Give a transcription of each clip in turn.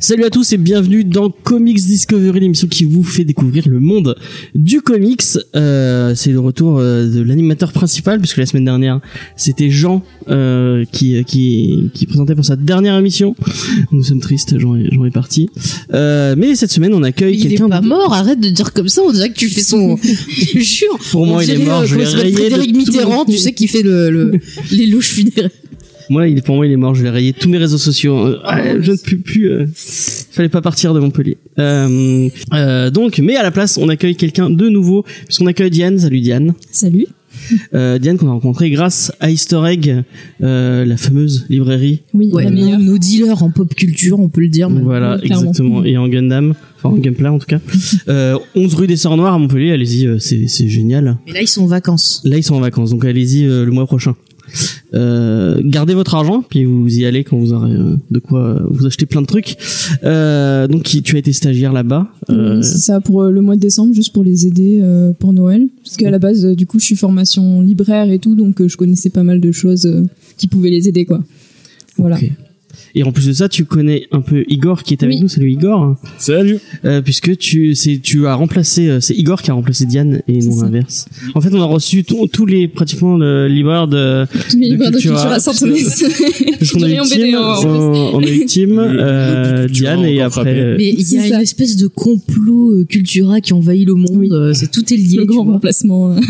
Salut à tous et bienvenue dans Comics Discovery, l'émission qui vous fait découvrir le monde du comics. Euh, c'est le retour euh, de l'animateur principal, puisque la semaine dernière, c'était Jean euh, qui, qui, qui présentait pour sa dernière émission. Nous sommes tristes, Jean, est- Jean est parti. Euh, mais cette semaine, on accueille Il est quelqu'un... pas mort, arrête de dire comme ça, on dirait que tu fais son. Je jure. Pour moi, on il est dirait, mort, euh, je comment l'ai il s'appelle, rayé de Frédéric tous Mitterrand, les- tu sais, qui fait le, le- les louches funéraires. Moi, il est pour moi, il est mort. Je l'ai rayé de tous mes réseaux sociaux. Euh, ah, je ne peux plus. euh, fallait pas partir de Montpellier. Euh, euh, donc, mais à la place, on accueille quelqu'un de nouveau, puisqu'on accueille Diane. Salut Diane. Salut. Euh, Diane qu'on a rencontrée grâce à Easter Egg, euh, la fameuse librairie. Oui, Ouais, la meilleure. nos, nos dealers en pop culture, on peut le dire. maintenant. voilà, clairement. exactement. Et en Gundam, enfin en gameplay en tout cas. Euh, 11 rue des Sœurs Noires à Montpellier, allez-y, euh, c'est c'est génial. Mais là, ils sont en vacances. Là ils sont en vacances, donc allez-y euh, le mois prochain. Euh, gardez votre argent, puis vous y allez quand vous aurez euh, de quoi euh, vous acheter plein de trucs. Euh, donc qui- tu as été stagiaire là-bas. Euh, Oui, C'est ça pour euh, le mois de décembre, juste pour les aider euh, pour Noël. Parce qu'à la base, euh, du coup, je suis formation libraire et tout, donc euh, je connaissais pas mal de choses euh, qui pouvaient les aider, quoi. Voilà. ok. Et en plus de ça, tu connais un peu Igor qui est avec Oui. nous. Salut Igor. Salut. Euh, puisque tu c'est tu as remplacé euh, c'est Igor qui a remplacé Diane et C'est non ça. l'inverse. En fait, on a reçu tout- tous les pratiquement le libraire de Tous les De libraires de Cultura, culture à parce Saint-Denis. parce qu'on a eu J'ai embêté, Tim, hein, en on, on a eu Tim, Le- le euh, petit culture Diane et encore après frappé. euh, Mais il y a C'est une ça. espèce de complot euh, cultura qui envahit le monde. Oui. euh, C'est tout est lié. Le tu grand vois. remplacement. euh.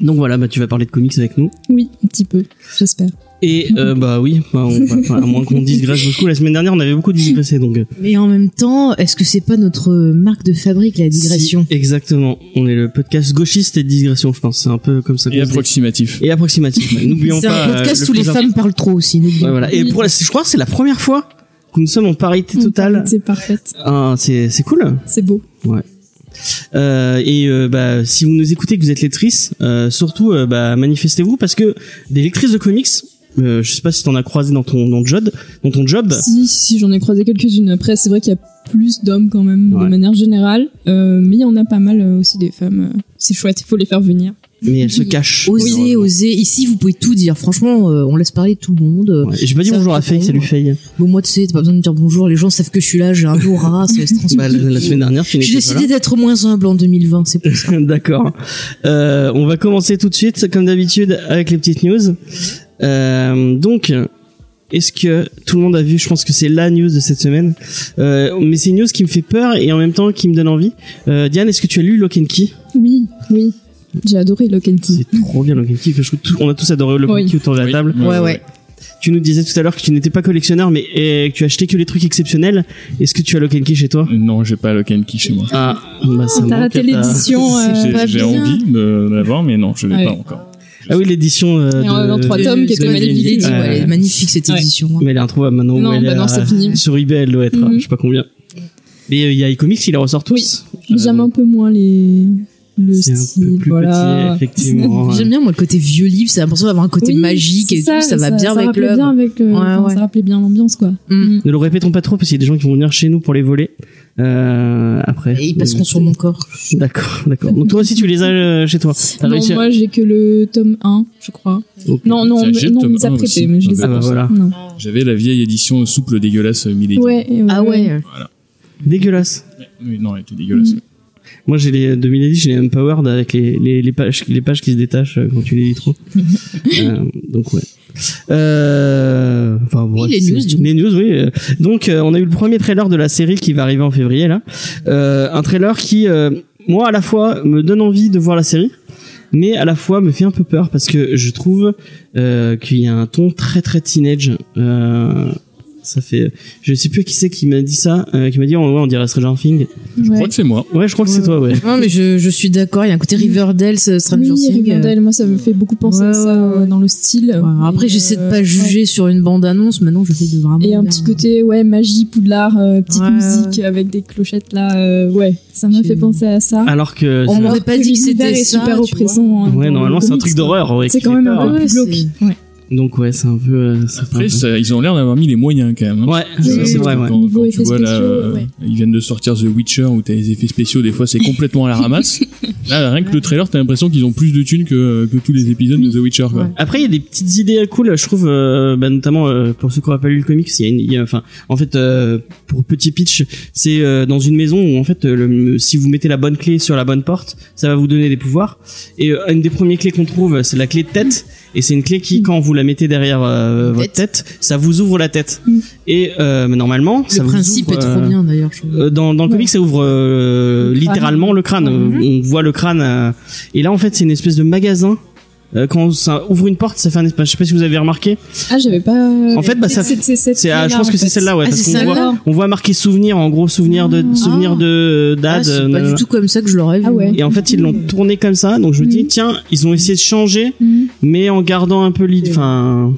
donc voilà bah tu vas parler de comics avec nous Oui, un petit peu, j'espère. et euh, bah oui bah, on va- enfin, à moins qu'on digresse beaucoup la semaine dernière on avait beaucoup digressé donc euh, Mais en même temps, est-ce que c'est pas notre marque de fabrique la digression si- exactement on est le podcast gauchiste et de digression je pense c'est un peu comme ça qu'on Et se dit. approximatif. et approximatif ouais. n'oublions C'est pas un euh, podcast le où les présent- femmes parlent trop aussi. n'oubliez Ouais, voilà. et pour la- je crois que c'est la première fois que nous sommes en parité totale C'est parfaite. Ah, c'est c'est cool C'est beau. Euh, et euh, bah, si vous nous écoutez, que vous êtes lectrice, euh, surtout euh, bah, manifestez-vous parce que des lectrices de comics, euh, je sais pas si t'en as croisé dans ton, dans ton job, dans ton job. Si, si, j'en ai croisé quelques-unes. Après, c'est vrai qu'il y a plus d'hommes quand même, Ouais. de manière générale. Euh, mais il y en a pas mal euh, aussi des femmes. euh. C'est chouette, il faut les faire venir. mais elles se cachent. Osez, osez. Ici, vous pouvez tout dire. Franchement, euh, on laisse parler tout le monde. Ouais. J'ai pas dit Ça, bonjour à c'est Faye, bon. salut Faye. Bon, moi, tu sais, t'as pas besoin de dire bonjour. Les gens savent que je suis là, j'ai un dos rare, ça va se transmettre. Bah, la, la semaine dernière, tu J'ai n'étais pas décidé d'être moins humble en 2020, c'est pour ça. là. D'accord. Euh, on va commencer tout de suite, comme d'habitude, avec les petites news. Euh, donc, est-ce que tout le monde a vu Je pense que c'est la news de cette semaine. Euh, mais c'est une news qui me fait peur et en même temps qui me donne envie. Euh, Diane, est-ce que tu as lu Lock and Key Oui, oui. J'ai adoré Lock and Key. C'est trop bien le Key. que je trouve tout- on a tous adoré le Oui. Key autour de la Oui. Euh, table. Ouais, ouais. Tu nous disais tout à l'heure que tu n'étais pas collectionneur, mais euh, que tu achetais que les trucs exceptionnels. Est-ce que tu as le Key chez toi Non, j'ai pas le Kenki chez moi. Ah, bah ça manque T'as à raté ta- l'édition. euh, C'est- J'ai pas j'ai bien. envie de l'avoir, mais non, je l'ai Ouais. pas encore. Ah oui, l'édition. euh, Et en- de- en trois de- tomes qui était de- magnifique. de- Ouais, elle est euh, magnifique cette Ouais. édition. hein. Mais elle est introuvable maintenant. où Non, elle bah est, non, c'est euh, fini. Sur eBay, elle doit être, à Mhm. je sais pas combien. Mais euh, il y a iComics, il les ressort tous. J'aime un peu moins les le euh, C'est un peu style, plus voilà. petit, effectivement. J'aime bien, moi, le côté vieux livre, c'est l'impression d'avoir un côté Oui, magique et c'est tout, ça va bien ça avec rappelait bien l'œuvre. avec le- Ouais, enfin, ouais. Ça rappelait bien l'ambiance quoi. Mm. Ne le répétons pas trop parce qu'il y a des gens qui vont venir chez nous pour les voler euh, après. Et ils passeront sur mon corps. Ah D'accord, d'accord. Donc toi aussi tu les as euh, chez toi. T'as Non, réussi à- moi j'ai que le tome 1, je crois. Ok. Non, non, Tiens, j'ai mais- le non, on tome me les a 1 aussi. prêtés, mais je les ai Ah bah pas. voilà. Non. J'avais la vieille édition souple dégueulasse euh, Milady. Ouais, ouais, Ah ouais. Dégueulasse. Oui, non, elle était dégueulasse. Mm. Moi, j'ai les 2010, j'ai les Empowered avec les, les, les pages, les pages qui se détachent euh, quand tu les lis trop. Euh, donc, ouais. Euh, enfin, bon, Oui, les c'est- news, du coup. les news, oui. euh. Donc, euh, on a eu le premier trailer de la série qui va arriver en février, là. Euh, un trailer qui, euh, moi, à la fois, me donne envie de voir la série, mais à la fois me fait un peu peur parce que je trouve euh, qu'il y a un ton très, très teenage. Euh, Ça fait, je sais plus qui c'est qui m'a dit ça, euh, qui m'a dit oh, ouais, on dirait Stranger Things. Je Ouais. crois que c'est moi. Ouais, je crois que c'est toi, ouais. Non, mais je, je suis d'accord, il y a un côté Riverdale, ce Stranger oui, Things. Riverdale, moi ça me fait beaucoup penser à Ouais, ça ouais, ouais. euh, dans le style. euh, Ouais, après, Et, j'essaie de euh, pas ouais. juger sur une bande-annonce, maintenant j'essaie de vraiment. Et un dire, petit euh, côté, ouais, magie, poudlard, euh, petite Ouais, musique avec des clochettes là, euh, ouais, ça m'a J'ai- fait penser à ça. Alors que. On ça- m'aurait pas Que dit que l'univers c'était est ça, super tu vois. oppressant. hein, Ouais, dans normalement, le c'est un comics, truc quoi. d'horreur. ouais, C'est qui quand fait même peur. un peu Ouais, plus glauque. c'est- Ouais. Donc, ouais, c'est un peu. euh, ça fait un Après, peu- ça- ils ont l'air d'avoir mis les moyens quand même. hein. Ouais, Oui, ça, c'est oui, vrai, Quand, ouais. quand Niveau tu effets vois là, spéciaux, euh, ouais. ils viennent de sortir The Witcher où t'as les effets spéciaux, des fois c'est complètement à la ramasse. Là, rien que le trailer, t'as l'impression qu'ils ont plus de thunes que, que tous les épisodes de The Witcher. Quoi. Ouais. Après, il y a des petites idées cool, je trouve, euh, bah, notamment euh, pour ceux qui n'auraient pas lu le comics. Il y a une, il y a- enfin, en fait, euh, pour petit pitch, c'est euh, dans une maison où en fait, euh, le- si vous mettez la bonne clé sur la bonne porte, ça va vous donner des pouvoirs. Et euh, une des premières clés qu'on trouve, c'est la clé de tête. Et c'est une clé qui, quand vous la mettez derrière euh, votre tête, ça vous ouvre la tête. Mm. Et euh, mais normalement, ça Le vous principe ouvre, est trop euh, bien d'ailleurs, je trouve. euh, dans, dans le Ouais. comic, ça ouvre euh, Le crâne. littéralement le crâne. Mhm. On voit le crâne. euh, et là, en fait, c'est une espèce de magasin. Euh, quand ça ouvre une porte, ça fait un espace. Je sais pas si vous avez remarqué. Ah, j'avais pas. En fait, bah, ça- C'est- c'est cette C'est, ah, je clé-là, pense en que c'est fait. celle-là, ouais, Ah, parce c'est qu'on celle-là voit, on voit marqué souvenir, en gros souvenir de Ah. souvenir Ah. de Ah, d'Ad. c'est pas nanana. du tout comme ça que je l'aurais vu. hein. Ah ouais. et en fait, ils l'ont tourné comme ça. Donc je me dis, tiens, ils ont essayé de changer, Mmh. Mhm. mais en gardant un peu l'idée. Enfin,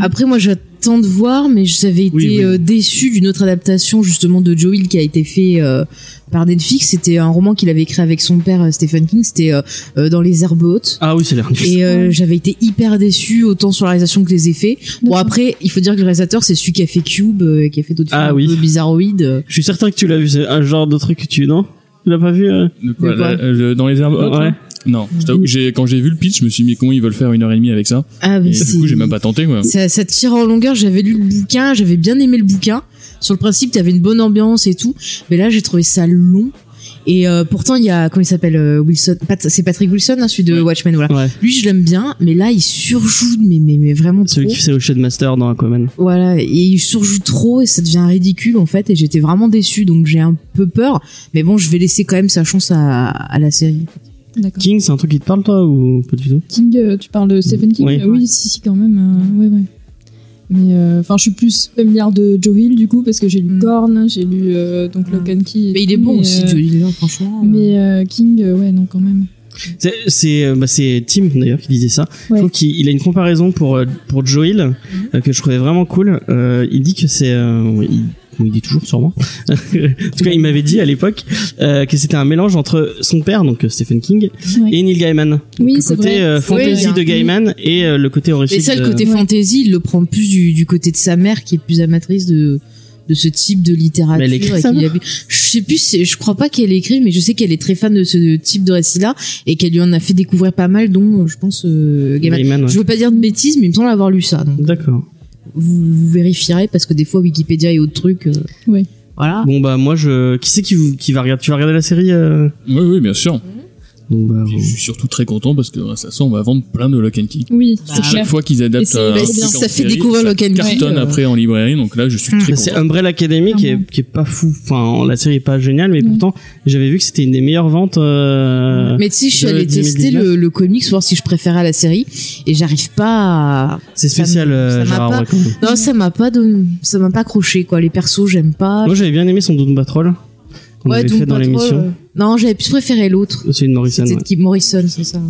Après, moi, j'attends de voir, mais j'avais été Oui, oui. euh, déçu d'une autre adaptation, justement, de Joel qui a été fait euh, par Netflix. C'était un roman qu'il avait écrit avec son père, euh, Stephen King. C'était euh, euh, dans les herbes hautes. ah oui, c'est l'air. Et euh, j'avais été hyper déçu autant sur la réalisation que les effets. Bon D'accord. après, il faut dire que le réalisateur c'est celui qui a fait Cube, euh, qui a fait d'autres Ah films oui. un peu bizarroïdes. euh. Je suis certain que tu l'as vu. C'est un genre de truc que tu non, tu l'as pas vu. euh De quoi, De quoi la- euh, le- dans les herbes hautes, Ouais. là Non, je t'avoue que j'ai- quand j'ai vu le pitch, je me suis dit mais comment ils veulent faire une heure et demie avec ça Ah Et mais du c'est- coup, j'ai même pas tenté. Quoi. Ça, ça tire en longueur. J'avais lu le bouquin, j'avais bien aimé le bouquin. Sur le principe, t'avais une bonne ambiance et tout, mais là j'ai trouvé ça long. Et euh, pourtant, il y a comment il s'appelle euh, Wilson. Pat- c'est Patrick Wilson, hein, celui de Ouais. Watchmen. Voilà. Ouais. Lui, je l'aime bien, mais là, il surjoue, mais mais, mais vraiment trop. Celui qui fait le Master dans Aquaman. Voilà, et il surjoue trop et ça devient ridicule en fait. Et j'étais vraiment déçue, donc j'ai un peu peur. Mais bon, je vais laisser quand même sa chance à, à la série. D'accord. King, c'est un truc qui te parle, toi, ou pas du tout King, euh, tu parles de Stephen King Oui. Euh, si, si, quand même. euh, ouais, ouais. Mais euh, enfin, je suis plus familière de Joe Hill du coup, parce que j'ai lu Mm. Gorn, j'ai lu euh, donc Lock and Key. et Mais il est tout, bon aussi, hein. euh, Johnny Depp, franchement. Mais euh, King, euh, ouais, non, quand même. C'est c'est, euh, bah, c'est Tim d'ailleurs qui disait ça. Je Ouais. Mhm. trouve qu'il il a une comparaison pour euh, pour Joel euh, que je trouvais vraiment cool. Euh, il dit que c'est euh, oui, il, oui, il dit toujours sûrement. en tout cas, il m'avait dit à l'époque euh, que c'était un mélange entre son père, donc euh, Stephen King, Ouais. et Neil Gaiman. Oui, le c'est côté vrai. euh, Oui, fantasy il y a un- de Gaiman et euh, le côté Et horrifique. ça, le de- côté fantasy, il le prend plus du, du côté de sa mère qui est plus amatrice de de ce type de littérature. Mais elle écrit et sa qui mère. a- Je sais plus, c'est- je crois pas qu'elle écrit, mais je sais qu'elle est très fan de ce type de récit-là et qu'elle lui en a fait découvrir pas mal, dont euh, je pense euh, Gaiman. Gaiman, ouais. Je veux pas dire de bêtises, mais il me semble avoir lu ça. Donc D'accord. vous, vous vérifierez parce que des fois Wikipédia et autres trucs. euh, Oui. Voilà. Bon bah moi je qui c'est qui vous- qui va regarder tu vas regarder la série euh Oui, oui, bien sûr. Bon, bah, Puis, vous- je suis surtout très content parce que ouais, ça sent, on va vendre plein de Lock and Key. Oui, Bah, À c'est chaque clair. fois qu'ils Ah Et adaptent c'est- euh, un bah, truc c'est- en ça fait série, découvrir ça Lock and Key, cartonne euh. après en librairie, donc là je suis très Bah, content. C'est Umbrella Academy qui est, qui est pas fou. Enfin, la série est pas géniale, mais Ouais. Mm. pourtant, j'avais vu que c'était une des meilleures ventes. euh, Mais tu sais, je suis de allée tester 2019. le, le comics, voir si je préférais la série, et j'arrive pas à... C'est spécial, ça m'a- euh, ça m'a Gérard pas- Way, quand même. Non, ça m'a pas donné... Ça m'a pas accroché, quoi. Les persos, j'aime pas. Moi, j'avais bien aimé son Doom Patrol qu'on avait donc fait dans pas trop, l'émission. euh. Non, j'avais plus préféré l'autre. C'est une Morrison. C'était ouais. qui Morrison, c'est ça.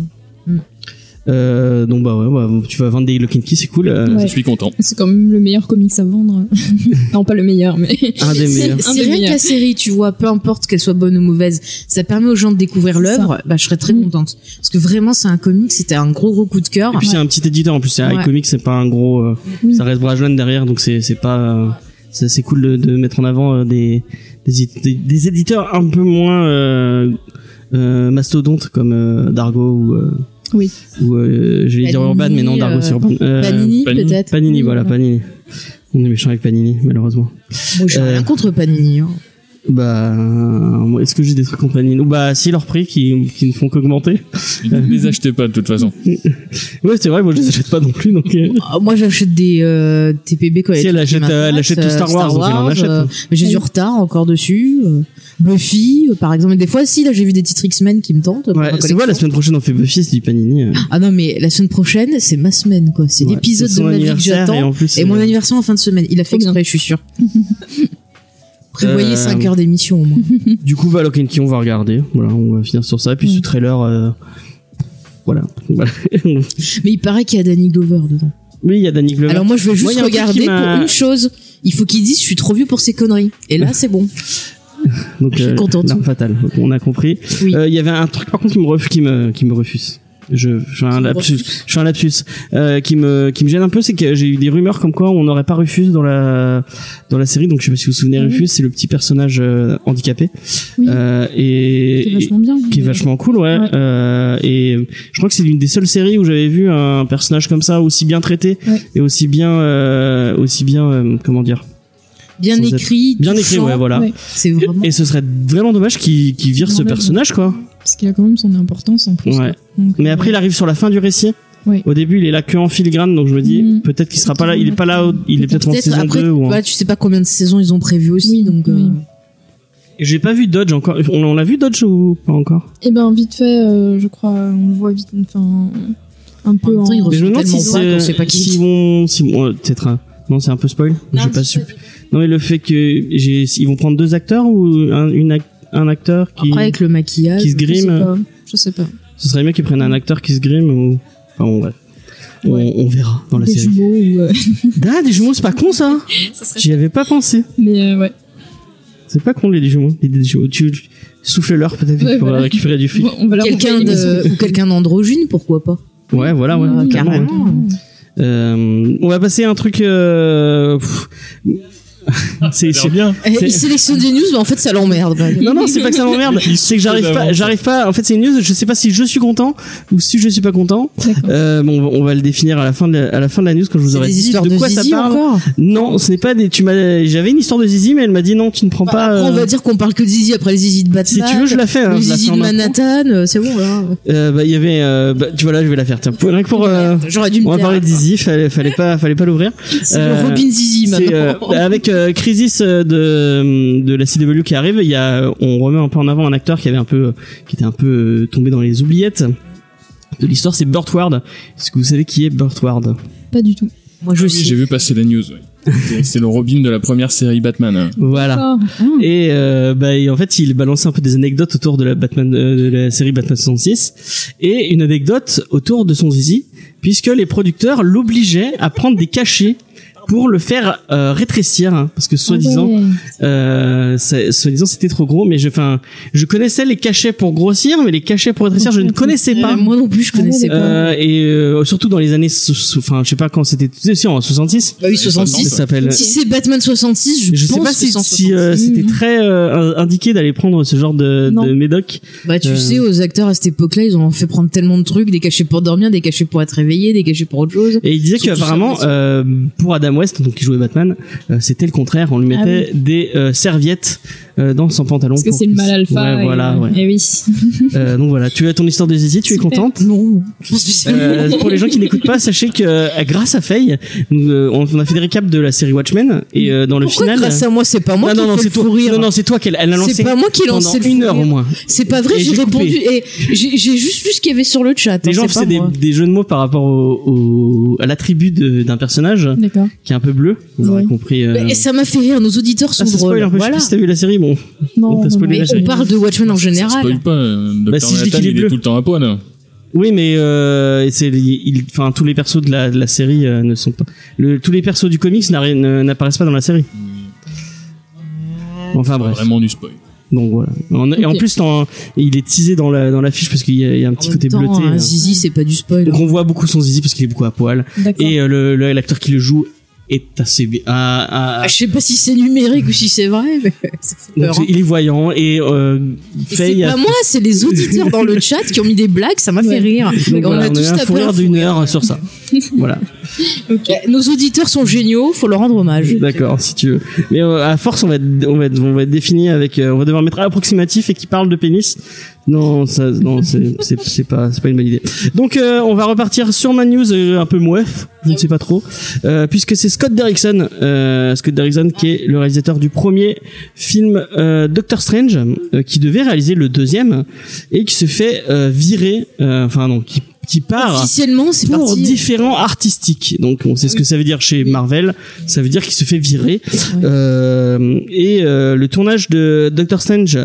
Euh, donc bah ouais, bah, tu vas vendre des Lock and Key, c'est cool. euh, Je Ouais. suis content. C'est quand même le meilleur comics à vendre. non, pas le meilleur, mais. Un des meilleurs. C'est Un c'est des rien que meilleurs. la série, tu vois, peu importe qu'elle soit bonne ou mauvaise, ça permet aux gens de découvrir C'est l'œuvre, bah je serais très Mm. contente. Parce que vraiment, c'est un comics, c'était un gros gros coup de cœur. Et puis c'est un petit éditeur en plus, c'est Ah, Ouais. iComics, c'est pas un gros, euh, Oui. ça reste Brajlon derrière, donc c'est c'est pas, euh, c'est c'est cool de, de mettre en avant euh, des, des éd- des des éditeurs un peu moins euh, euh, mastodontes comme euh, Dargo ou euh, Oui. ou euh, je vais dire Panini, Urban, mais non Dargo euh, c'est Urban. Euh, Panini, Panini. peut-être. Panini, voilà Panini. On est méchant avec Panini malheureusement. Moi, j'ai Euh, rien contre Panini. hein. Bah, euh, est-ce que j'ai des trucs en planning Bah, si leurs prix qui, qui ne font qu'augmenter. Ne les achetez pas de toute façon. Ouais, c'est vrai, moi je les achète pas non plus. Donc, euh, Ah, Moi, j'achète des euh, TPB quand il y a Si, des elle trucs qui achète, euh, elle m'intéressent, achète tout euh, Star Wars, donc elle en achète, euh, hein. mais j'ai du retard encore dessus. euh, Buffy, euh, par exemple. Et Des fois, si, là, j'ai vu des titres X-Men qui me tentent. pour ouais, ma c'est vrai, la collection. semaine prochaine on fait Buffy, c'est du Panini. euh. Ah non, mais la semaine prochaine, c'est ma semaine, quoi. C'est Ouais, l'épisode c'est de son ma vie que anniversaire, Et, j'attends. en plus, Et mon euh, anniversaire en fin de semaine. Il a fait Trop bien. exprès, je suis sûr. Prévoyez Euh, 5 heures d'émission, au moins. Du coup, Valor on va regarder. Voilà, on va finir sur ça. Et puis Mm. ce trailer. euh, Voilà. Voilà. Mais il paraît qu'il y a Danny Glover dedans. oui, il y a Danny Glover. Alors moi, je vais juste Moi, il y a un truc regarder qui m'a- pour une chose. Il faut qu'il dise, je suis trop vieux pour ces conneries. Et là, c'est bon. donc, euh, je suis contente. l'arme fatale. Donc, on a compris. Euh, Il Oui. y avait un truc par contre qui me refuse. Qui me, qui me refuse. Je, je fais un lapsus. Je fais un lapsus euh, qui me qui me gêne un peu, c'est que j'ai eu des rumeurs comme quoi on n'aurait pas Rufus dans la dans la série. Donc je sais pas si vous vous souvenez, Ah Mm-hmm. oui. Rufus, c'est le petit personnage euh, handicapé Oui. Euh, qui est et vachement bien. qui est vachement cool ouais, Mmh. Ouais. Euh, et je crois que c'est l'une des seules séries où j'avais vu un personnage comme ça aussi bien traité Ouais. et aussi bien euh, aussi bien euh, comment dire Bien Sans être- écrit. bien écrit touchant. ouais voilà Ouais. C'est vraiment. et ce serait vraiment dommage qu'il qu'il vire ce Dommage. personnage quoi Parce qu'il a quand même son importance en plus. Ouais. quoi. Donc, mais euh, après il arrive sur la fin du récit Oui. au début il est là que en filigrane donc je me dis Mhm. peut-être qu'il sera pas là il est pas là au- il est peut-être en Peut-être saison après, 2 ou en- ouais, tu sais pas combien de saisons ils ont prévu aussi. Oui, donc, euh, oui. Et j'ai pas vu Dodge encore on, on l'a vu Dodge ou pas encore Eh ben, vite fait, euh, je crois, on le voit vite, enfin, un peu même temps, il en... re- mais je me demande tellement si pas c'est qu'on sait pas qui si c'est. vont si vont- euh, peut-être un- non c'est un peu spoil je sais pas si- Non mais le fait que j'ai, ils vont prendre deux acteurs ou un, une ac- un acteur qui, Après, avec le maquillage. qui se Je sais grime, pas. Je sais pas. ce serait mieux qu'ils prennent un acteur qui se grime ou enfin bon, ouais. On, Ouais. on verra dans la Des série. jumeaux ou... euh, Ah des jumeaux c'est pas con ça. J'y avais pas pensé. Mais euh, ouais. C'est pas con les jumeaux. Les, les jumeaux. Tu tu- souffle-leur peut-être Ouais, pour voilà. récupérer du fric. Bon, on va leur Quelqu'un envoyer les de, ou quelqu'un d'androgyne, pourquoi pas. Ouais voilà ouais. Mmh, Ah, totalement, ouais. carrément. Euh, on va passer à un truc. euh, pff. c'est, c'est- bien. Eh, C'est- Il sélectionne des news, mais en fait, ça l'emmerde. ouais. Non, non, c'est pas que ça m'emmerde. C'est que j'arrive pas, d'avance. j'arrive pas. En fait, c'est une news. Je sais pas si je suis content ou si je suis pas content. D'accord. Euh, bon, on va- on va le définir à la fin de la, à la fin de la news quand je vous C'est aurai des dit histoires de de, quoi zizi ça parle. encore. Non, ce n'est pas des. Tu m'as. J'avais une histoire de Zizi, mais elle m'a dit non, tu ne prends pas. Bah, Après, on euh, va dire qu'on parle que de zizi après les zizi de si Batman. tu veux, je la fais. hein, le je la zizi fais de en intro. Manhattan, euh, c'est bon, là. Euh, bah, il y avait. euh, bah, tu vois là, je vais la faire. Tiens, pour, rien que pour. euh, J'aurais dû me on va taire. parler de Zizi. Fallait, fallait pas, fallait pas l'ouvrir. C'est euh, le Robin Zizi, C'est, euh, maintenant. Oh, avec euh, Crisis euh, de de la CW qui arrive, il y a euh, on remet un peu en avant un acteur qui avait un peu euh, qui était un peu euh, tombé dans les oubliettes de l'histoire, c'est Burt Ward. Est-ce que vous savez qui est Burt Ward Pas du tout. Moi, Ah je sais. Ah J'ai vu passer la news. ouais. C'est- C'est le Robin de la première série Batman. hein. Voilà. Ah, Et euh, bah, et en fait, il balançait un peu des anecdotes autour de la Batman euh, de la série Batman 66 et une anecdote autour de son zizi puisque les producteurs l'obligeaient à prendre des cachets pour le faire euh, rétrécir hein, parce que soi-disant ah ouais. Euh, c'est- soi-disant c'était trop gros mais je enfin je connaissais les cachets pour grossir mais les cachets pour rétrécir je ne connaissais Euh, pas Moi non plus, je connaissais Ah ouais, pas. Euh, et euh, surtout dans les années so- so- enfin je sais pas quand c'était tu sais, en 66 Bah oui, ça 66. s'appelle Si c'est Batman 66, je, euh, je sais pense pas que si, c'est si, euh, 166. c'était très euh, indiqué d'aller prendre ce genre de, Non. de médoc Bah, tu euh, sais, aux acteurs à cette époque-là, ils ont fait prendre tellement de trucs, des cachets pour dormir, des cachets pour être réveillé, des cachets pour autre chose. et il disait Surtout qu'apparemment ça, euh, pour Adam West donc qui jouait Batman euh, c'était le contraire on lui Ah mettait des euh, serviettes euh, dans son pantalon Parce que pour c'est le qu'il- mal alpha. ouais, et, voilà ouais. et oui. Euh, donc voilà tu as ton histoire de Zizi tu es Super. contente Non, je pense que c'est- Euh, pour les gens qui n'écoutent pas, sachez que euh, grâce à Faye, nous, euh, on on a fait des récaps de la série Watchmen et euh, dans le Pourquoi final. grâce à moi, c'est pas moi non, qui non, non, ai fait c'est toi. le fou rire Non, non, c'est toi qu'elle elle a lancé. C'est pas moi qui ai pendant lancé le une fou heure au rire. moins. C'est pas Et vrai, j'ai j'ai coupé. répondu et j'ai j'ai juste vu ce qu'il y avait sur le chat. Les hein, gens c'est pas faisaient des, moi. des jeux de mots par rapport au, au- à l'attribut de- d'un personnage D'accord. qui est un peu bleu. Vous aurez Ouais. compris. euh, Et ça m'a fait rire, nos auditeurs ah, sont ça spoil drôles. un peu. Voilà. Je sais pas si t'as vu la série. Bon, Non, On peut non, spoiler non. la On parle de Watchmen en Ça spoil général. pas. euh, Dr. Bah, si je dis Manhattan, qu'il est il est bleu. tout le temps à poil. hein. oui, mais euh, c'est il- enfin tous les persos de la, de la série euh, ne sont pas. le- tous les persos du comics n'arri- ne- n'apparaissent pas dans la série. Enfin Ah, bref. Vraiment du spoil. Donc voilà. En- Et en Ok. plus, t'en- il est teasé dans la dans l'affiche parce qu'il y, a- il y a un petit En côté même temps, bleuté. euh. un là. zizi, c'est pas du spoil. Donc on voit beaucoup son zizi parce qu'il est beaucoup à poil. D'accord. Et euh, le le- l'acteur qui le joue est assez bien. ah, ah, ah. Ah, je sais pas si c'est numérique ou si c'est vrai, mais ça fait Donc, peur. c'est- hein. il est voyant et euh, Et fait. C'est il a- pas moi, c'est les auditeurs dans le chat qui ont mis des blagues, ça m'a fait Ouais. rire. Donc, Et voilà, on a eu un tapé fou un rire fou d'une rire. heure sur ça. voilà. Eh, Nos auditeurs sont géniaux, faut leur rendre hommage. D'accord, si tu veux. Mais euh, à force, on va être, on va être, on va être défini avec, euh, on va devoir mettre approximatif et qui parle de pénis. Non, ça, non, c'est, c'est, c'est pas, c'est pas une bonne idée. Donc, euh, on va repartir sur ma news euh, un peu mouef, je ne sais pas trop, euh, puisque c'est Scott Derrickson, euh, Scott Derrickson qui est le réalisateur du premier film euh, Doctor Strange, euh, qui devait réaliser le deuxième et qui se fait euh, virer, euh, enfin non, qui, qui part Officiellement, c'est pour parti. différents artistiques. Donc on sait ce que ça veut dire chez Marvel, ça veut dire qu'il se fait virer. Euh, et euh, le tournage de Doctor Strange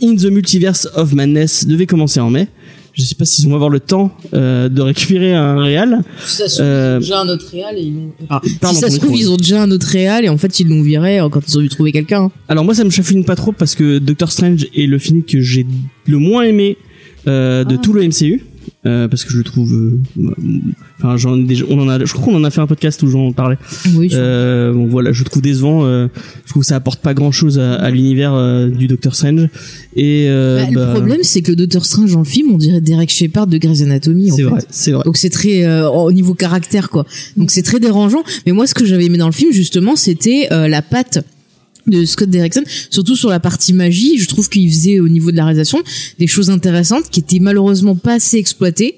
in the Multiverse of Madness devait commencer en mai. Je sais pas s'ils vont avoir le temps euh, de récupérer un réal. Ça se Euh, déjà un autre réal et ils l'ont- Ah, pardon, si ça ton se trouve, micro. ils ont déjà un autre réal et en fait, ils l'ont viré euh, quand ils ont dû trouver quelqu'un. Alors moi ça me chafouine pas trop parce que Doctor Strange est le film que j'ai le moins aimé euh, de Ah. tout le MCU. euh, parce que je le trouve, euh, enfin, j'en ai déjà, on en a, je crois qu'on en a fait un podcast où j'en parlais. Oui, Euh, bon voilà, je trouve décevant. euh, je trouve que ça apporte pas grand chose à, à l'univers euh, du Docteur Strange. Et euh, bah, le problème, c'est que le Docteur Strange dans le film, on dirait Derek Shepard de Grey's Anatomy. en c'est fait. vrai, c'est vrai. Donc c'est très euh, au niveau caractère quoi. Donc c'est très dérangeant. Mais moi ce que j'avais aimé dans le film justement c'était euh, la patte de Scott Derrickson, surtout sur la partie magie. Je trouve qu'il faisait au niveau de la réalisation des choses intéressantes qui étaient malheureusement pas assez exploitées.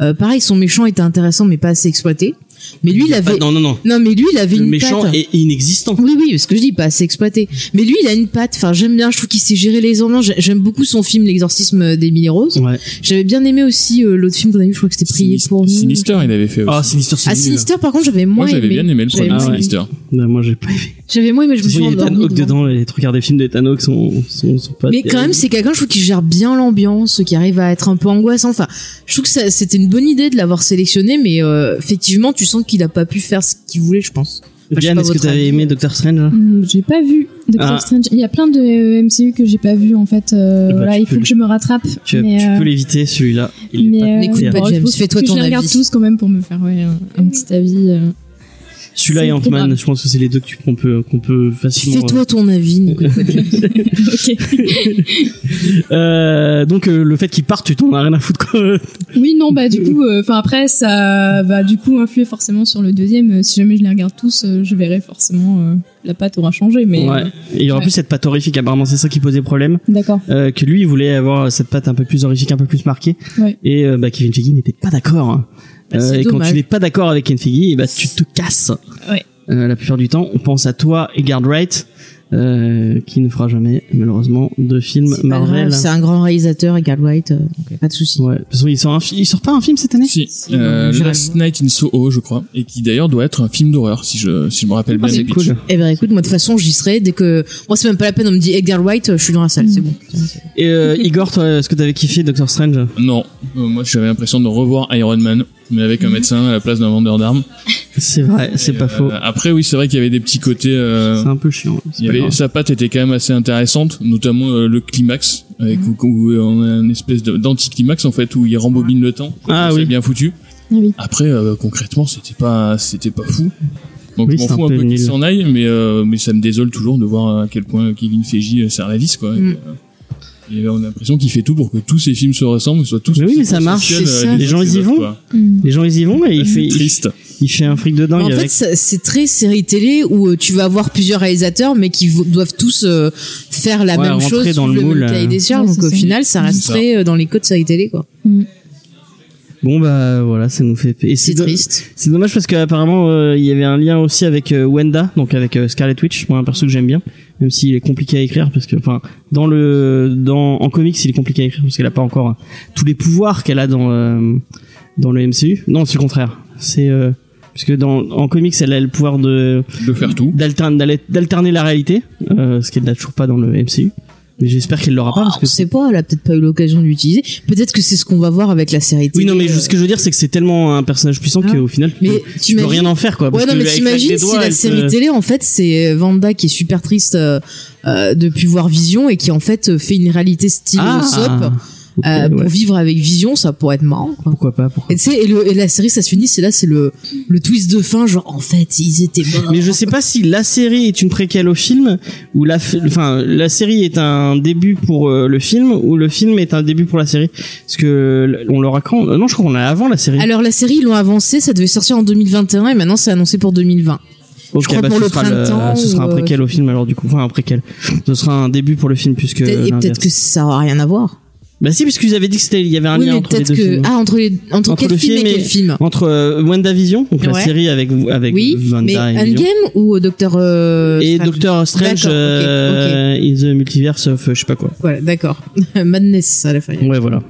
Euh, pareil son méchant était intéressant mais pas assez exploité. Mais lui il Ah, avait non non non, non mais lui il avait le une méchant patte. est inexistant. Oui, oui, ce que je dis, pas assez exploité. Mais lui, il a une patte. Enfin, j'aime bien. Je trouve qu'il sait gérer les ambiances. J'ai- J'aime beaucoup son film, L'exorcisme d'Emily Rose. Ouais. J'avais bien aimé aussi euh, l'autre film qu'on a vu. Je crois que c'était Prier Sinis- pour nous. Sinister, il avait fait aussi. Ah Sinister, c'est Ah, nul. Sinister, par contre, j'avais moins Moi, j'avais aimé. bien aimé le premier Ah ouais. Sinister. Non, moi j'ai pas aimé. J'avais moins aimé, je me suis Il y a Ethan endormie Hawke devant. dedans. Les trois quarts des films d'Ethan Hawke sont sont, sont pas. Mais quand terribles. même, c'est quelqu'un, je trouve, qui gère bien l'ambiance, qui arrive à être un peu angoissant. Enfin, je trouve que ça- c'était une bonne idée de l'avoir sélectionné, mais euh, effectivement, tu sens qu'il a pas pu faire ce qu'il voulait, je pense. je sais Diane, pas est-ce que votre t'avais avis. aimé Doctor Strange là Hmm, J'ai pas vu Doctor Ah. Strange. Il y a plein de euh, MCU que j'ai pas vu en fait. euh, Eh ben, là, tu il peux faut le- que je me rattrape. Tu, mais, tu euh, peux l'éviter celui-là. Il est mais, pas- euh, N'écoute pas bon, James, faut que fais-toi je ton les regarde avis. tous quand même pour me faire ouais, un, un petit avis. euh. bah, Celui-là c'est et Ant-Man. probable. Je pense que c'est les deux que tu- qu'on peut qu'on peut facilement. Fais-toi ton avis, Nico. Euh, donc euh, le fait qu'il parte, tu t'en as rien à foutre. quoi. Oui, non, bah du coup, enfin après, ça va du coup influer forcément sur le deuxième. Euh, Si jamais je les regarde tous, euh, je verrai forcément euh, la patte aura changé. Mais ouais. Et il y aura ouais. plus cette patte horrifique. Apparemment, c'est ça qui posait problème. d'accord. euh, que lui il voulait avoir cette patte un peu plus horrifique, un peu plus marquée. Ouais. Et euh, bah, Kevin Feige n'était pas d'accord. hein. Bah, Euh, c'est et quand dommage. tu n'es pas d'accord avec Kevin Feige, et bah, tu te casses. Ouais. Euh, la plupart du temps, on pense à toi et Guard Wright, euh, qui ne fera jamais malheureusement de film C'est pas Marvel. grave, C'est un grand réalisateur, Edgar White. euh, donc, Pas de souci. ouais. De toute façon, il sort un fi- il sort pas un film cette année. Si, Si, euh, non, j'irai Last le Night in Soho, je crois, et qui d'ailleurs doit être un film d'horreur, si je, si je me rappelle bien. Ah, c'est du pitch. cool. Eh ben, écoute, moi, de toute façon, j'y serai dès que, moi, c'est même pas la peine, on me dit Edgar White, euh, je suis dans la salle, Mm. c'est bon. Et euh, Igor, toi, est-ce que t'avais kiffé Doctor Strange Non, euh, moi j'avais l'impression de revoir Iron Man, mais avec un médecin à la place d'un vendeur d'armes. C'est vrai, Mhm. c'est Et, pas euh, faux. Après, oui, c'est vrai qu'il y avait des petits côtés. euh, C'est un peu chiant. hein, c'est il y pas avait- grave. sa patte était quand même assez intéressante, notamment euh, le climax, avec Mhm. où, où euh, on a une espèce de- d'anticlimax en fait, où il rembobine le temps. Ah c'est oui. bien foutu. Ah oui. Après, euh, concrètement, c'était pas, c'était pas fou. Donc Oui, je m'en c'est un fous un peu peu qu'il nul. s'en aille, mais euh, mais ça me désole toujours de voir à quel point Kevin Feige euh, sert la vis quoi. Mm. Et, euh, et on a l'impression qu'il fait tout pour que tous ses films se ressemblent, soient tous. Mais oui, mais ça tous marche, essentiels, c'est euh, ça. les Les gens, uns ils y des vont. autres, quoi. Hmm. Les gens ils y vont et il fait, il, Triste. il fait un fric de dingue Bah, en fait, avec. ça- c'est très série télé où euh, tu vas avoir plusieurs réalisateurs, mais qui vo- doivent tous euh, faire la Ouais, même rentrer chose, dans suivre le moule, même euh. cahier des charges. Ouais, donc c'est au ça. final, ça reste C'est ça. très euh, dans les codes série télé, quoi. Bon bah voilà, ça nous fait. et C'est do- triste. C'est Ah, dommage parce qu'apparemment euh, il y avait un lien aussi avec euh, Wenda, donc avec euh, Scarlet Witch, moi un perso que j'aime bien, même s'il est compliqué à écrire parce que enfin dans le dans en comics il est compliqué à écrire parce qu'elle a pas encore euh, tous les pouvoirs qu'elle a dans euh, dans le MCU. Non c'est le contraire, c'est euh, parce que dans en comics elle a le pouvoir de De faire tout. d'alterner d'aller- d'alterner la réalité, euh, ce qu'elle n'a toujours pas dans le MCU. Mais j'espère qu'elle l'aura pas parce on que sait pas, elle a peut-être pas eu l'occasion de l'utiliser. Peut-être que c'est ce qu'on va voir avec la série oui télé. non mais euh, ce que je veux dire c'est que c'est tellement un personnage puissant Ah. qu'au final Mais tu peux t'imagines- rien en faire quoi. Ouais, parce non, que mais avec- t'imagines avec des si doigts, la elle se- série télé, en fait, c'est Vanda qui est super euh, triste euh, euh, depuis voir Vision et qui, en fait, euh, fait une réalité style Ah. soap Donc, Euh, euh, Pour ouais. vivre avec Vision, ça pourrait être marrant. quoi. Pourquoi pas pourquoi Et tu sais, et, le- et la série, ça se finit, c'est là, c'est le, le twist de fin, genre, en fait, ils étaient morts. Mais je sais pas si la série est une préquelle au film ou la, f- enfin la série est un début pour euh, le film ou le film est un début pour la série. Parce que l- on l'aura quand Euh, Non, je crois qu'on l'a avant la série. Alors, la série, ils l'ont avancée, ça devait sortir en 2021, et maintenant, c'est annoncé pour 2020. Ok, crois bah, pour ce le sera printemps ce sera un ou, euh, préquel au film alors du coup, enfin un préquel. Ce sera un début pour le film puisque. Peut-être- et l'inverse. peut-être que ça aura rien à voir. Bah si, puisqu'ils avaient dit que c'était, il y avait un oui, lien mais entre les peut-être deux que, films. ah, entre les, entre, Entre quel le film, film et et- quel film? Entre euh, WandaVision, donc la Ouais. série avec avec oui, Wanda mais et Endgame Vision. ou Docteur euh, et Strange Doctor Strange D'accord, ok, euh, in the Multiverse of euh, je sais pas quoi. Voilà, d'accord. Madness à la fin. Ouais, voilà.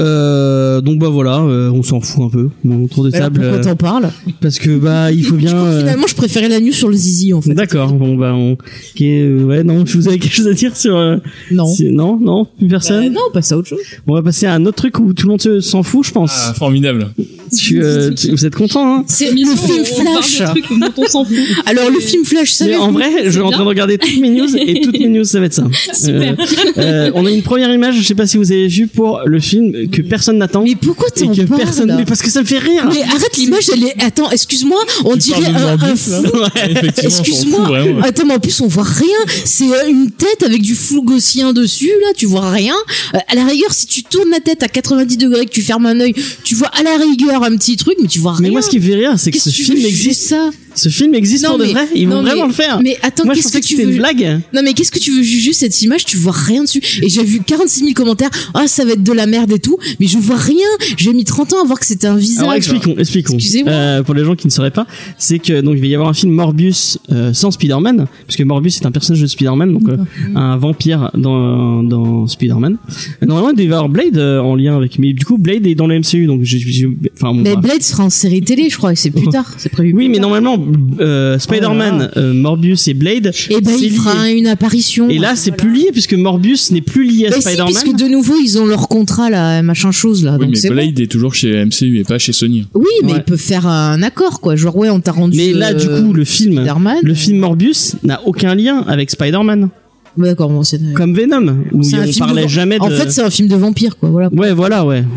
Euh, donc bah voilà, euh, on s'en fout un peu. Mon tour de Alors, table pourquoi euh, t'en parles parce que bah il faut Je bien. crois que euh, Finalement, je préférais la news sur le zizi en fait. D'accord. Bon bah on. ok, euh, ouais non, vous avez quelque chose à dire sur euh, Non. si- non non plus Euh, personne. non, passe à autre chose. on va passer à un autre truc où tout le monde se- s'en fout, je pense. Ah, formidable. Tu, euh, tu- vous êtes content hein C'est Bien le sûr, film on parle de Flash. trucs dont on s'en fout. Alors le film Flash, ça Mais en vrai, je suis en train de regarder toutes mes news et toutes mes news, ça va être ça. Super. Euh, euh, on a une première image, je sais pas si vous avez vu pour le film que personne n'attend Mais pourquoi et t'en que parles personne. Mais parce que ça me fait rire. Mais arrête l'image, elle est. Attends, excuse-moi, on Tu dirait parles de un, un Morbius, là flou. Effectivement, on s'en fout, Excuse-moi. vraiment. Attends, mais en plus on voit rien. C'est euh, une tête avec du flou gaussien dessus, là, tu vois rien. Euh, À la rigueur, si tu tournes la tête à 90 degrés, que tu fermes un œil, tu vois à la rigueur un petit truc, mais tu vois rien. Mais moi, ce qui me fait rire, c'est que Qu'est-ce ce que tu veux film juger existe. ça Ce film existe Non, pour de mais- vrai. Ils vont non, vraiment mais- le faire. Mais attends, Moi, je qu'est-ce pensais que que, tu c'était une veux blague. Non mais qu'est-ce que tu veux juger cette image Tu vois rien dessus. Et j'ai vu 46 000 commentaires. Ah ça va être de la merde et tout, mais je vois rien. J'ai mis 30 ans à voir que c'était un visage. Alors, expliquons, expliquons. Excusez-moi. Euh, pour les gens qui ne sauraient pas, c'est que donc il va y avoir un film Morbius euh, sans Spider-Man, puisque Morbius est un personnage de Spider-Man, donc euh, un vampire dans dans Spider-Man. Normalement, il devait y avoir Blade euh, en lien avec, mais du coup, Blade est dans le MCU, donc je, je- je- enfin bon. mais bah. Blade sera en série télé, je crois, et c'est plus tard, c'est prévu. oui, plus mais tard. normalement, euh, Spider-Man, euh, Morbius et Blade, Oh Et ben c'est il lié. fera une apparition. Et là, c'est Voilà. plus lié puisque Morbius n'est plus lié à Bah si, Spider-Man. parce que de nouveau ils ont leur contrat là, machin chose là. Oui, Ah, donc mais c'est Blade est toujours chez MCU et pas chez Sony. bon. Oui, mais Ouais. ils peuvent faire un accord quoi. Genre ouais, on t'a rendu. Mais là, du euh, coup, le film, Spider-Man. le film Morbius n'a aucun lien avec Spider-Man, Bah, D'accord, bon, c'est. comme Venom, où C'est un on film parlait de- jamais de. En fait, c'est un film de vampire quoi. Voilà. ouais, voilà, ouais.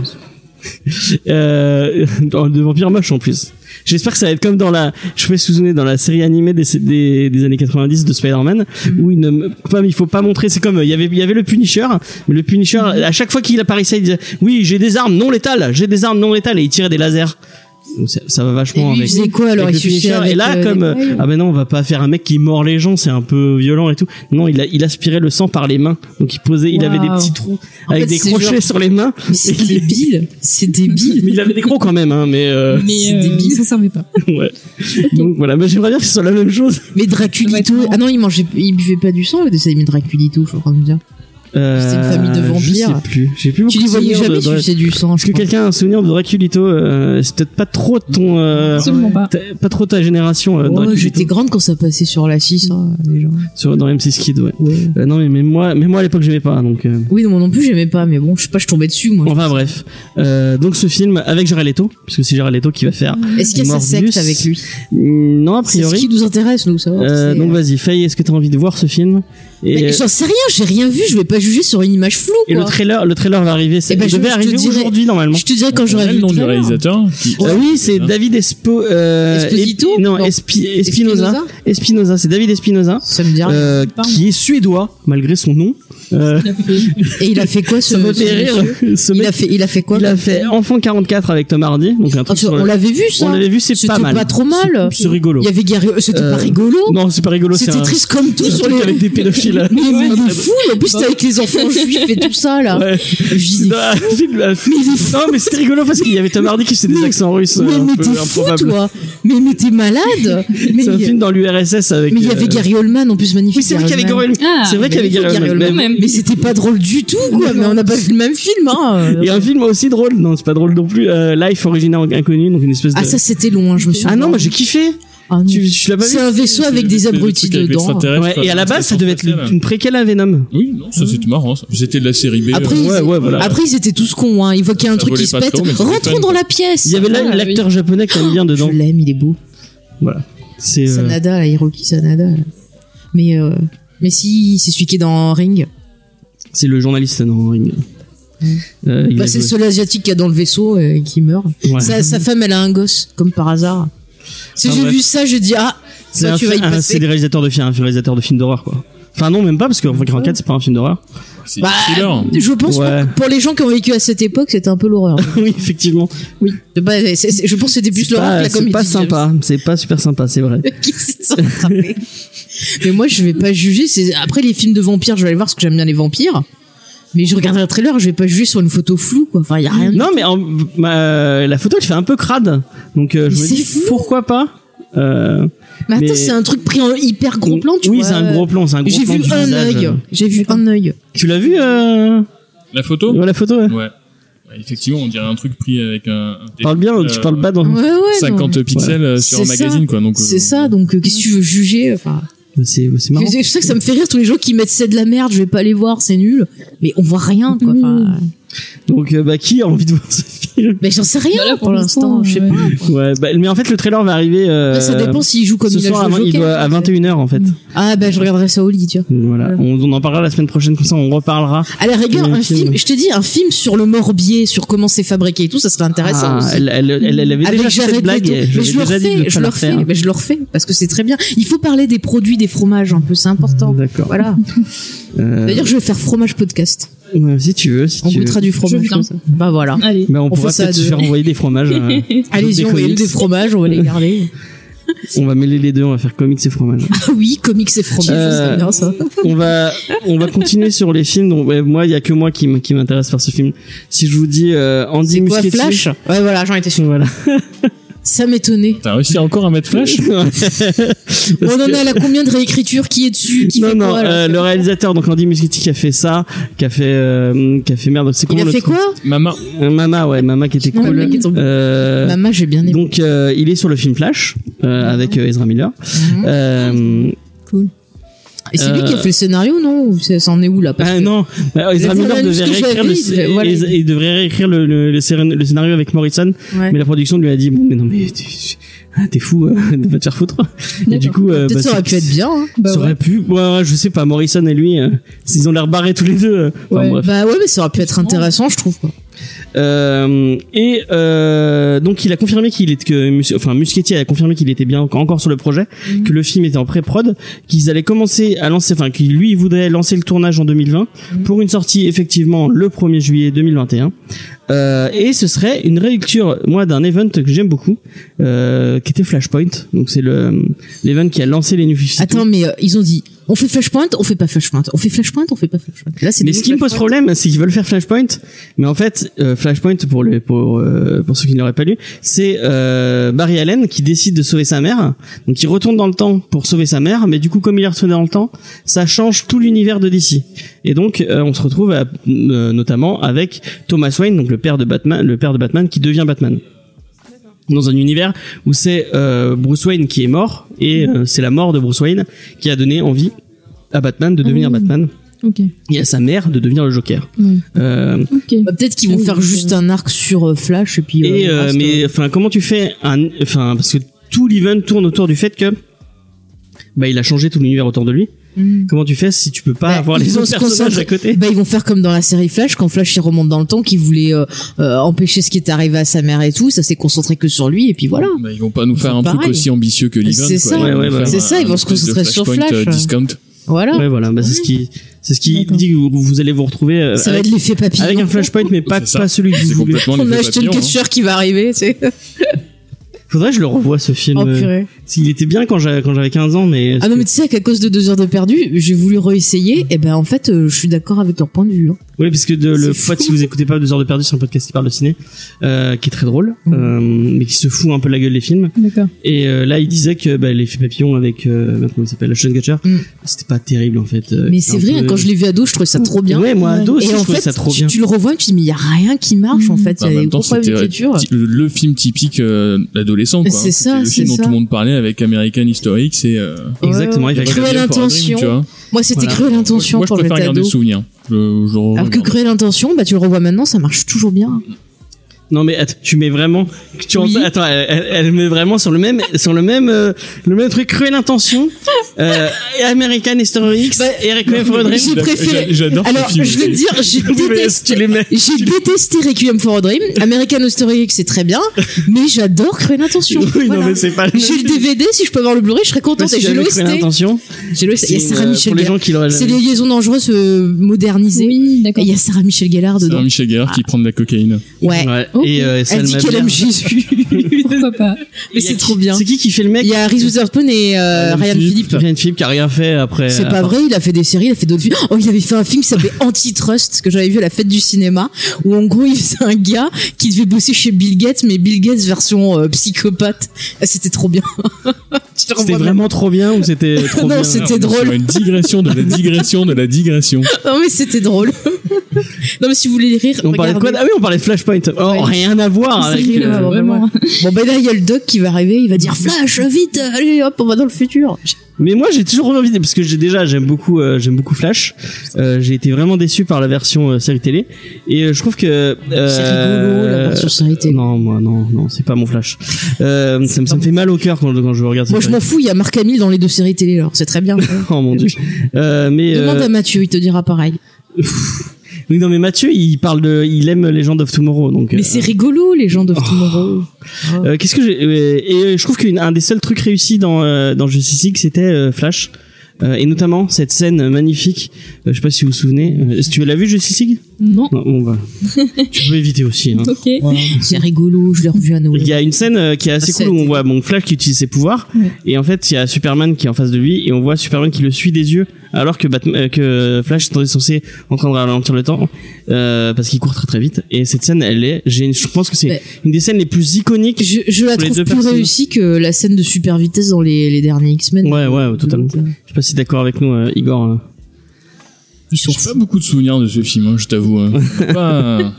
euh, de vampire moche en plus. J'espère que ça va être comme dans la, je me souvenir dans la série animée des, des, des années 90 de Spider-Man, Mhm. où il ne, comme il faut pas montrer, c'est comme, il y avait, il y avait le Punisher, mais le Punisher, Mhm. à chaque fois qu'il apparaissait, il disait, oui, j'ai des armes non létales, j'ai des armes non létales, et il tirait des lasers. Donc, ça, ça va Et vachement lui, il avec. faisait quoi alors Avec Il le suffisait. Punisher. Ah, avec, et là, euh, comme les- euh, ah ben non, on va pas faire un mec qui mord les gens, c'est un peu violent et tout. Non, il a il aspirait le sang par les mains, donc il posait, il avait des Waouh. petits trous En avec fait, des c'est crochets genre- sur les mains. Mais c'est Et- débile. C'est débile. Mais il avait des gros quand même, hein. Mais euh, Mais euh, débile. ça servait pas. ouais. Donc voilà, mais j'aimerais bien que ce soit la même chose. Mais Ça va être Draculito. marrant. Ah non, il mangeait, il buvait pas du sang, le dessin, mais Draculito, je crois me dire. Euh, une famille de Je vampires. sais plus. J'ai plus beaucoup Tu de disais souvenirs jamais de. de- sucer du sang, Est-ce je que crois. quelqu'un a un souvenir de Draculito euh, C'est peut-être pas trop ton, euh, Absolument pas. ta- pas trop ta génération. Euh, Ouais, Draculito. j'étais grande quand ça passait sur la 6, hein, déjà. Sur- dans M6 Kid, ouais. Ouais. Euh, non mais, mais moi, mais moi à l'époque j'aimais pas, donc. euh, Oui, non, moi non plus, j'aimais pas, mais bon, je sais pas, je tombais dessus, moi. Enfin bref, Euh, donc ce film avec Jared Leto, puisque c'est Jared Leto qui va faire. Est-ce qu'il y a sa Morbius, secte avec lui Mm, Non a C'est ce qui priori. nous intéresse, nous, savoir. Euh, c'est- donc vas-y, Faye, est-ce que t'as envie de voir ce film Mais et, euh, j'en sais rien, j'ai rien vu, je vais pas juger sur une image floue, et le quoi. trailer, le trailer va arriver. C'est Eh ben, il je- devait je te arriver dirai. aujourd'hui normalement. Je te dirais quand On a j'aurais vu le nom du trailer. réalisateur qui- Euh, oui, c'est Hein. David Espo, euh, Esposito Esp- non, Non. Espi- Espinoza, Espinoza, c'est David Espinoza, Ça me dit rien. euh, Pardon. qui est suédois malgré son nom. Euh, Et il a fait quoi, ce, ça me ce fait rire. monsieur Ce Il mec, a fait, il a fait quoi il a comme fait film Enfant 44 avec Tom Hardy, donc un Ah, truc tu- sur On le- l'avait vu, ça On l'avait vu, c'est C'était pas mal. pas trop mal. C'est c'est rigolo. Il y avait Gary... C'était Euh, pas rigolo Non, c'est pas rigolo. c'est C'était un- triste comme tout c'est un sur truc les... avec des pédophiles. Mais mais il est fou, et en plus t'es avec les enfants juifs et tout ça, là. Ouais. Vie- Non, non, mais c'était rigolo parce qu'il y avait Tom Hardy qui faisait des Mais- accents russes. euh, Mais, un mais peu t'es fou, improbables. toi Mais, mais t'es malade Mais C'est un il y a- film dans l'URSS avec. mais il y euh, avait Gary Oldman, en plus, magnifique. Oui, c'est vrai qu'il y avait Oldman. Gary Oldman. Ah, C'est vrai qu'il y avait magnifique, Gary Gary Oldman. Oldman. Mais- Même. Mais c'était pas drôle du tout, quoi. Mais on n'a pas vu le même film, hein. Et un film aussi drôle. Non, c'est pas drôle non plus. euh, Life original inconnu, donc une espèce de. Ah, ça, c'était long, hein, je me suis Ah non, moi j'ai kiffé. Ah, non. Tu, tu l'as pas vu C'est un vaisseau C'est avec le- des le abrutis truc avec dedans. hein. l'extraterrestre, Ouais. quoi, Et à la base, ça devait être le- spatiale. une préquelle à Venom. Oui, non, ça c'était marrant. ça. C'était de la série B. Mmh. Après, euh, ils- Ouais, ouais, voilà. Après, ils étaient tous cons, hein. Ils voient qu'il y a un Ça truc volait qui se pas pète. trop, mais c'était Rentrons fun, dans quoi. la pièce. Il y avait la- Ah, l'acteur japonais qui aime bien Oh, Je dedans. l'aime, il est beau. C'est. euh, Sanada, la Hiroki Sanada. là. Mais, euh, mais si, c'est celui qui est dans Ring. C'est le journaliste dans Ring. Euh, il a Bah, c'est le joué. seul asiatique qu'il y a dans le vaisseau euh, qui meurt. Ouais. Sa, sa femme, elle a un gosse, comme par hasard. Si Ah, j'ai bref. vu ça, j'ai dit ah, C'est toi, un tu vas y fi- un- c'est passer. des réalisateurs de films, un réalisateur de films d'horreur quoi. Enfin non même pas parce que Ah Rocky 44 c'est pas un film d'horreur. C'est Bah, c'est l'heure. Je pense Ouais. que pour les gens qui ont vécu à cette époque, c'était un peu l'horreur. oui effectivement. C'est pas- c'est- c'est- je pense que c'était plus C'est l'horreur que pas, la c'est comédie. pas de James. sympa, c'est pas super sympa c'est vrai. qui s'est rattrapé. Mais moi, je vais pas juger. C'est après les films de vampires, je vais aller voir parce que j'aime bien les vampires. Mais je regarderai le trailer, je vais pas juger sur une photo floue, quoi. Enfin, y a rien. de- Non mais en- ma- la photo elle fait un peu crade donc euh, je Mais me c'est dis fou. pourquoi pas. Euh, Mais attends, mais- c'est un truc pris en hyper gros plan, tu oui, vois. c'est un gros plan, c'est un gros J'ai plan vu du un visage. œil. J'ai vu un œil. Tu l'as vu euh, La photo la photo ouais. Ouais. Ouais, Effectivement, on dirait un truc pris avec un. un Tu parles bien, téléphone, tu euh, parles pas dans. Ouais, ouais. non. 50 pixels euh, sur un C'est ça. magazine, quoi. Donc, euh, C'est ça. Donc, euh, qu'est-ce que tu veux juger Enfin, C'est c'est marrant. c'est pour ça que ça me fait rire tous les gens qui mettent c'est de la merde. Je vais pas les voir, c'est nul. Mais on voit rien, quoi. Enfin, euh, Donc euh, bah qui a envie de voir ce film mais j'en sais rien Bah là, pour pour l'instant. l'instant, Je sais pas. ouais. Ouais, bah, mais en fait le trailer va arriver. euh, Après, Bah, ça dépend s'ils jouent comme ce il a soir joué à, au il Joker, doit- à en fait. 21h en fait. Ah bah je regarderai ça au lit, tu vois. Voilà, Voilà. On, on en parlera la semaine prochaine, comme ça on reparlera. À la rigueur, Et un film. film, je te dis, un film sur le Morbier, sur comment c'est fabriqué et tout, ça serait intéressant Ah, aussi. elle, elle, elle, elle avait déjà Avec fait cette Jared blague. Leto. et Mais j'avais je le déjà dit de refais, pas je la le refaire. refais, mais je le refais, parce que c'est très bien. Il faut parler des produits, des fromages un peu, c'est important. D'accord. Voilà. Euh, D'ailleurs, je vais faire fromage podcast. ouais, si tu veux, si On tu veux. goûtera du fromage viens. comme ça. Bah voilà. Allez. Bah, on, on pourra fait ça peut-être se de- faire envoyer des fromages. euh, Allez-y, des on va comics. des fromages, on va les garder. on va mêler les deux, on va faire comics et fromage. Ah oui, comics et fromage, Euh, ça serait bien ça. on va on va continuer sur les films. Donc, ouais, moi, il y a que moi qui m- qui m'intéresse par ce film. Si je vous dis euh, Andy C'est quoi Muschietti, Flash Ouais, voilà, j'en étais sûr. Voilà. Ça m'étonnait. T'as réussi encore à mettre Flash On en est à la combien de réécriture qui est dessus, qui non, fait non, quoi, là euh, le réalisateur, donc Andy Muschietti, qui a fait ça, qui a fait, euh, qui a fait merde. C'est Il comment a le fait truc quoi Maman. Euh, Mama, ouais, Mama qui était Non, cool. Mama qui est tombée. Euh, Maman, j'ai bien aimé. donc euh, il est sur le film Flash euh, avec euh, Ezra Miller. Euh, Hein Et c'est lui Euh, qui a fait le scénario, non Ou c'est- ça en est où là Parce ah que- non, bah, Ezra Ezra Miller Miller, devait ce que réécrire, j'avais, le, il devait- voilà. Ezra- il devrait réécrire le, le- le scén- le scénario avec Morrison, Ouais. mais la production lui a dit bon mais non mais t'es ah, t'es fou, euh, va te faire foutre. Et D'accord. du coup, euh, Peut-être bah, ça aurait pu c'est- être bien. hein. Bah ça aurait ouais. pu. Ouais, ouais, je sais pas. Morrison et lui, euh, ils ont l'air barrés tous les deux. euh. Enfin, Ouais. bref. Bah ouais, mais ça aurait pu être intéressant, je trouve. Quoi. Euh, et euh, donc il a confirmé qu'il est que Mus- enfin Muschietti a confirmé qu'il était bien encore encore sur le projet, que le film était en pré-prod, qu'ils allaient commencer à lancer enfin qu'il lui il voudrait lancer le tournage en 2020 pour une sortie effectivement le 1er juillet 2021. Euh, et ce serait une rélecture moi d'un event que j'aime beaucoup euh, qui était Flashpoint. Donc c'est le euh, l'event qui a lancé les New 52. Attends, mais euh, ils ont dit on fait Flashpoint, on fait pas Flashpoint, on fait Flashpoint, on fait pas Flashpoint. Là, c'est Mais des ce qui me pose Flashpoint. problème, c'est qu'ils veulent faire Flashpoint, mais en fait, euh, Flashpoint pour les pour euh, pour ceux qui ne l'auraient pas lu, c'est euh, Barry Allen qui décide de sauver sa mère, donc il retourne dans le temps pour sauver sa mère, mais du coup comme il est retourné dans le temps, ça change tout l'univers de DC, et donc euh, on se retrouve à- euh, notamment avec Thomas Wayne, donc le père de Batman, le père de Batman qui devient Batman dans un univers où c'est euh, Bruce Wayne qui est mort et euh, c'est la mort de Bruce Wayne qui a donné envie à Batman de devenir Ah. Batman Ok. et à sa mère de devenir le Joker. Mm. Ouais. Euh, Ok. Bah, Peut-être qu'ils vont Ah oui, faire donc, juste euh, un arc sur euh, Flash et puis. euh, et le euh, reste, mais enfin, comment tu fais un, enfin, parce que tout l'event tourne autour du fait que bah il a changé tout l'univers autour de lui. hmm. Mm. Comment tu fais si tu peux pas Bah, avoir les ils vont autres se personnages concentrer- à côté Bah, ils vont faire comme dans la série Flash, quand Flash il remonte dans le temps, qu'il voulait euh, euh, empêcher ce qui est arrivé à sa mère et tout, ça s'est concentré que sur lui, et puis voilà. Bah, ils vont pas nous faire C'est un truc pareil. aussi ambitieux que l'event. C'est ça. quoi. Ils vont Ouais, ouais, faire c'est un- ça, ils vont un se espèce de concentrer sur Flashpoint, euh, Flash. hein. discount. Voilà. Ouais, voilà, bah c'est ce qui, c'est ce qui D'accord. dit que vous, vous allez vous retrouver euh, ça va avec, être l'effet papillon. avec un flashpoint, mais pas, C'est ça. pas celui que C'est vous voulez. complètement On a l'effet acheté le papillon, hein. catcheur qui va arriver, tu sais. Faudrait que je le revoie ce film. Oh euh, purée. S'il était bien quand j'avais quand j'avais 15 ans, mais Ah non mais tu sais qu'à cause de deux heures de perdu, j'ai voulu réessayer. Et ben en fait, euh, je suis d'accord avec leur point de vue. hein. Oui, parce que de, C'est le fou. pote, si vous écoutez pas Deux heures de perdu, c'est un podcast qui parle de ciné, euh, qui est très drôle, Mm. euh, mais qui se fout un peu de la gueule des films. D'accord. Et euh, là, il disait que bah, l'effet papillon avec euh, maintenant, comment il s'appelle, Sean Catcher, Mm. c'était pas terrible en fait. euh, Mais c'est un vrai, hein, peu- quand je l'ai vu ado, je trouvais ça trop bien. Ouais, moi ado aussi, et je en trouvais fait, ça trop tu, bien. tu le revois, tu dis mais il y a rien qui marche en fait. Il y Bah, En a des même temps, gros problèmes c'était euh, d'écriture. ti- le, le film typique euh, d'adolescent. quoi. C'est ça, C'était Le c'est film dont ça. tout le monde parlait avec American History, c'est euh, Exactement, il Ouais, ouais. va Requiem Cruelle for a Dream, intention. tu vois. Moi, c'était Voilà. cruelle intention moi, quand je préfère j'étais garder ado. le souvenir. Je- je Alors que regarde. cruelle intention, bah tu le revois maintenant, ça marche toujours bien. Oh Non mais attends, tu mets vraiment, tu Oui. en- attends, elle, elle- elle met vraiment sur le même, sur le même, euh, le même truc cruel intention, euh, American History X, Bah, et Requiem for a Dream. j'ai J'a- préféré- j'a- J'adore ce Alors, film. je vais te dire, j'ai Oui, mais est-ce que détesté. tu les mets J'ai détesté Requiem for a Dream. American History X, c'est très bien, mais j'adore Cruel Intention. Oui, Voilà. non mais c'est pas. le Bah, J'ai le DVD, si je peux avoir le Blu-ray, je serais contente. Si Et j'ai j'avais l'OST. Cruel intention. J'ai l'OST. Il y a c'est, Sarah euh, Michel Pour les gens Gellar. qui l'auraient. C'est les liaisons dangereuses euh, modernisées. Oui, Et d'accord. il y a Sarah Michel Gellar C'est un dedans. Michel Gaillard qui prend de la cocaïne. Ouais. Ouais. Ok. Et euh, Elle Salma dit qu'elle Blair. aime Jésus. Pourquoi pas Mais Il y a c'est qui- trop bien. C'est qui qui fait le mec Il y a Reese Witherspoon et euh, Ryan Philippe. Ryan Philippe qui a rien fait après. C'est pas après- vrai, il a fait des séries, il a fait d'autres films. Oh, il avait fait un film qui s'appelait Antitrust, que j'avais vu à la fête du cinéma, où en gros, il faisait un gars qui devait bosser chez Bill Gates, mais Bill Gates version euh, psychopathe. Ah, C'était trop bien. Tu te C'était revois vraiment trop bien ou c'était trop Non, bien c'était Alors, drôle. c'est Une digression de la digression de la digression. Non, mais c'était drôle. non, mais si vous voulez rire, On parlait de quoi regardez. Ah oui, on parlait de Flashpoint. Oh, Ouais. rien à voir C'est avec. vrai, euh, ouais, vraiment. Bon, ben là, il y a le doc qui va arriver, il va dire Flash, vite, allez, hop, on va dans le futur. Mais moi, j'ai toujours envie de- parce que j'ai déjà j'aime beaucoup euh, j'aime beaucoup Flash. Euh, j'ai été vraiment déçu par la version euh, série télé et euh, je trouve que euh, C'est rigolo, la version série télé. Non, moi non, non, c'est pas mon Flash. Euh, ça me, ça me fait mal au cœur quand, quand je regarde Moi, cette je m'en fous, il y a Marc Hamill dans les deux séries télé, alors c'est très bien. série. Oh mon dieu. Euh, mais Demande euh, à Mathieu, il te dira pareil. oui, non mais Mathieu, il parle de il aime Legend of Tomorrow donc euh, Mais c'est rigolo, les gens de Oh. Tomorrow. Euh, qu'est-ce que j'ai euh, et euh, je trouve qu'un un des seuls trucs réussis dans euh, dans Justice League c'était euh, Flash Euh, et notamment cette scène magnifique euh, je sais pas si vous vous souvenez euh, tu l'as vu Justice League Non. non, bon bah tu peux éviter aussi hein. Ok. C'est rigolo, je l'ai revu à il y Noël. a une scène euh, qui est assez Ça, cool où c'est- on voit mon Flash qui utilise ses pouvoirs Ouais. et en fait il y a Superman qui est en face de lui et on voit Superman qui le suit des yeux alors que Batman, euh, que Flash est censé en train de ralentir le temps euh, parce qu'il court très très vite et cette scène elle est j'ai- je pense que c'est Ouais. une des scènes les plus iconiques Je, je la Pour les trouve deux plus personnes. réussie que la scène de super vitesse dans les, les derniers X-Men. Ouais, ouais, totalement. Donc, euh, Je sais pas si t'es d'accord avec nous, euh, Igor. euh. Ils sont J'ai pas fous. beaucoup de souvenirs de ce film, hein, je t'avoue. hein. Pas-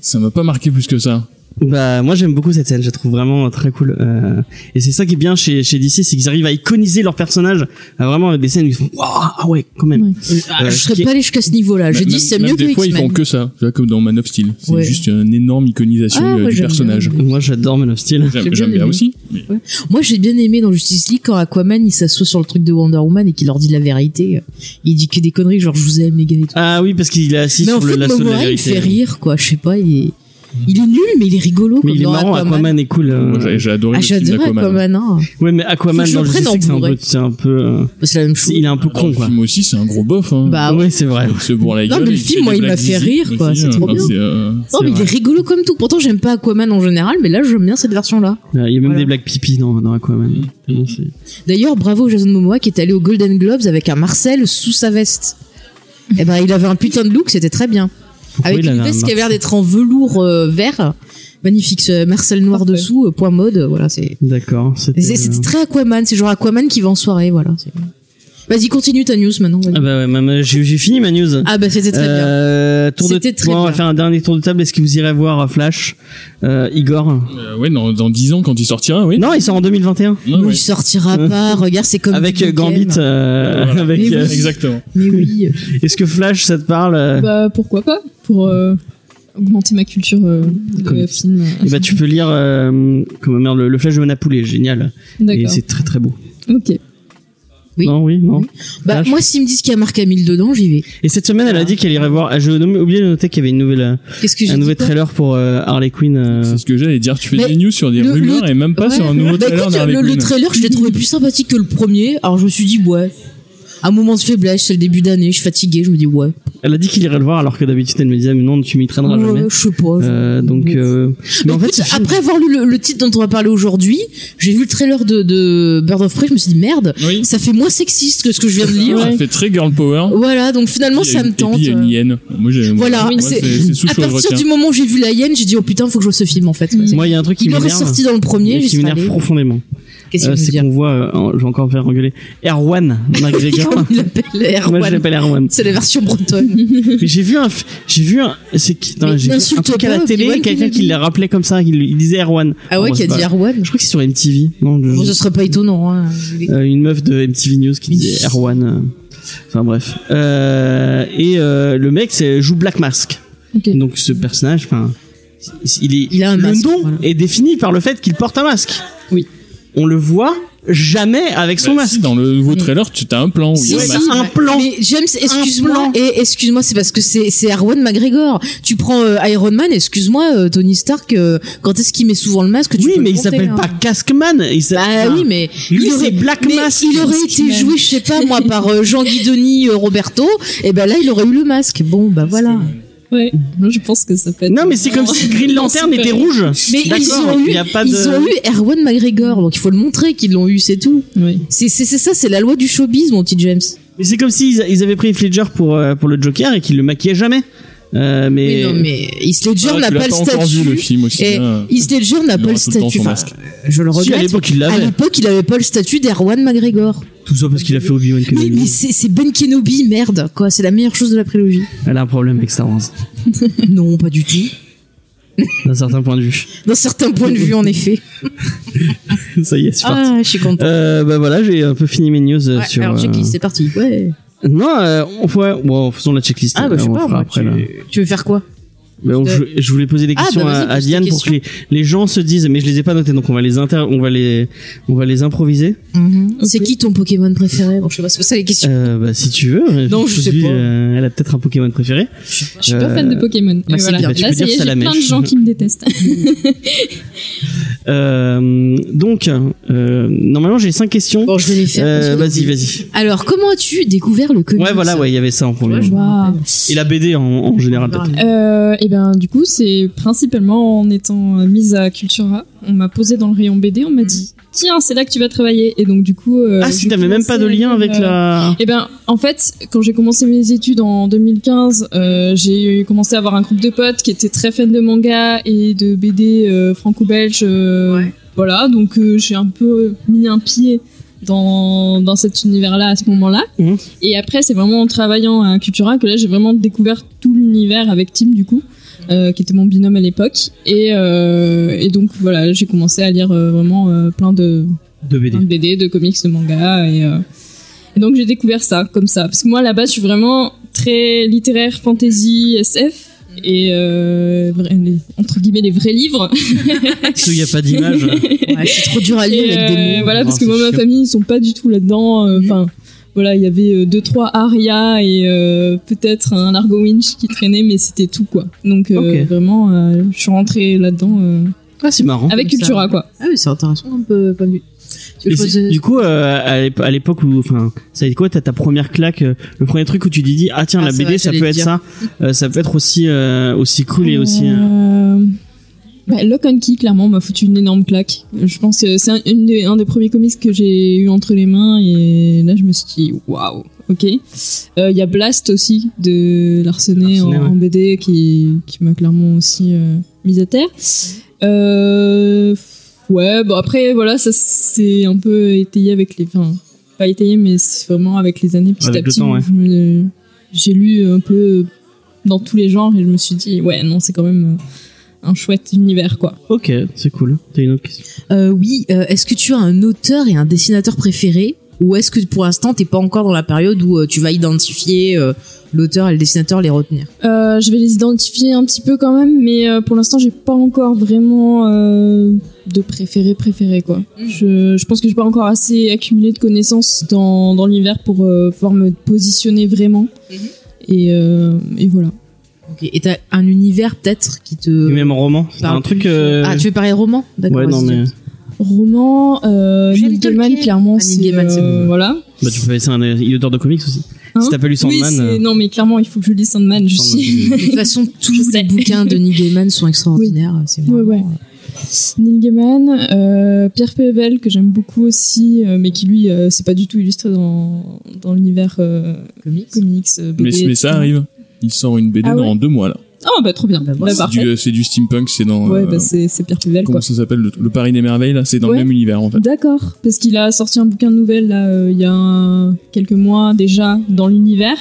Ça m'a pas marqué plus que ça. Bah, moi j'aime beaucoup cette scène, je la trouve vraiment euh, très cool. euh, et c'est ça qui est bien chez, chez DC, c'est qu'ils arrivent à iconiser leurs personnages, à vraiment des scènes où ils font Waouh, ah ouais, quand même. Ouais. Ah, Euh, je serais qui- pas allé jusqu'à ce niveau-là. Je Même- dis Ah, c'est même mieux que Des fois, ils font X-Men. que ça. Tu vois, Comme dans Man of Steel. C'est Ouais. juste euh, une énorme iconisation Ah, euh, ouais, du j'aime personnage. bien. Moi j'adore Man of Steel. J'aime J'ai bien j'aime bien aimé. aussi. mais Moi, j'ai bien aimé dans Justice League quand Aquaman il s'assoit sur le truc de Wonder Woman et qu'il leur dit la vérité. Il dit que des conneries, genre je vous aime les gars et tout. Ah oui, parce qu'il est assis mais en sur le fait, lasso de la Momoa il vérité. fait rire quoi. Je sais pas, il est, il est nul mais il est rigolo. Mais comme il est dans marrant, Aquaman. Aquaman est cool. euh. Moi, j'ai- j'ai adoré Ah, le film j'adorais d'Aquaman. Aquaman. hein. Ouais, mais Aquaman Faut que je dans le Justice prenne en League, c'est un bourrée. peu. C'est un peu euh, Bah, C'est la même c'est- chose. il est un peu Dans con, le quoi. film aussi, c'est un gros bof. Hein. Bah, ouais, c'est vrai. Il se bourre la Non, gueule. mais le fait film, des moi, il blagues m'a fait zizi rire, quoi, aussi, c'est hein. trop Enfin, bien. c'est, euh, Non, mais il est rigolo comme tout. Pourtant, j'aime pas Aquaman en général, mais là, j'aime bien cette version-là. Euh, Il y a même Voilà. des blagues pipi dans, dans Mm. Aquaman. Tellement c'est- D'ailleurs, bravo Jason Momoa qui est allé aux Golden Globes avec un Marcel sous sa veste. Eh ben, il avait un putain de look, c'était très bien. Pourquoi avec il une avait un veste qui avait Marcel l'air d'être en velours euh, vert. Magnifique, ce Marcel noir Parfait. dessous, euh, point mode, euh, voilà, c'est. D'accord. euh, c'est- C'était très Aquaman, c'est genre Aquaman qui va en soirée, voilà. c'est- Vas-y, continue ta news maintenant. vas-y. Ah bah ouais, maman, j'ai j'ai fini ma news. Ah bah, c'était très bien. Euh, tour de C'était très bon, on va bien. faire un dernier tour de table. Est-ce que vous irez voir euh, Flash, euh, Igor euh, ouais, dans, dans 10 ans, quand il sortira, oui. Non, il sort en 2021 Ouais, Nous, ouais. il sortira pas, regarde, c'est comme. avec du euh, Blue Gambit. Game. euh, Voilà. avec, Mais euh, oui. Exactement. Mais oui. Est-ce que Flash, ça te parle euh, Bah pourquoi pas pour euh, augmenter ma culture euh, de Comics. film. eh ben, tu peux lire euh, comment merde, le, le Flash de Manapoulet, génial. Et D'accord. c'est très très beau. Ok. Oui. Non, oui, non. Bah, Flash. moi, s'ils me disent qu'il y a Marc Hamill dedans, j'y vais. Et cette semaine, elle a dit qu'elle irait voir. ah, J'ai oublié de noter qu'il y avait une nouvelle, euh, Qu'est-ce que j'ai un dit nouveau pas trailer pour euh, Harley Quinn. euh, C'est ce que j'allais dire. Tu fais Mais des news sur des le- rumeurs le- et même pas Ouais. sur un nouveau Bah, trailer écoute, d'Harley le, le Quinn. trailer, je l'ai trouvé plus sympathique que le premier. Alors je me suis dit, ouais. Un moment de faiblesse, c'est le début d'année, je suis fatiguée, je me dis, ouais. Elle a dit qu'il irait le voir, alors que d'habitude, elle me disait, mais non, tu m'y traîneras Ouais, jamais. je sais pas. Euh, donc, euh, mais en fait, oh, Écoute, ce film- après avoir lu le, le titre dont on va parler aujourd'hui, j'ai vu le trailer de, de Bird of Prey, je me suis dit, merde, Oui. ça fait moins sexiste que ce que je viens de lire. Ça fait très girl power. Voilà, donc finalement, Il y a ça une- me tente. Et puis il y a une hyène. Moi, j'ai- moi, Voilà, moi, c'est- c'est c'est tout à ce que je partir retiens. du moment où j'ai vu la hyène, j'ai dit, oh putain, faut que je vois ce film en fait. Mm. moi, il y a un truc qui Il aurait m'énerve. sorti dans le premier, qui j'ai m'énerve profondément. Qu'est-ce Euh, qu'il veut c'est dire qu'on voit, euh, en- je vais encore me faire engueuler, Erwan McGregor. Comment il l'appelle Moi je Erwan l'appelle Erwan. C'est la version bretonne. Mais j'ai vu un, f- j'ai vu un, c'est qui, attends, Mais j'ai vu un n'insulte truc à la pas, télé, Erwan, quelqu'un qui l'a qui dit. l'a rappelait comme ça, il, il disait Erwan. Ah ouais, Bon, qui a c'est dit pas- Erwan Je crois que c'est sur MTV. Non, je- Bon, ce serait pas étonnant. Hein. euh, une meuf de MTV News qui disait Erwan. euh, Enfin bref. Euh, et euh, le mec c'est, joue Black Mask. Ok. Donc ce personnage, enfin. il est, Il a un masque, le nom voilà. est défini par le fait qu'il porte un masque. Oui. On le voit jamais avec son Bah, masque. si, dans le Mm. nouveau trailer, tu as un plan où il y a un Si, masque. si. un plan. Mais James, plan. excuse-moi, et excuse-moi, c'est parce que c'est c'est Arwen McGregor. Tu prends euh, Iron Man, excuse-moi, euh, Tony Stark. euh, quand est-ce qu'il met souvent le masque tu oui, peux mais il le compter, s'appelle hein. pas Caskman. Il s'appelle- Bah oui, mais Lui, il c'est aurait- Black mais Mask. il aurait été joué, je sais pas moi, par euh, Jean Guidoni, euh, Roberto. Et ben là, il aurait eu le masque. Bon, bah voilà. Ouais, moi, je pense que ça peut être. Non, mais c'est comme si Green Lantern était rouge. Mais ils D'accord, ont eu, il y a pas ils de- ont eu Erwan McGregor. Donc il faut le montrer qu'ils l'ont eu, c'est tout. Oui. C'est c'est c'est ça, c'est la loi du showbiz, mon petit James. Mais c'est comme s'ils ils avaient pris Fledger pour, euh, pour le Joker et qu'ils le maquillaient jamais. Euh, Mais mais, non, mais Heath Ledger Ah, n'a tu l'as pas le pas encore vu, statut. le film, aussi hein. Et bien. Heath Ledger Il n'a pas aura le tout le temps son statut. Enfin, euh, masque. je le Si, à regrette. l'époque, il À l'avait. l'époque, il avait pas le statut d'Erwan McGregor. Tout ça parce qu'il a fait Obi-Wan Mais, mais Kenobi. c'est c'est Ben Kenobi, merde, quoi. C'est la meilleure chose de la prélogie. Elle a un problème avec Star Wars, non, pas du tout. d'un certain point de vue. D'un certain point de vue, en effet. ça y est, c'est parti. Ah, je suis content. Euh, bah voilà, j'ai un peu fini mes news euh, Ouais, sur. alors, euh, checklist, c'est parti. Ouais. Non, euh, on fait... bon, faisons la checklist. Ah, bah, je sais On pas, fera moi, après, tu- là. Tu veux faire quoi Mais on- je, je voulais poser des Ah, questions bah, vas-y, à, à Diane pose tes pour que les, les gens se disent, mais je les ai pas notés, donc on va les inter, on va les, on va les improviser. C'est Ok. qui ton Pokémon préféré Bon, je sais pas, c'est pas ça les questions. Euh, bah, si tu veux. Non, je sais dis, pas. euh, elle a peut-être un Pokémon préféré. Je suis Euh, pas fan de Pokémon. bah, Et c'est voilà. bien. Là, Tu peux ça dire y est, j'ai ça la plein de mèche. gens qui me détestent. Euh, donc, euh, normalement, j'ai cinq questions. Bon, je vais les faire. Euh, parce que- vas-y, vas-y. Alors, comment as-tu découvert le comics Ouais, voilà, ouais, il y avait ça en premier. Ouais, je me Waouh. rappelle. Et la BD en, en général. peut-être. Euh, et ben du coup, c'est principalement en étant euh, mise à Cultura, on m'a posé dans le rayon BD, on m'a dit tiens, c'est là que tu vas travailler. Et donc du coup, euh, Ah, si j'ai t'avais même commencé pas de à lien lire, avec euh, la. Eh ben, en fait, quand j'ai commencé mes études en 2015, euh, j'ai commencé à avoir un groupe de potes qui étaient très fans de manga et de BD euh, franco-belge. euh, Voilà, donc euh, j'ai un peu mis un pied dans, dans cet univers-là à ce moment-là. Mhm. Et après, c'est vraiment en travaillant à Cultura que là, j'ai vraiment découvert tout l'univers avec Tim, du coup, euh, qui était mon binôme à l'époque. Et, euh, et donc, voilà, j'ai commencé à lire euh, vraiment euh, plein de De BD. plein Ah, de BD, de comics, de manga. Et, euh, et donc j'ai découvert ça comme ça. Parce que moi, à la base, je suis vraiment très littéraire, fantasy, SF. Mm. Et euh, vra- les- entre guillemets les vrais livres. Parce qu'il n'y a pas d'image. Ouais, c'est trop dur à lire Et, avec des euh, mots. voilà, Non, parce que c'est moi, ma chiant. famille, ils sont pas du tout là-dedans. euh, Mhm. Enfin, voilà, il y avait euh, deux, trois arias et euh, peut-être un Largo Winch qui traînait, mais c'était tout quoi. Donc euh, Ok. vraiment, euh, je suis rentrée là-dedans euh, Ah, c'est marrant. avec comme ça. Cultura quoi. Ah oui, c'est intéressant un peu pas vu. Tu Et poses- c'est- Du coup, euh, à l'ép- à l'époque où, enfin, ça a été quoi T'as ta première claque, euh, le premier truc où tu dis, dis ah tiens, Ah, la c'est BD, vrai, ça j'allais peut le être dire. ça, Euh, ça peut être aussi euh, aussi cool et aussi. euh, Euh, bah, Lock and Key, clairement, m'a foutu une énorme claque. Je pense que c'est un, une des- un des premiers comics que j'ai eu entre les mains et là je me suis dit waouh, ok. Euh, Il y a Blast aussi de Larsenet en, Larsenet, ouais. en BD qui, qui m'a clairement aussi euh, mise à terre. Euh, ouais, bon après voilà, ça c'est un peu étayé avec les. Enfin, pas étayé, mais c'est vraiment avec les années petit Avec à le petit. temps, ouais. je me- J'ai lu un peu dans tous les genres et je me suis dit ouais non c'est quand même euh, un chouette univers quoi. Ok, c'est cool. T'as une autre question Euh, oui, euh, est-ce que tu as un auteur et un dessinateur préféré ou est-ce que pour l'instant t'es pas encore dans la période où euh, tu vas identifier euh, l'auteur et le dessinateur, les retenir Euh, je vais les identifier un petit peu quand même mais euh, pour l'instant j'ai pas encore vraiment euh, de préféré préféré quoi. Je, je pense que j'ai pas encore assez accumulé de connaissances dans, dans l'univers pour euh, pouvoir me positionner vraiment Mhm. et, euh, et voilà. Ok. Et t'as un univers peut-être qui te Et Même en roman, c'est parle un truc. plus euh, Ah, tu veux parler roman D'accord. ouais, non vas-y. mais Roman, euh, J'aime Neil Gaiman, Tolkien. clairement Ah, Neil c'est Gaiman, c'est euh, bon. voilà. bah tu peux laisser un euh, auteur de comics aussi. Hein si t'as pas lu Oui, Sandman. c'est- euh, non mais clairement il faut que je lise Sandman, je Sandman, suis De toute façon, tous les sais. bouquins de Neil Gaiman sont extraordinaires. C'est vraiment, euh, Ouais, ouais. Neil Gaiman, euh, Pierre Pével que j'aime beaucoup aussi, euh, mais qui lui euh, c'est pas du tout illustré dans, dans l'univers euh, euh, comics. comics. euh, Mais, BD, mais etc. ça arrive. Il sort une BD Ah ouais dans deux mois là. Ah bah trop bien, bah, C'est parfait. du, euh, c'est du steampunk, c'est dans. Ouais euh, bah c'est c'est Pierre Pével comment quoi. ça s'appelle le, le Paris des merveilles là C'est dans Ouais. le même univers en fait. D'accord, parce qu'il a sorti un bouquin de nouvelles là euh, il y a un- quelques mois déjà dans l'univers.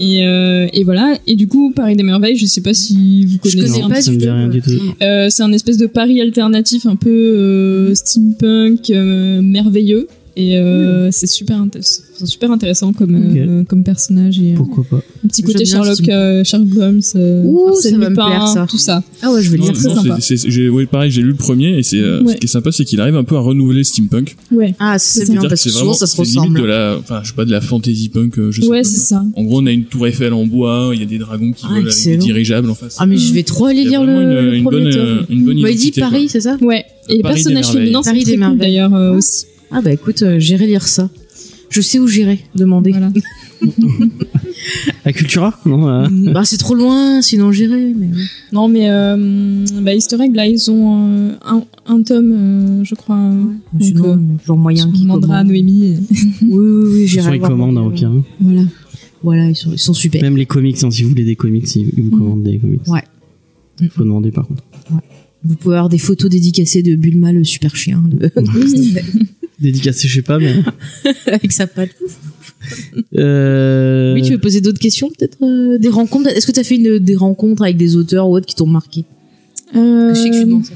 Et, euh, et voilà. Et du coup, Paris des merveilles, je sais pas si vous Je connaissez connais un pas petit ça me du dit tout. rien du tout. Euh, c'est un espèce de Paris alternatif un peu euh, steampunk euh, merveilleux. et Hmm. euh, c'est super, int- c'est super intéressant comme, euh, comme personnage et euh, Pourquoi pas un petit côté J'aime bien ce Sherlock, type. euh, Sherlock Holmes, euh, Ouh, Arsène ça va me Lupin, plaire, ça. tout ça. Ah ouais, je vais Non, lire. très non, sympa. c'est- c'est- j'ai- ouais, pareil, j'ai lu le premier et c'est euh, Ouais. ce qui est sympa, c'est qu'il arrive un peu à renouveler le steampunk. Ouais, Ah, C'est c'est bien C'est-à-dire parce que souvent vraiment- ça se c'est limite ressemble. de la, enfin, je sais pas, de la fantasy punk, euh, je sais ouais, pas. c'est ça. En gros, on a une tour Eiffel en bois, il y a des dragons qui Ah, volent avec des excellent. dirigeables en face. Ah, mais je Euh, vais trop aller il y a lire vraiment le, une, le une premier bonne, euh, tome. une bonne Vous m'avez dit identité, quoi. Paris, c'est ça Ouais, et les Paris des personnages merveilles. féminins, c'est Paris très des cool merveilles. d'ailleurs euh, aussi. Ah bah écoute, euh, j'irai lire ça. Je sais où j'irai demander. Voilà. À Cultura Non euh, Bah c'est trop loin, sinon j'irai. Mais... Non, mais euh, bah, Easter Egg, là, ils ont euh, un, un tome, euh, je crois. euh, Mais Donc, sinon, genre moyen on qui commande. demandera à Noémie. Oui, oui, oui, Sur j'irai. les voir. euh, commandes, hein, au pire. hein. Voilà, voilà, ils sont, ils sont super. Même les comics, hein, si vous voulez des comics, ils ils vous commandent des comics. Mm. Ouais. Faut demander par contre. Vous pouvez avoir des photos dédicacées de Bulma le super chien de- Mm. Dédicacé, je sais pas, mais. avec sa patte. Euh... Oui, tu veux poser d'autres questions peut-être euh, Des rencontres Est-ce que tu as fait une, des rencontres avec des auteurs ou autres qui t'ont marqué Euh, Euh, Je sais que je suis dans ça.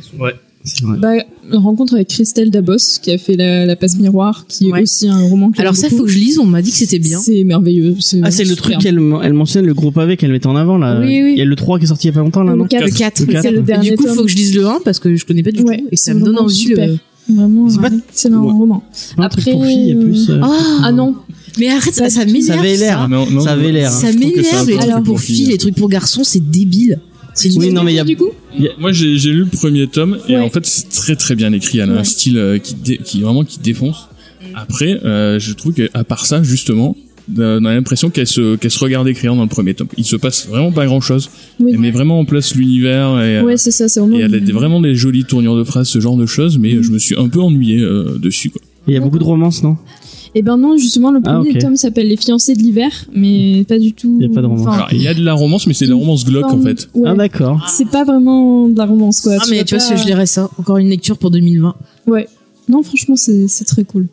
C'est vrai. bah, une rencontre avec Christelle Dabos, qui a fait La, la Passe Miroir, qui Ouais. est aussi un roman que j'aime Alors ça, beaucoup. faut que je lise. On m'a dit que c'était bien. C'est merveilleux. Ah, c'est le super. truc qu'elle elle mentionne, le groupe avec, qu'elle met en avant là. Oui, oui. Il y a le 3 qui est sorti il y a pas longtemps là, non Le quatre, Le 4. Le quatre. c'est le Et dernier Du coup, tome. faut que je lise le 1 parce que je connais pas du Ouais, tout et ça c'est me donne vraiment envie. super. le- Vraiment, C'est pas- un excellent Ouais. roman. Pas un truc Après, pour filles, il y a plus. euh, Ah, Ah non, Mais arrête, ça, ça m'énerve. ça avait l'air. Ah, non, non, Ça avait l'air. hein. je Ça trouve que c'est un m'énerve. peu Les un trucs truc hein. pour filles, les trucs pour garçons, c'est débile. C'est Oui, nul. non, mais il y a- du coup, Moi, j'ai j'ai lu le premier tome et Ouais. en fait, c'est très très bien écrit. Elle a un Ouais. Mm. style euh, qui, dé- qui vraiment qui défonce. Après, euh, je trouve qu'à part ça, justement, euh, on a l'impression qu'elle se, qu'elle se regarde écrire dans le premier tome. Il se passe vraiment pas grand chose. oui. Elle met vraiment en place l'univers et, euh, ouais, c'est ça, c'est et vraiment. elle a des- vraiment des jolies tournures de phrases, ce genre de choses. Mais euh, je me suis un peu ennuyé euh, dessus. Quoi. Il y a beaucoup de romances, non Et ben non, justement, le Ah, premier ok. tome s'appelle Les fiancés de l'hiver, mais pas du tout. Y a pas de romance. enfin, Alors, il y a de la romance, mais c'est de la romance glauque en forme- fait. ouais. Ah d'accord. c'est pas vraiment de la romance quoi. Ah, mais tu vois, pas- je lirai ça. Encore une lecture pour 2020. Non, franchement, c'est c'est très cool.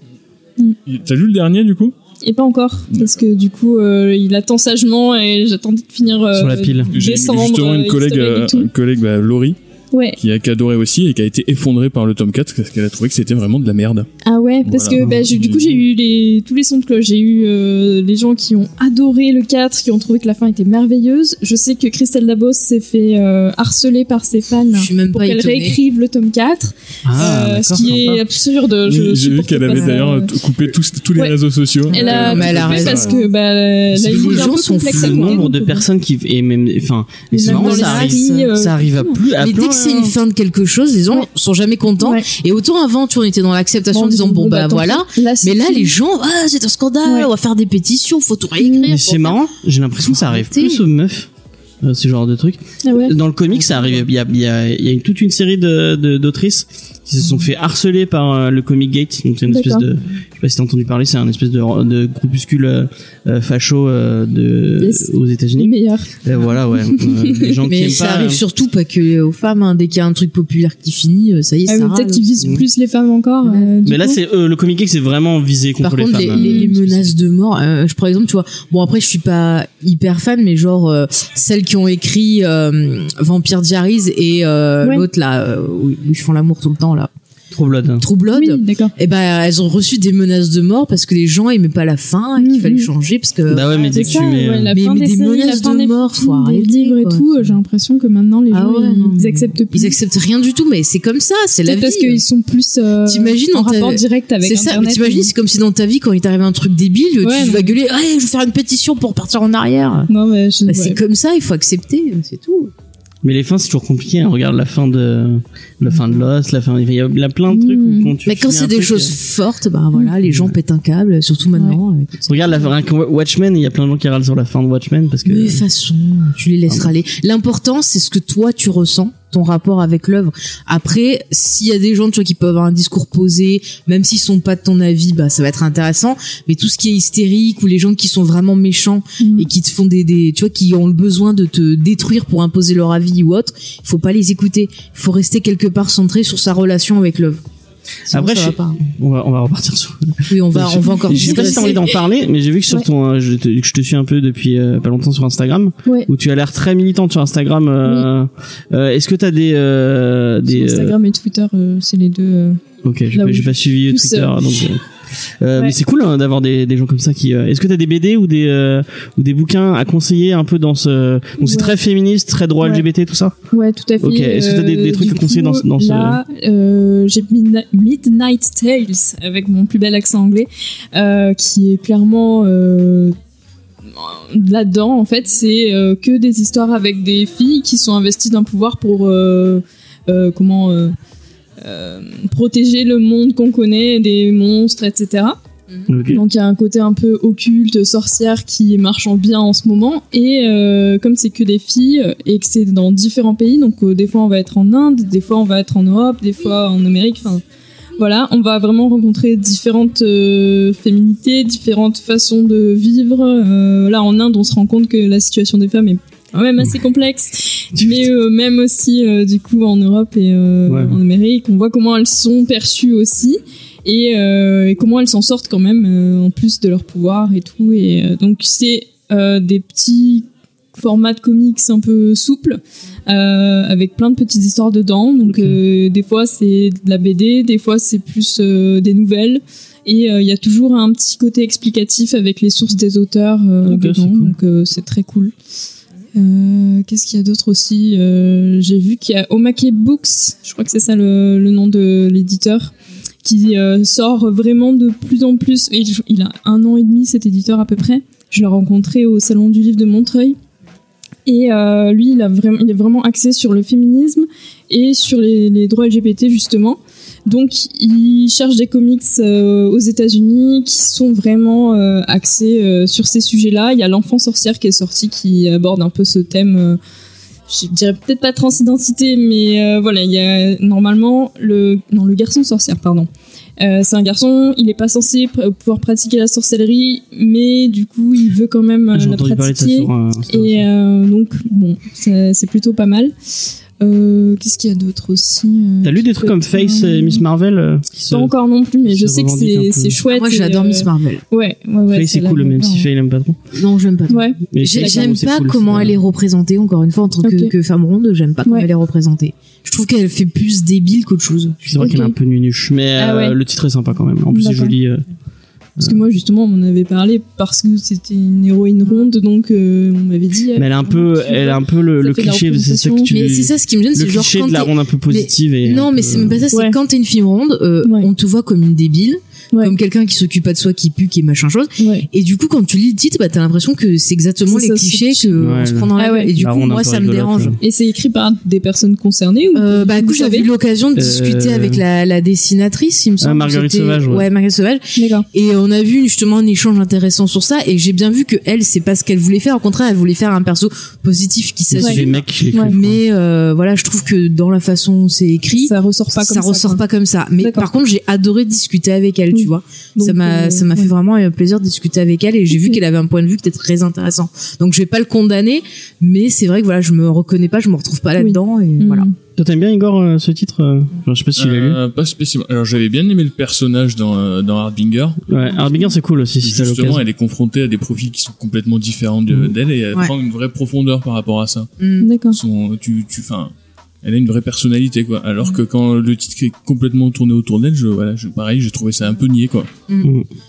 T'as lu le dernier du coup Et pas encore, parce que du coup, euh, il attend sagement et j'attends de finir. euh, Sur la pile. J'ai Décembre, justement euh, une collègue, historique et euh, tout. une collègue bah, Laurie, Ouais. qui a adoré aussi et qui a été effondrée par le tome 4 parce qu'elle a trouvé que c'était vraiment de la merde. Ah ouais, parce Voilà. que bah, j'ai- du coup, j'ai eu les, tous les sons de cloche. J'ai eu euh, les gens qui ont adoré le 4, qui ont trouvé que la fin était merveilleuse. Je sais que Christelle Dabos s'est fait euh, harceler par ses fans Je suis même pour pas qu'elle étonnée. réécrive le tome 4, Ah, euh, d'accord, ce qui sympa. est absurde. Je Oui, J'ai vu supporte qu'elle pas avait ça. d'ailleurs t- coupé tous, tous les Ouais. réseaux sociaux. Elle a, Euh, Mais elle a tout coupé raison. parce que bah, elle a C'est eu fou, une les vie un gens peu sont complexe à le côté, nombre donc, de euh, personnes qui et même enfin et Mais c'est même marrant, dans les ça arrive séries, euh, ça arrive à plus à Mais plein, dès que c'est une hein. fin de quelque chose, les gens Ouais. sont jamais contents. Ouais. Et autant avant, tu vois, on était dans l'acceptation Bon, en disant bon bah tant voilà. pis. Là, Mais c'est là, fini. les gens, ah, c'est un scandale, Ouais. on va faire des pétitions, faut tout réécrire. mais faut c'est faire- marrant j'ai l'impression que ça arrive Arrêtez. plus aux meufs euh, ce genre de truc Ah ouais. dans le comic ça arrive il y a il y a, il y a une- toute une série de de- d'autrices qui se sont fait harceler par euh, le comic gate donc c'est une espèce D'accord. de je sais pas si t'as entendu parler c'est un espèce de, de groupuscule euh, euh, facho euh, de Yes. aux Les États-Unis meilleurs. Euh, voilà ouais Euh, les gens qui Mais aiment ça pas arrive euh, surtout pas que aux femmes. hein. Dès qu'il y a un truc populaire qui finit, euh, ça y est, Ah, ça mais râle. Peut-être qu'ils visent Mm. plus les femmes encore. euh, du mais là coup. c'est euh, le comic gate c'est vraiment visé contre Par contre, les les, femmes hein. les- les menaces de mort, euh, je prends exemple, tu vois. Bon, après, je suis pas hyper fan, mais genre euh, celles qui ont écrit euh, Vampire Diaries et euh, Ouais. l'autre là euh, où où ils font l'amour tout le temps là, Trop blood. hein. True Blood. Oui, d'accord. Et ben, elles ont reçu des menaces de mort parce que les gens aimaient pas la fin et qu'il Mhm. fallait changer parce que Bah ouais, mais Ah, dès c'est que ça, tu mets. ouais, euh, la Mais- fin mais des, des séries, la menaces fin de des mort, films, faut arrêter, des livres et quoi. tout, euh, j'ai l'impression que maintenant les Ah gens ouais, ils, non, mais- acceptent plus. ils acceptent rien du tout. Mais c'est comme ça, c'est la Peut-être vie. hein. parce qu'ils sont plus euh, T'imagines, en on t'a- rapport direct avec C'est ça, mais Internet. t'imagines, c'est comme si dans ta vie, quand il t'arrivait un truc débile, Ouais, tu non. vas gueuler, allez, je vais faire une pétition pour partir en arrière. Non, mais je, Bah, ouais. C'est comme ça, il faut accepter, c'est tout. Mais les fins, c'est toujours compliqué. hein. Regarde la fin de. La fin de Lost, la fin. Il y a il y a plein de trucs où Mmh. quand tu. Hmm. mais quand finis un c'est des truc, choses euh, fortes, bah voilà, les gens pètent un câble, surtout maintenant. euh, écoute. Regarde la fin. Watchmen, il y a plein de gens qui râlent sur la fin de Watchmen parce que. Mais de toute façon, tu les Ah laisseras aller. L'important, c'est ce que toi tu ressens, ton rapport avec l'œuvre. Après, s'il y a des gens, tu vois, qui peuvent avoir un discours posé, même s'ils sont pas de ton avis, bah ça va être intéressant. Mais tout ce qui est hystérique ou les gens qui sont vraiment méchants Mm. et qui te font des, des tu vois, qui ont le besoin de te détruire pour imposer leur avis ou autre, il faut pas les écouter. Il faut rester quelque part centré sur sa relation avec l'œuvre. Sinon, Après, ça je- va pas. On va, on va repartir sur. Oui, on va, Je- on va encore. Je sais pas si t'as envie d'en parler, mais j'ai vu que sur Ouais. ton. euh, je, te, je te suis un peu depuis euh, pas longtemps sur Instagram, Ouais. où tu as l'air très militante sur Instagram. euh, euh, Est-ce que t'as des. euh, Sur des euh, Instagram et Twitter, euh, c'est les deux. euh, Ok, j'ai là pas, où j'ai je pas suivi pousse, Twitter, euh, donc. euh, Euh, Ouais. Mais c'est cool hein, d'avoir des, des gens comme ça qui. euh, Est-ce que t'as des BD ou des euh, ou des bouquins à conseiller un peu dans ce. Donc c'est Ouais. très féministe, très droit Ouais. LGBT, tout ça. Ouais, tout à fait. Euh, Ok, est-ce que t'as des- des du trucs à conseiller dans ce- dans ce- Là, euh, j'ai Midna- Midnight Tales avec mon plus bel accent anglais, euh, qui est clairement euh, là-dedans. En fait, c'est euh, que des histoires avec des filles qui sont investies d'un pouvoir pour euh, euh, comment euh, euh, protéger le monde qu'on connaît des monstres, etc. Ok. Donc il y a un côté un peu occulte, sorcière qui marche en bien en ce moment. Et euh, comme c'est que des filles et que c'est dans différents pays, donc euh, des fois on va être en Inde, des fois on va être en Europe, des fois en Amérique. Enfin voilà, on va vraiment rencontrer différentes euh, féminités, différentes façons de vivre. Euh, là en Inde, on se rend compte que la situation des femmes est quand même assez complexe, mais euh, même aussi euh, du coup en Europe et euh, Ouais. en Amérique, on voit comment elles sont perçues aussi et, euh, et comment elles s'en sortent quand même euh, en plus de leur pouvoir et tout et euh, donc c'est euh, des petits formats de comics un peu souples euh, avec plein de petites histoires dedans donc Ok. euh, des fois c'est de la BD des fois c'est plus euh, des nouvelles et euh, il y a toujours un petit côté explicatif avec les sources des auteurs euh, Ok, c'est dedans cool. donc euh, c'est très cool euh, Qu'est-ce qu'il y a d'autre aussi Euh, J'ai vu qu'il y a Omake Books, je crois que c'est ça le, le nom de l'éditeur, qui euh, sort vraiment de plus en plus. Et je- il a un an et demi cet éditeur à peu près. Je l'ai rencontré au salon du livre de Montreuil. Et euh, lui, il, a vraiment, il est vraiment axé sur le féminisme et sur les, les droits LGBT justement. Donc, il cherche des comics euh, aux États-Unis qui sont vraiment euh, axés euh, sur ces sujets-là. Il y a l'enfant sorcière qui est sorti qui aborde un peu ce thème. euh, je dirais peut-être pas transidentité, mais euh, voilà, il y a normalement le non le garçon sorcière, pardon. Euh, c'est un garçon, il n'est pas censé pr- pouvoir pratiquer la sorcellerie, mais du coup, il veut quand même euh, J'ai la entendu parler de ça pratiquer. sur un. Insta aussi. Et euh, donc, bon, c'est c'est plutôt pas mal. Euh, Qu'est-ce qu'il y a d'autre aussi euh, T'as lu des trucs comme Face et Miss Marvel euh, qui se- Pas encore non plus, mais se je sais que revendique un peu. c'est c'est chouette. Moi, et, j'adore euh, Miss Marvel. Ouais, ouais, ouais. Face c'est celle-là, cool, même j'adore. si Faye l'aime pas trop. Non, j'aime pas. Ouais, Mais J'ai- Faye, J'aime c'est pas cool, comment c'est- elle est représentée, encore une fois, en tant que, Ok. que femme ronde, j'aime pas comment Ouais. elle est représentée. Je trouve qu'elle fait plus débile qu'autre chose. C'est vrai qu'elle est Ok. un peu nunuche, mais Ah euh, ouais. le titre est sympa quand même. En plus, c'est D'accord. joli. euh, parce que moi justement on m'en avait parlé parce que c'était une héroïne ronde donc euh, on m'avait dit. Mais elle a un peu, elle a un peu le, Ça le fait de la cliché. C'est ça que représentation. tu. Mais c'est ça ce qui me gêne, le c'est genre cliché quand de la t'es- ronde un peu positive et. Non, mais c'est même pas ça, c'est Ouais. quand t'es une fille ronde, euh, Ouais. on te voit comme une débile, Ouais. comme quelqu'un qui s'occupe pas de soi, qui pue, qui est machin chose. Ouais. Et du coup, quand tu lis le titre, bah, t'as l'impression que c'est exactement C'est les ça, clichés c'est- que Ouais, on se le- prend dans la Ah ouais. gueule. Et du La coup, ronde un moi, peu ça me rigolote, dérange. là. Et c'est écrit par des personnes concernées ou Euh, bah, vous écoute, j'avais savez eu l'occasion de discuter Euh, Ah, avec la, la dessinatrice, il me semble. Marguerite c'était- Sauvage, ouais. ouais, Marguerite Sauvage. D'accord. Et on a vu justement un échange intéressant sur ça. Et j'ai bien vu que elle, c'est pas ce qu'elle voulait faire. Au contraire, elle voulait faire un perso positif qui C'est des s'assume. mecs qui l'écrivent, Ouais. quoi. Mais euh, voilà, je trouve que dans la façon dont c'est écrit, ça, Ça ressort pas comme ça. ressort quoi. pas comme ça. Mais D'accord. par contre, j'ai adoré discuter avec elle, Oui. tu vois. ça Donc, m'a euh, ça m'a fait ouais. vraiment un plaisir de discuter avec elle et j'ai vu Ok. qu'elle avait un point de vue qui était très intéressant. Donc je vais pas le condamner, mais c'est vrai que voilà, je me reconnais pas, je me retrouve pas là-dedans et Mm. voilà. Toi, t'aimes bien Igor euh, ce titre euh Genre, Je sais pas si tu l'as lu. Euh, Pas spécialement. Alors j'avais bien aimé le personnage dans, euh, dans Harbinger. Ouais, Harbinger, c'est cool aussi si t'as l'occasion. Justement, elle est confrontée à des profils qui sont complètement différents de- Mhm. d'elle et elle Ouais. prend une vraie profondeur par rapport à ça. Mm. D'accord. Son, tu, tu, enfin, elle a une vraie personnalité quoi. Alors que quand le titre est complètement tourné autour d'elle, je, voilà, je, pareil, j'ai trouvé ça un peu nié quoi.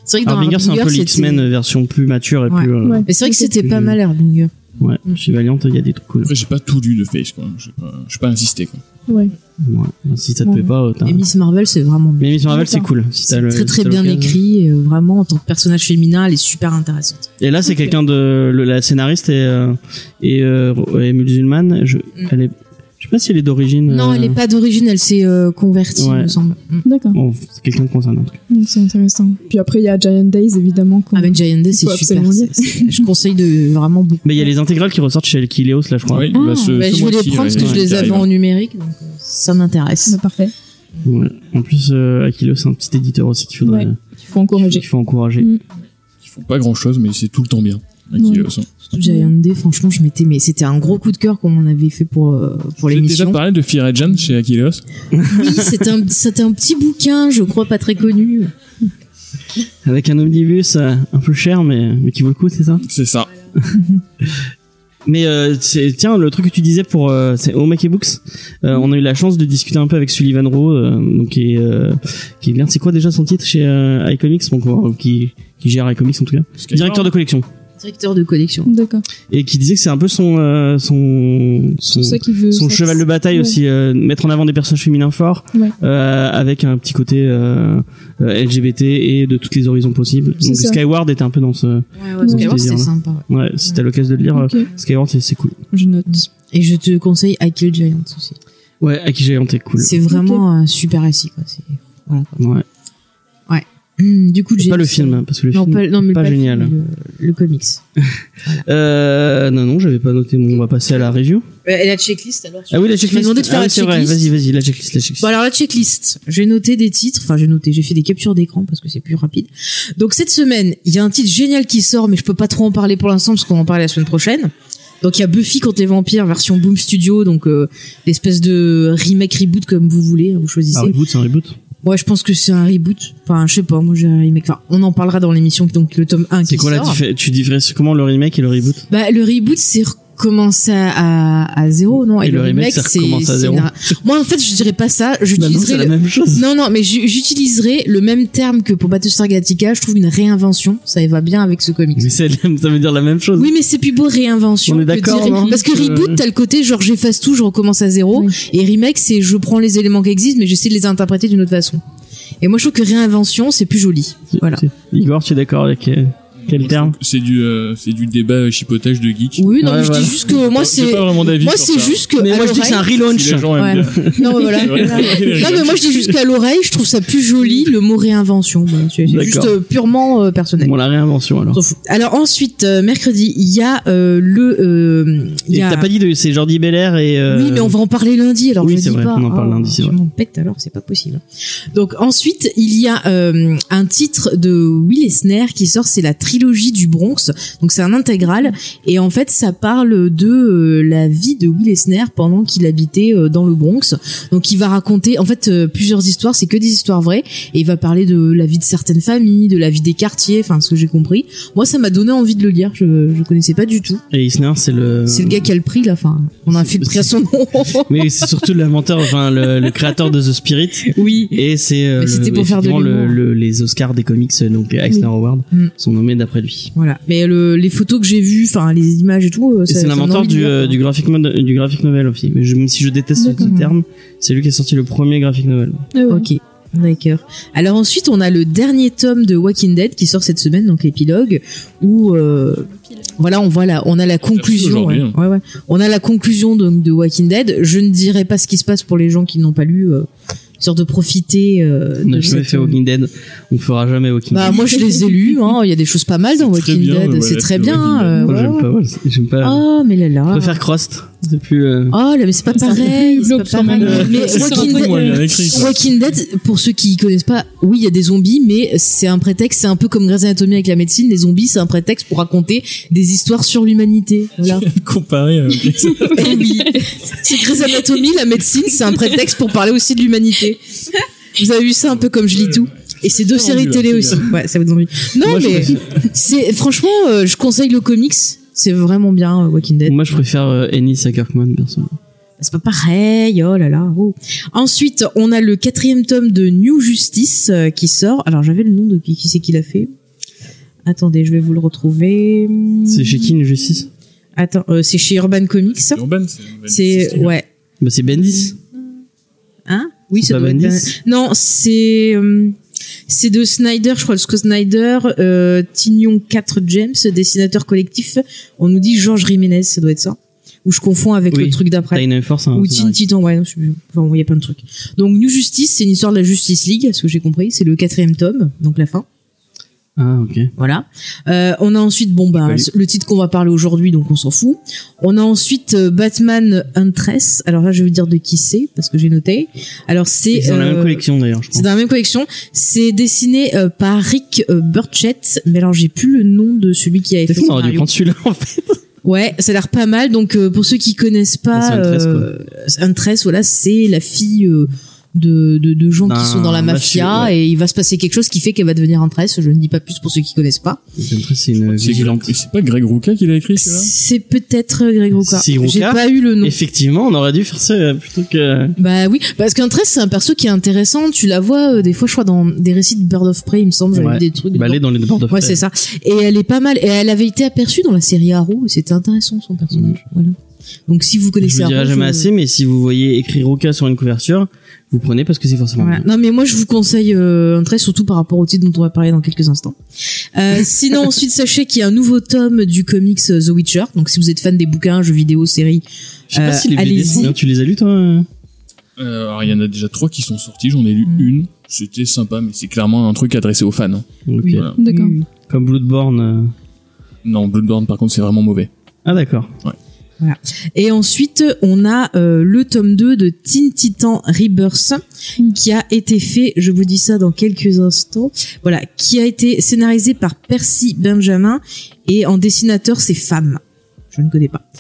C'est vrai que dans Harbinger, c'est un peu Harbinger, c'était- l'X-Men version plus mature et Ouais. plus. euh, Ouais. Mais c'est vrai que Ok. c'était pas mal Harbinger. Ouais. Chez Valiant, il y a des trucs cool. Après, j'ai pas tout lu de Face quoi. Je pas, j'ai pas insisté quoi. Ouais. Ouais. Si ça te Ouais. plaît pas, euh, t'as. Et Miss Marvel, c'est vraiment bien. Mais Miss Marvel, c'est D'accord. cool. Si t'as C'est le- très si très t'as bien l'occasion. écrit, et, euh, vraiment en tant que personnage féminin, elle est super intéressante. Et là, c'est Ok. quelqu'un de le- la scénariste est euh, et, euh, est musulmane. Je, elle est, je sais pas si elle est d'origine. Mm. Non, euh, elle est pas d'origine, elle s'est euh, convertie, Ouais. il me semble. Mm. D'accord. Bon, c'est quelqu'un de concerné en tout cas. Donc, C'est intéressant. Puis après il y a Giant Days évidemment. qu'on- Avec Giant Day, Il c'est faut super. absolument lire. c'est- c'est- je conseille de vraiment beaucoup. Mais il y a les intégrales qui ressortent chez Kileos là, je crois. Ouais, Ah, bah, ce- Bah, ce je vais les mois-ci, prendre parce ouais, que je il les avais arrive. en numérique, donc euh, ça m'intéresse. Ah, Parfait. Ouais. En plus, euh, Akileos, c'est un petit éditeur aussi qu'il faudrait Ouais, Il faut qu'il encourager. faut encourager. Mm. Ils font pas grand chose, mais c'est tout le temps bien. Hein, Mm. qui Ouais. le sent. Surtout Giant Day, franchement, je m'étais, mais c'était un gros coup de cœur qu'on avait fait pour euh, pour J'ai déjà l'émission. parlé de Fear Agent chez Aquileos. Oui, c'était un, c'était un petit bouquin, je crois pas très connu. Avec un omnibus euh, un peu cher, mais mais qui vaut le coup, c'est ça C'est ça. Mais euh, c'est- tiens, le truc que tu disais pour euh, c'est Omake Books, euh, on a eu la chance de discuter un peu avec Sullivan Rowe, euh, donc qui est, euh, qui est merde, c'est quoi déjà son titre chez euh, iComics, donc euh, qui, qui gère iComics en tout cas, Skype. directeur de collection, Directeur de collection. D'accord. et qui disait que c'est un peu son euh, son C'est ça qu'il veut. son ça- cheval de bataille ouais. aussi euh, mettre en avant des personnages féminins forts Ouais. euh, avec un petit côté euh, euh, LGBT et de tous les horizons possibles C'est donc ça. Skyward était un peu dans ce Ouais, ouais, Ouais. Skyward, Plaisir, là. c'est sympa. ouais. ouais si t'as l'occasion de le lire euh, Ok, Skyward c'est- c'est cool je note. Et je te conseille I Kill Giant aussi. ouais Aki Giant est cool C'est vraiment un super récit, quoi. c'est- Voilà, quoi. ouais Hum, du coup, j'ai. pas le film hein, parce que le Non, film pas, non, mais pas pas le film, génial. Le, le comics. euh, non non j'avais pas noté bon on va passer à la review Euh, Et la checklist alors ah oui la Tu checklist m'as demandé de faire Ah oui, la c'est vrai checklist. vas-y vas-y la checklist la checklist Bon alors la checklist, j'ai noté des titres, enfin j'ai noté, j'ai fait des captures d'écran parce que c'est plus rapide. Donc cette semaine, il y a un titre génial qui sort mais je peux pas trop en parler pour l'instant parce qu'on va en parler la semaine prochaine. Donc il y a Buffy contre les vampires version Boom Studio donc euh, l'espèce de remake reboot comme vous voulez, hein, vous un Ah, choisissez. reboot c'est un reboot Moi je pense que c'est un reboot, enfin je sais pas, moi j'ai un remake. Enfin, on en parlera dans l'émission donc le tome 1 qui c'est quoi la sort. différence tu différencies comment le remake et le reboot Bah, le reboot, c'est recommencer à, à, à zéro, Oh non Et le remake, c'est recommencer à c'est zéro. Bah une ra- Moi, en fait, je dirais pas ça. J'utiliserais le- même chose Non, non, mais j'u- j'utiliserai le même terme que pour Battlestar Galactica. Je trouve une réinvention. Ça y va bien avec ce comics. mais c'est la- ça veut dire la même chose Oui, mais c'est plus beau réinvention. On est que d'accord, dire- non Parce que Euh, reboot, t'as le côté genre j'efface tout, je recommence à zéro. Oui. Et remake, c'est je prends les éléments qui existent, mais j'essaie de les interpréter d'une autre façon. Et moi, je trouve que réinvention, c'est plus joli. Voilà. C'est- Igor, tu es d'accord avec euh, quel terme C'est du, euh, c'est du débat chipotage de geek. Oui, non, Ouais, mais je voilà. dis juste que moi, J'ai c'est. pas vraiment d'avis Moi, sur c'est ça. juste que. à l'oreille- Si les gens aiment Ouais. bien. Non, mais voilà. C'est vrai. Non mais moi je dis juste qu'à l'oreille, je trouve ça plus joli le mot réinvention. Bon, c'est c'est D'accord. juste euh, purement euh, personnel. Bon, la réinvention alors. On s'en fout. Alors ensuite euh, mercredi, il y a euh, le euh, il Et y a T'as pas dit de c'est Jordi Belair et. euh, oui, mais on va en parler lundi, alors oui, je le c'est dis vrai, pas. on en parle Ah, lundi, c'est je vrai. m'en pète alors, c'est pas possible. Donc ensuite, il y a euh, un titre de Will Eisner qui sort, c'est la trilogie du Bronx. Donc c'est un intégral et en fait, ça parle de euh, la vie de Will Eisner pendant qu'il habitait euh, dans le Bronx. Donc il va raconter en fait euh, plusieurs histoires, c'est que des histoires vraies et il va parler de la vie de certaines familles, de la vie des quartiers, enfin ce que j'ai compris. Moi, ça m'a donné envie de le lire, je je connaissais pas du tout. Et Eisner, c'est le. C'est le gars qui a le prix là, enfin, on a Euh, C'est- fait le prix à son nom. Mais c'est surtout l'inventeur, enfin le, le créateur de The Spirit. Oui. Et c'est. euh, Mais le- c'était pour faire de effectivement, le, l'humour. le- les Oscars des comics, euh, donc Eisner Award, Mm. sont nommés d'après lui. Voilà. Mais le, les photos que j'ai vues, enfin les images et tout, euh, Et ça- c'est ça donne l'inventeur envie de du, lire, euh, quoi. du graphic mod- du graphic novel aussi. Mais je, même si je déteste ce D'accord. terme, c'est lui qui a sorti le premier graphic novel. Ah ouais. Ok. D'accord. Alors ensuite, on a le dernier tome de Walking Dead qui sort cette semaine, donc l'épilogue, où euh, voilà, on voit la, on a la conclusion. aujourd'hui, Ouais. hein. Ouais, ouais. On a la conclusion de, de Walking Dead. Je ne dirai pas ce qui se passe pour les gens qui n'ont pas lu, euh, sorte de profiter. euh, On n'a de jamais cette- fait Walking Dead. On fera jamais Walking Bah Dead. moi, je les ai lus. hein. Il y a des choses pas mal dans C'est très Walking bien, Dead. ouais, C'est la très série bien. Walking euh, Moi, ouais, j'aime ouais. pas. J'aime pas. Ah mais là Je là. préfère Crost depuis. Euh... Oh là, mais c'est pas C'est un peu pareil. plus c'est glauque pas quand pareil. même. Mais C'est un Walking truc moins Dead, bien écrit, ça. Walking Dead, pour ceux qui connaissent pas, oui, il y a des zombies, mais c'est un prétexte. C'est un peu comme Grey's Anatomy avec la médecine. Les zombies, c'est un prétexte pour raconter des histoires sur l'humanité. Voilà. Comparé euh, à Eh oui. C'est Grey's Anatomy, la médecine, c'est un prétexte pour parler aussi de l'humanité. Vous avez vu ça un peu comme je lis tout. Et c'est deux Ça donne séries envie, télé là, aussi. c'est Ouais, ça vous donne envie. Non, Moi, je Ah, mais c'est franchement, euh, je conseille le comics. C'est vraiment bien euh, Walking Dead. Moi, je préfère euh, Ennis à Kirkman, perso. C'est pas pareil, oh là là. oh. Ensuite, on a le quatrième tome de New Justice euh, qui sort. Alors j'avais le nom de qui, qui c'est qui l'a fait. Attendez, je vais vous le retrouver. C'est chez qui, New Justice Attends, euh, c'est chez Urban Comics. Urban, c'est une belle C'est histoire. ouais, Bah, c'est Bendis. hein Oui, C'est ça pas doit être Bendis un- Non, c'est euh, c'est de Snyder, je crois, Scott Snyder, euh, Tignon 4 James, dessinateur collectif. On nous dit Georges Jiménez, ça doit être ça. Ou je confonds avec Oui, le truc d'après. Dino Force, hein, Ou c'est Teen vrai. Titan, ouais, non, je sais plus. Enfin, bon, il y a plein de trucs. Donc, New Justice, c'est une histoire de la Justice League, à ce que j'ai compris. C'est le quatrième tome, donc la fin. Ah, ok. Voilà. Euh, on a ensuite, bon, bah, Pas lu. le titre qu'on va parler aujourd'hui, donc on s'en fout. On a ensuite euh, Batman Huntress. Alors là, je vais vous dire de qui c'est, parce que j'ai noté. Alors, c'est... C'est dans la euh, même collection, d'ailleurs, je C'est crois. dans la même collection. C'est dessiné euh, par Rick euh, Burchett. Mais alors, j'ai plus le nom de celui qui avait fait Peut-être le qu'on aurait dû scénario. prendre celui-là, en fait. Ouais, ça a l'air pas mal. Donc euh, pour ceux qui connaissent Ah, pas, c'est Huntress, euh, Huntress, voilà, c'est la fille euh, de, de, de gens D'un qui sont dans la mafieux, mafia ouais. et il va se passer quelque chose qui fait qu'elle va devenir huntress. Je ne dis pas plus pour ceux qui connaissent pas. C'est une C'est vigilante. c'est pas Greg Rucka qui l'a écrit, celui-là C'est peut-être euh, Greg Rucka. C'est Rucka. J'ai pas eu le nom. Effectivement, on aurait dû faire ça euh, plutôt que. Bah oui, parce qu'Huntress c'est un perso qui est intéressant. Tu la vois euh, des fois, je crois, dans des récits de Bird of Prey, il me semble. J'avais Ouais. vu des trucs. Bah, dedans. aller dans les bords de Ouais, c'est ça. Et elle est pas mal. Et elle avait été aperçue dans la série Arrow. et C'était intéressant son personnage. Voilà. Donc si vous connaissez Mm. Je vous dirai Arrow, jamais je- assez, mais si vous voyez écrit Roca sur une couverture, vous prenez parce que c'est forcément. Ouais. bien. Non mais moi je vous conseille euh, un trait surtout par rapport au titre dont on va parler dans quelques instants. Euh, sinon ensuite sachez qu'il y a un nouveau tome du comics euh, The Witcher. Donc si vous êtes fan des bouquins, jeux vidéo, séries, Je sais pas Euh, si les BD, allez-y. c'est bien. tu les as lus toi euh Euh, Alors, il y en a déjà trois qui sont sortis, j'en ai lu Mm. une. C'était sympa, mais c'est clairement un truc adressé aux fans. hein. Ok. Oui. Voilà. D'accord. euh, Comme Bloodborne. euh. Non, Bloodborne, par contre, c'est vraiment mauvais. Ah d'accord. Et ensuite, on a euh, le tome 2 de Teen Titan Rebirth qui a été fait, je vous dis ça dans quelques instants, voilà, qui a été scénarisé par Percy Benjamin et en dessinateur c'est Femme. Je ne connais pas.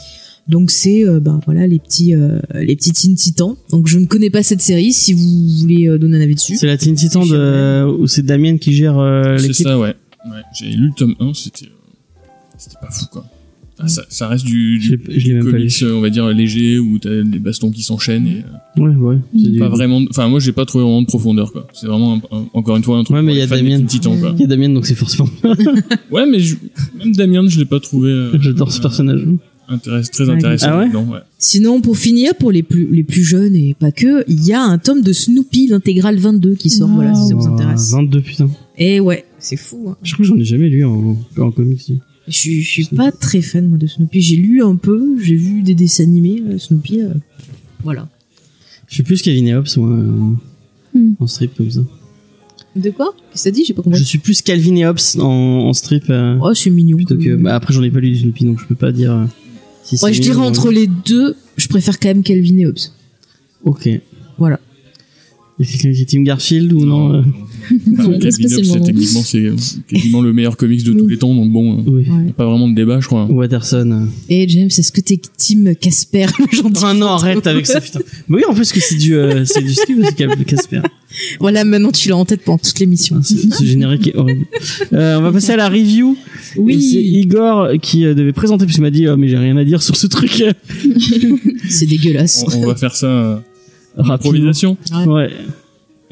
Donc c'est euh, ben voilà les petits euh, les petits Teen Titans. Donc je ne connais pas cette série si vous voulez euh, donner un avis dessus. C'est la Teen Titan C'est de... euh, où c'est Damien qui gère euh, c'est l'équipe. ça, ouais. ouais. J'ai lu le tome 1, c'était euh, c'était pas fou, quoi. Ah, ça, ça reste du, Je du l'ai- je l'ai même pas lu. comics, euh, on va dire, léger, où t'as des bastons qui s'enchaînent. et, euh, Ouais ouais. c'est du- pas vraiment... Enfin, moi, j'ai pas trouvé vraiment de profondeur, quoi. C'est vraiment, un- un- encore une fois, un truc Ouais, mais pour il y les a fans des Damien. Teen Titans, quoi. Il y a Damien donc c'est forcément. Ouais, mais je- même Damien, je l'ai pas trouvé... euh, J'adore ce euh, personnage. intéress- Très Ouais. intéressant. Ah ouais là-dedans, ouais. Sinon pour finir pour les plus les plus jeunes et pas que, il y a un tome de Snoopy l'intégrale 22 qui sort voilà si ça vous Oh, intéresse. 22 putain. Et ouais, c'est fou. hein. Je crois que j'en ai jamais lu en, en comics. lui. Je, je suis pas très fan moi, de Snoopy. J'ai lu un peu, j'ai vu des dessins animés euh, Snoopy. euh, voilà. Je suis plus Calvin et Hobbes moi en, Hmm. en strip comme ça. De quoi Qu'est-ce que t'as dit J'ai pas Je compris. suis plus Calvin et Hobbes en, en strip. euh, Oh, c'est mignon. plutôt que Ouais, bah, après j'en ai pas lu du Snoopy donc je peux pas dire. euh, si c'est je mieux dirais ou- entre les deux, je préfère quand même Calvin et Hobbes. Ok. Voilà. Il y a quelqu'un qui est Team Garfield ou non, euh, Enfin, Non, pas Calvin Hobbes, spécialement, c'est non. techniquement c'est euh, quasiment le meilleur comics de tous les temps, donc bon, euh, Oui. y a pas vraiment de débat, je crois. Watterson. euh. Et James, est-ce que t'es team Casper, le gentil Ah non, fantôme arrête avec ça, putain. Mais oui, en plus que c'est du, euh, c'est du strip, c'est Cap- Casper. Voilà, maintenant tu l'as en tête pendant toute l'émission. Putain, Ce ce générique est horrible. Euh, on va passer à la review. Et C'est Igor qui euh, devait présenter, puisqu'il m'a dit, oh, mais j'ai rien à dire sur ce truc. euh, C'est dégueulasse. On, on va faire ça euh, en Rapidement. improvisation. Ouais.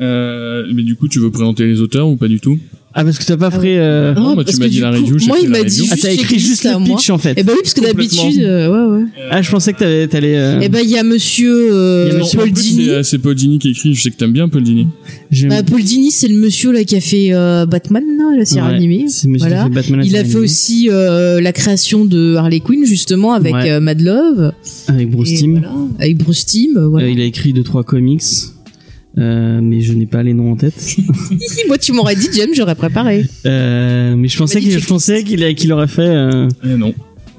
Euh, mais du coup, tu veux présenter les auteurs ou pas du tout Ah, parce que t'as pas Ah pris, euh... Non, bah, parce tu m'as que dit du la review, j'ai Moi, fait il la m'a review. dit. ah, t'as j'ai écrit juste ça à le moi. pitch, en fait. Eh ben oui, parce que Complètement. d'habitude, euh, ouais, ouais. Ah, je pensais que t'allais, t'allais, euh... Eh ben, il y a monsieur, euh, Il y a Non, monsieur en Paul plus, Dini. c'est, euh, C'est Paul Dini qui écrit, je sais que t'aimes bien Paul Dini. j'aime- Bah, Paul Dini, c'est le monsieur là qui a fait euh, Batman, là, la série Ouais, animée. c'est monsieur qui Voilà. fait Batman, la Il a série fait aussi euh, la création de Harley Quinn justement avec Ouais. euh, Mad Love, animée. Avec Bruce Et Timm. voilà, avec Bruce Timm. euh, Voilà. Euh, il a écrit deux trois comics, euh, mais je n'ai pas les noms en tête. Moi, tu m'aurais dit James, j'aurais préparé. Euh, mais je pensais Il m'a dit qu'il, je pensais qu'il, a- qu'il aurait fait. euh, Eh non,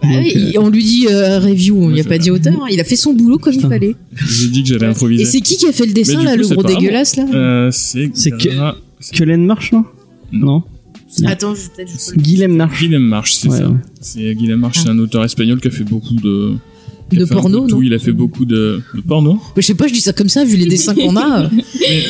donc, Ah oui, euh, il- On lui dit euh, review, on Moi, lui a je- pas dit auteur. hein. Il a fait son boulot comme Putain. il fallait. j'ai dit que j'avais improvisé. Et c'est qui qui a fait le Mais dessin du là, coup, le c'est gros pas dégueulasse là Euh, c'est C'est que- Gra- Cullen Marsh, non Non. bien. Attends, je peut-être juste. Guillaume Marsh. Guillaume Marsh, c'est Ouais, Ah. ça. ouais. C'est Guillaume Marsh, c'est un auteur espagnol qui a fait beaucoup de. qui a De fait un peu porno, tout. non Il a fait beaucoup de, de porno. Je sais pas, je dis ça comme ça vu les dessins qu'on a. euh. Mais,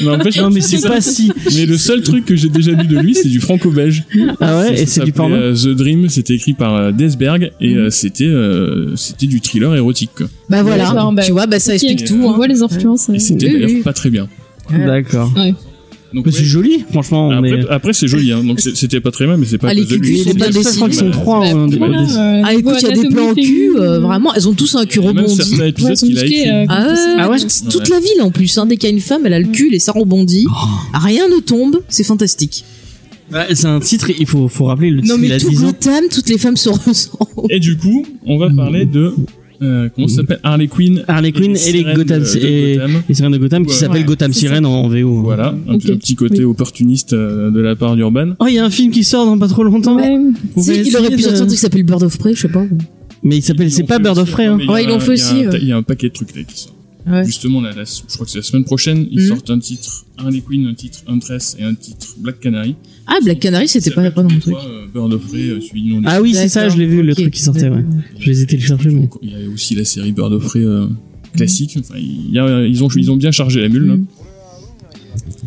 mais en fait, Non mais c'est pas si. Mais le seul truc que j'ai déjà lu de lui, c'est du franco-belge. Ah ouais, Ça et c'est s'appelait, du porno. Mm. euh, The Dream, c'était écrit par euh, Desberg et euh, c'était euh, c'était du thriller érotique. quoi. Bah voilà, D'accord, bah, tu vois, bah ça ok. explique Et, tout. euh, On hein. voit les influences. euh. Et c'était Oui, d'ailleurs oui. pas très bien. euh, D'accord. Donc, Mais ouais, c'est joli, franchement. On après, est... après, c'est joli, hein. donc c'est- c'était pas très mal, mais c'est pas Ah, à les cause de cucus, lui. c'est Mais pas Bah, le je seul crois dessiné. qu'ils sont truc, voilà. trois. hein, des- voilà. des- euh, Ah écoute, il y a des anatomie plans au cul, féminine, euh, euh, vraiment, elles ont tous un cul Il y a même rebondi. certains épisodes Poisson qu'il a musqué, écrits. euh, Ah ouais, Ah ouais t- toute la ville en plus. Hein, dès qu'il y a une femme, elle a le cul, les ça rebondit. Rien ne tombe, c'est fantastique. Ouais, c'est un titre. Il faut, faut rappeler le titre. Non il mais a tout 10 ans. Gotham, toutes les femmes se ressemblent. Et du coup, on Hmm. va parler de euh, comment ça s'appelle Harley Quinn. Hmm. Harley Quinn et les sirènes euh, Gotham de- de et Gotham. les sirènes de Gotham qui Ouais. s'appelle Ouais, Gotham c'est Sirène en hein. VO. Voilà, un Ok. petit- un petit côté opportuniste euh, de la part d'Urban. Oh, il y a un film qui sort dans pas trop longtemps. Ouais. Vous Si, pouvez il aurait pu essayer de- sortir un truc qui s'appelle Bird of Prey, je sais pas. Mais il s'appelle, c'est Ils pas l'ont Bird fait of Prey, aussi, hein. mais il y a Ouais, ils un- l'ont fait il y a aussi, un- ouais. Il y a un paquet de trucs là qui sortent. Ouais. Justement, là, là, je crois que c'est la semaine prochaine, ils Mhm. sortent un titre Harley Quinn, un titre Huntress et un titre Black Canary. Ah, Black Canary, c'était pas pas dans mon truc. Bird of Prey, euh, celui non Ah oui, c'est ça, je l'ai vu, le D'accord, truc qui sortait, ok. ouais. Je les ai téléchargés, mais. Il y avait Mm. aussi la série Bird of Prey euh, classique. Enfin, il y a- ils, ont, ils ont bien chargé la mule. là. Mhm.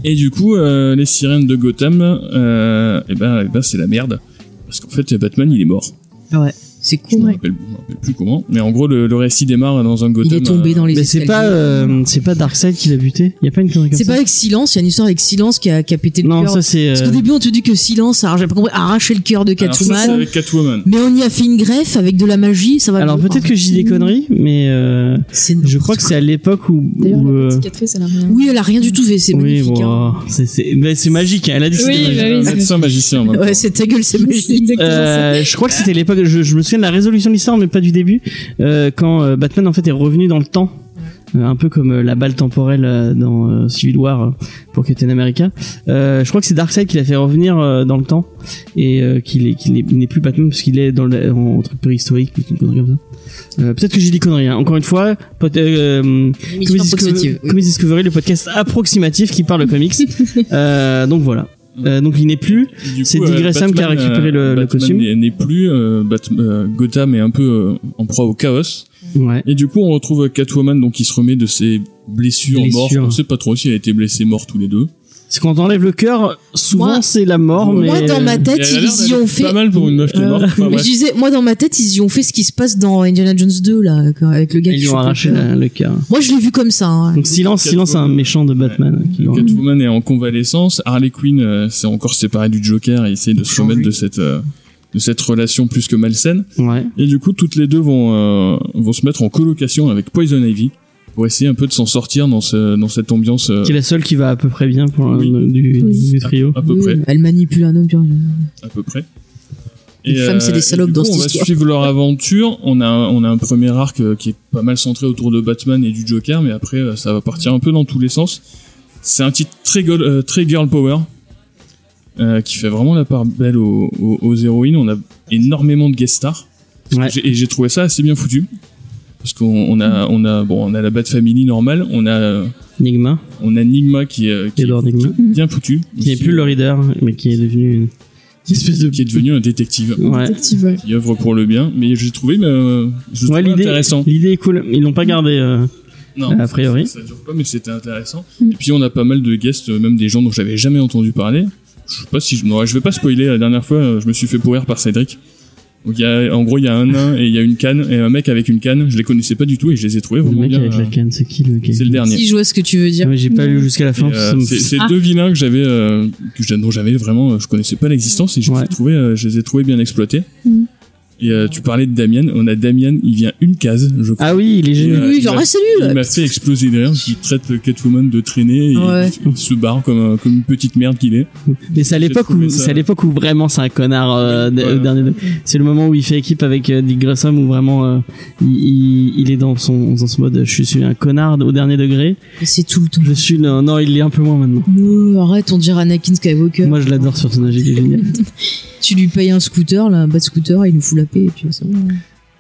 Et du coup, euh, les sirènes de Gotham, euh, et ben, eh ben c'est la merde. Parce qu'en fait, Batman, il est mort. Ouais, c'est Je me con. rappelle, je me rappelle plus comment. Mais en gros, le, le récit démarre dans un Gotham. Il est tombé euh, dans les Mais c'est escaliers. pas, euh, c'est pas Darkseid qui l'a buté. Y a pas une connerie comme C'est ça. pas avec Silence, il y a une histoire avec Silence qui a, qui a pété le Non, cœur. ça c'est. Parce qu'au euh, début, on te dit que Silence a, j'ai pas compris, a arraché le cœur de alors ça, c'est Catwoman. avec Catwoman. Mais on y a fait une greffe avec de la magie, ça va euh, Alors mieux, peut-être quoi. que je dis des conneries, mais euh, C'est- je crois que c'est à l'époque où. D'ailleurs, où, la euh, petite cicatrice, elle a rien. Oui, elle a rien du tout fait, c'est oui, magnifique. bon, hein. c'est- c'est mais c'est magique. hein, Elle a dit que Oui, c'était magique. bah Un oui, c'est- médecin magicien. hein. en même temps. Ouais, c'est ta gueule, c'est C'est magique. exactement ça. Euh, je crois que c'était l'époque. Je, je me souviens de la résolution de l'histoire, mais pas du début. euh, quand euh, Batman en fait est revenu dans le temps, euh, un peu comme euh, la balle temporelle euh, dans euh, Civil War euh, pour Captain America. Euh, je crois que c'est Darkseid qui l'a fait revenir euh, dans le temps et euh, qu'il est- qu'il est- il n'est plus Batman parce qu'il est dans le en, truc préhistorique ou une connerie comme ça. Euh, Peut-être que j'ai dit conneries. hein. Encore une fois, pot- euh, Mission Comics Discovery, approximative, oui. Comics Discovery, le podcast approximatif qui parle de comics. Euh, donc voilà. Euh, donc il n'est plus. Et du coup, euh, c'est Dick Grayson Batman, qui a récupéré le- le Batman costume. n'est- n'est plus. euh, Bat- euh, Gotham est un peu euh, en proie au chaos. Ouais. Et du coup, on retrouve Catwoman donc qui se remet de ses blessures, mortes. Blessures. On sait pas trop si elle a été blessée morte tous les deux. C'est quand on enlève le cœur, souvent Moi- c'est la mort, mais. euh, Moi, dans ma Et tête, elle euh, a l'air ils y d'aller ont fait. Euh, Pas mal pour une meuf qui est morte. Enfin, Mais bref. je disais, moi, dans ma tête, ils y ont fait ce qui se passe dans Indiana Jones 2, là, quand- avec le gars Ils qui lui ont chope le arraché cœur. la- le cœur. Moi, je l'ai vu comme ça. hein. Ah, Donc silence, silence, c'est un méchant de Batman. hein, qui lui aurait- Catwoman est en convalescence. Harley Quinn euh, s'est encore séparée du Joker et essaye de se Changer. remettre de cette euh, de cette relation plus que malsaine. Ouais. Et du coup, toutes les deux vont euh, vont se mettre en colocation avec Poison Ivy pour essayer un peu de s'en sortir dans ce dans cette ambiance euh, Qui est la seule qui va à peu près bien pour un- Oui. du, Oui. du trio. à peu Oui, près Elle manipule un homme. puis- à peu près. Les femmes, c'est des et salopes du dans coup, cette On va histoire. suivre leur aventure. On a, un- on a un premier arc euh, qui est pas mal centré autour de Batman et du Joker, mais après, euh, ça va partir un peu dans tous les sens. C'est un titre très, gol- euh, très girl power. euh, qui fait vraiment la part belle aux, aux- aux héroïnes. On a énormément de guest stars. Ouais. J'ai- Et j'ai trouvé ça assez bien foutu. Parce qu'on on a, on a, bon, on a la Bat Family normale. On a, euh, Enigma, on a Nigma qui, est, euh, qui est Edward Enigma. bien foutu. Qui n'est plus le leader, mais qui est devenu une une espèce de. Qui est devenu un détective. Ouais. Détective, ouais. qui œuvre pour le bien, mais j'ai trouvé, mais, euh, je le Ouais, trouvais l'idée, intéressant. l'idée est cool. Ils l'ont pas gardé. euh, Non, a priori. Ça, ça dure pas, mais c'était intéressant. Mm. Et puis on a pas mal de guests, euh, même des gens dont j'avais jamais entendu parler. Je sais pas si je, non, je vais pas spoiler. La dernière fois, euh, je me suis fait pourrir par Cédric. Donc, il y a, en gros, il y a un nain et il y a une canne et un mec avec une canne. Je les connaissais pas du tout et je les ai trouvés Le vraiment mec bien. avec la euh, canne, c'est qui le gars C'est le dernier. Si je vois ce que tu veux Ah dire. ouais, J'ai pas lu jusqu'à la Et, fin. parce que ça euh, me- c'est c'est Ah. deux vilains que j'avais, euh, que j'a- dont j'avais vraiment, euh, je connaissais pas l'existence et je, les Ouais. ai trouvés, euh, je les ai trouvés bien exploités. Mm. Et euh, tu parlais de Damien. On a Damien, il vient une case, je crois. Ah oui, il est Et, génial. euh, Oui, il genre, a- ah, salut Il là. m'a fait exploser derrière, il traite euh, Catwoman de traîner et Ouais. il, il se barre comme, un- comme une petite merde qu'il est. Mais c'est à J'ai l'époque trouvé où ça- c'est à l'époque où vraiment c'est un connard euh, Oui, d- voilà. au dernier degré. C'est le moment où il fait équipe avec euh, Dick Grayson où vraiment euh, il- il, il est dans son dans ce mode euh, je suis un connard au dernier degré. Mais C'est tout le temps. Je suis non, non il est un peu moins maintenant. Non, arrête, on dirait Anakin Skywalker. Moi je l'adore ce personnage il est génial. Tu lui payes un scooter, là, un bas de scooter, il nous fout la paix, et puis c'est bon.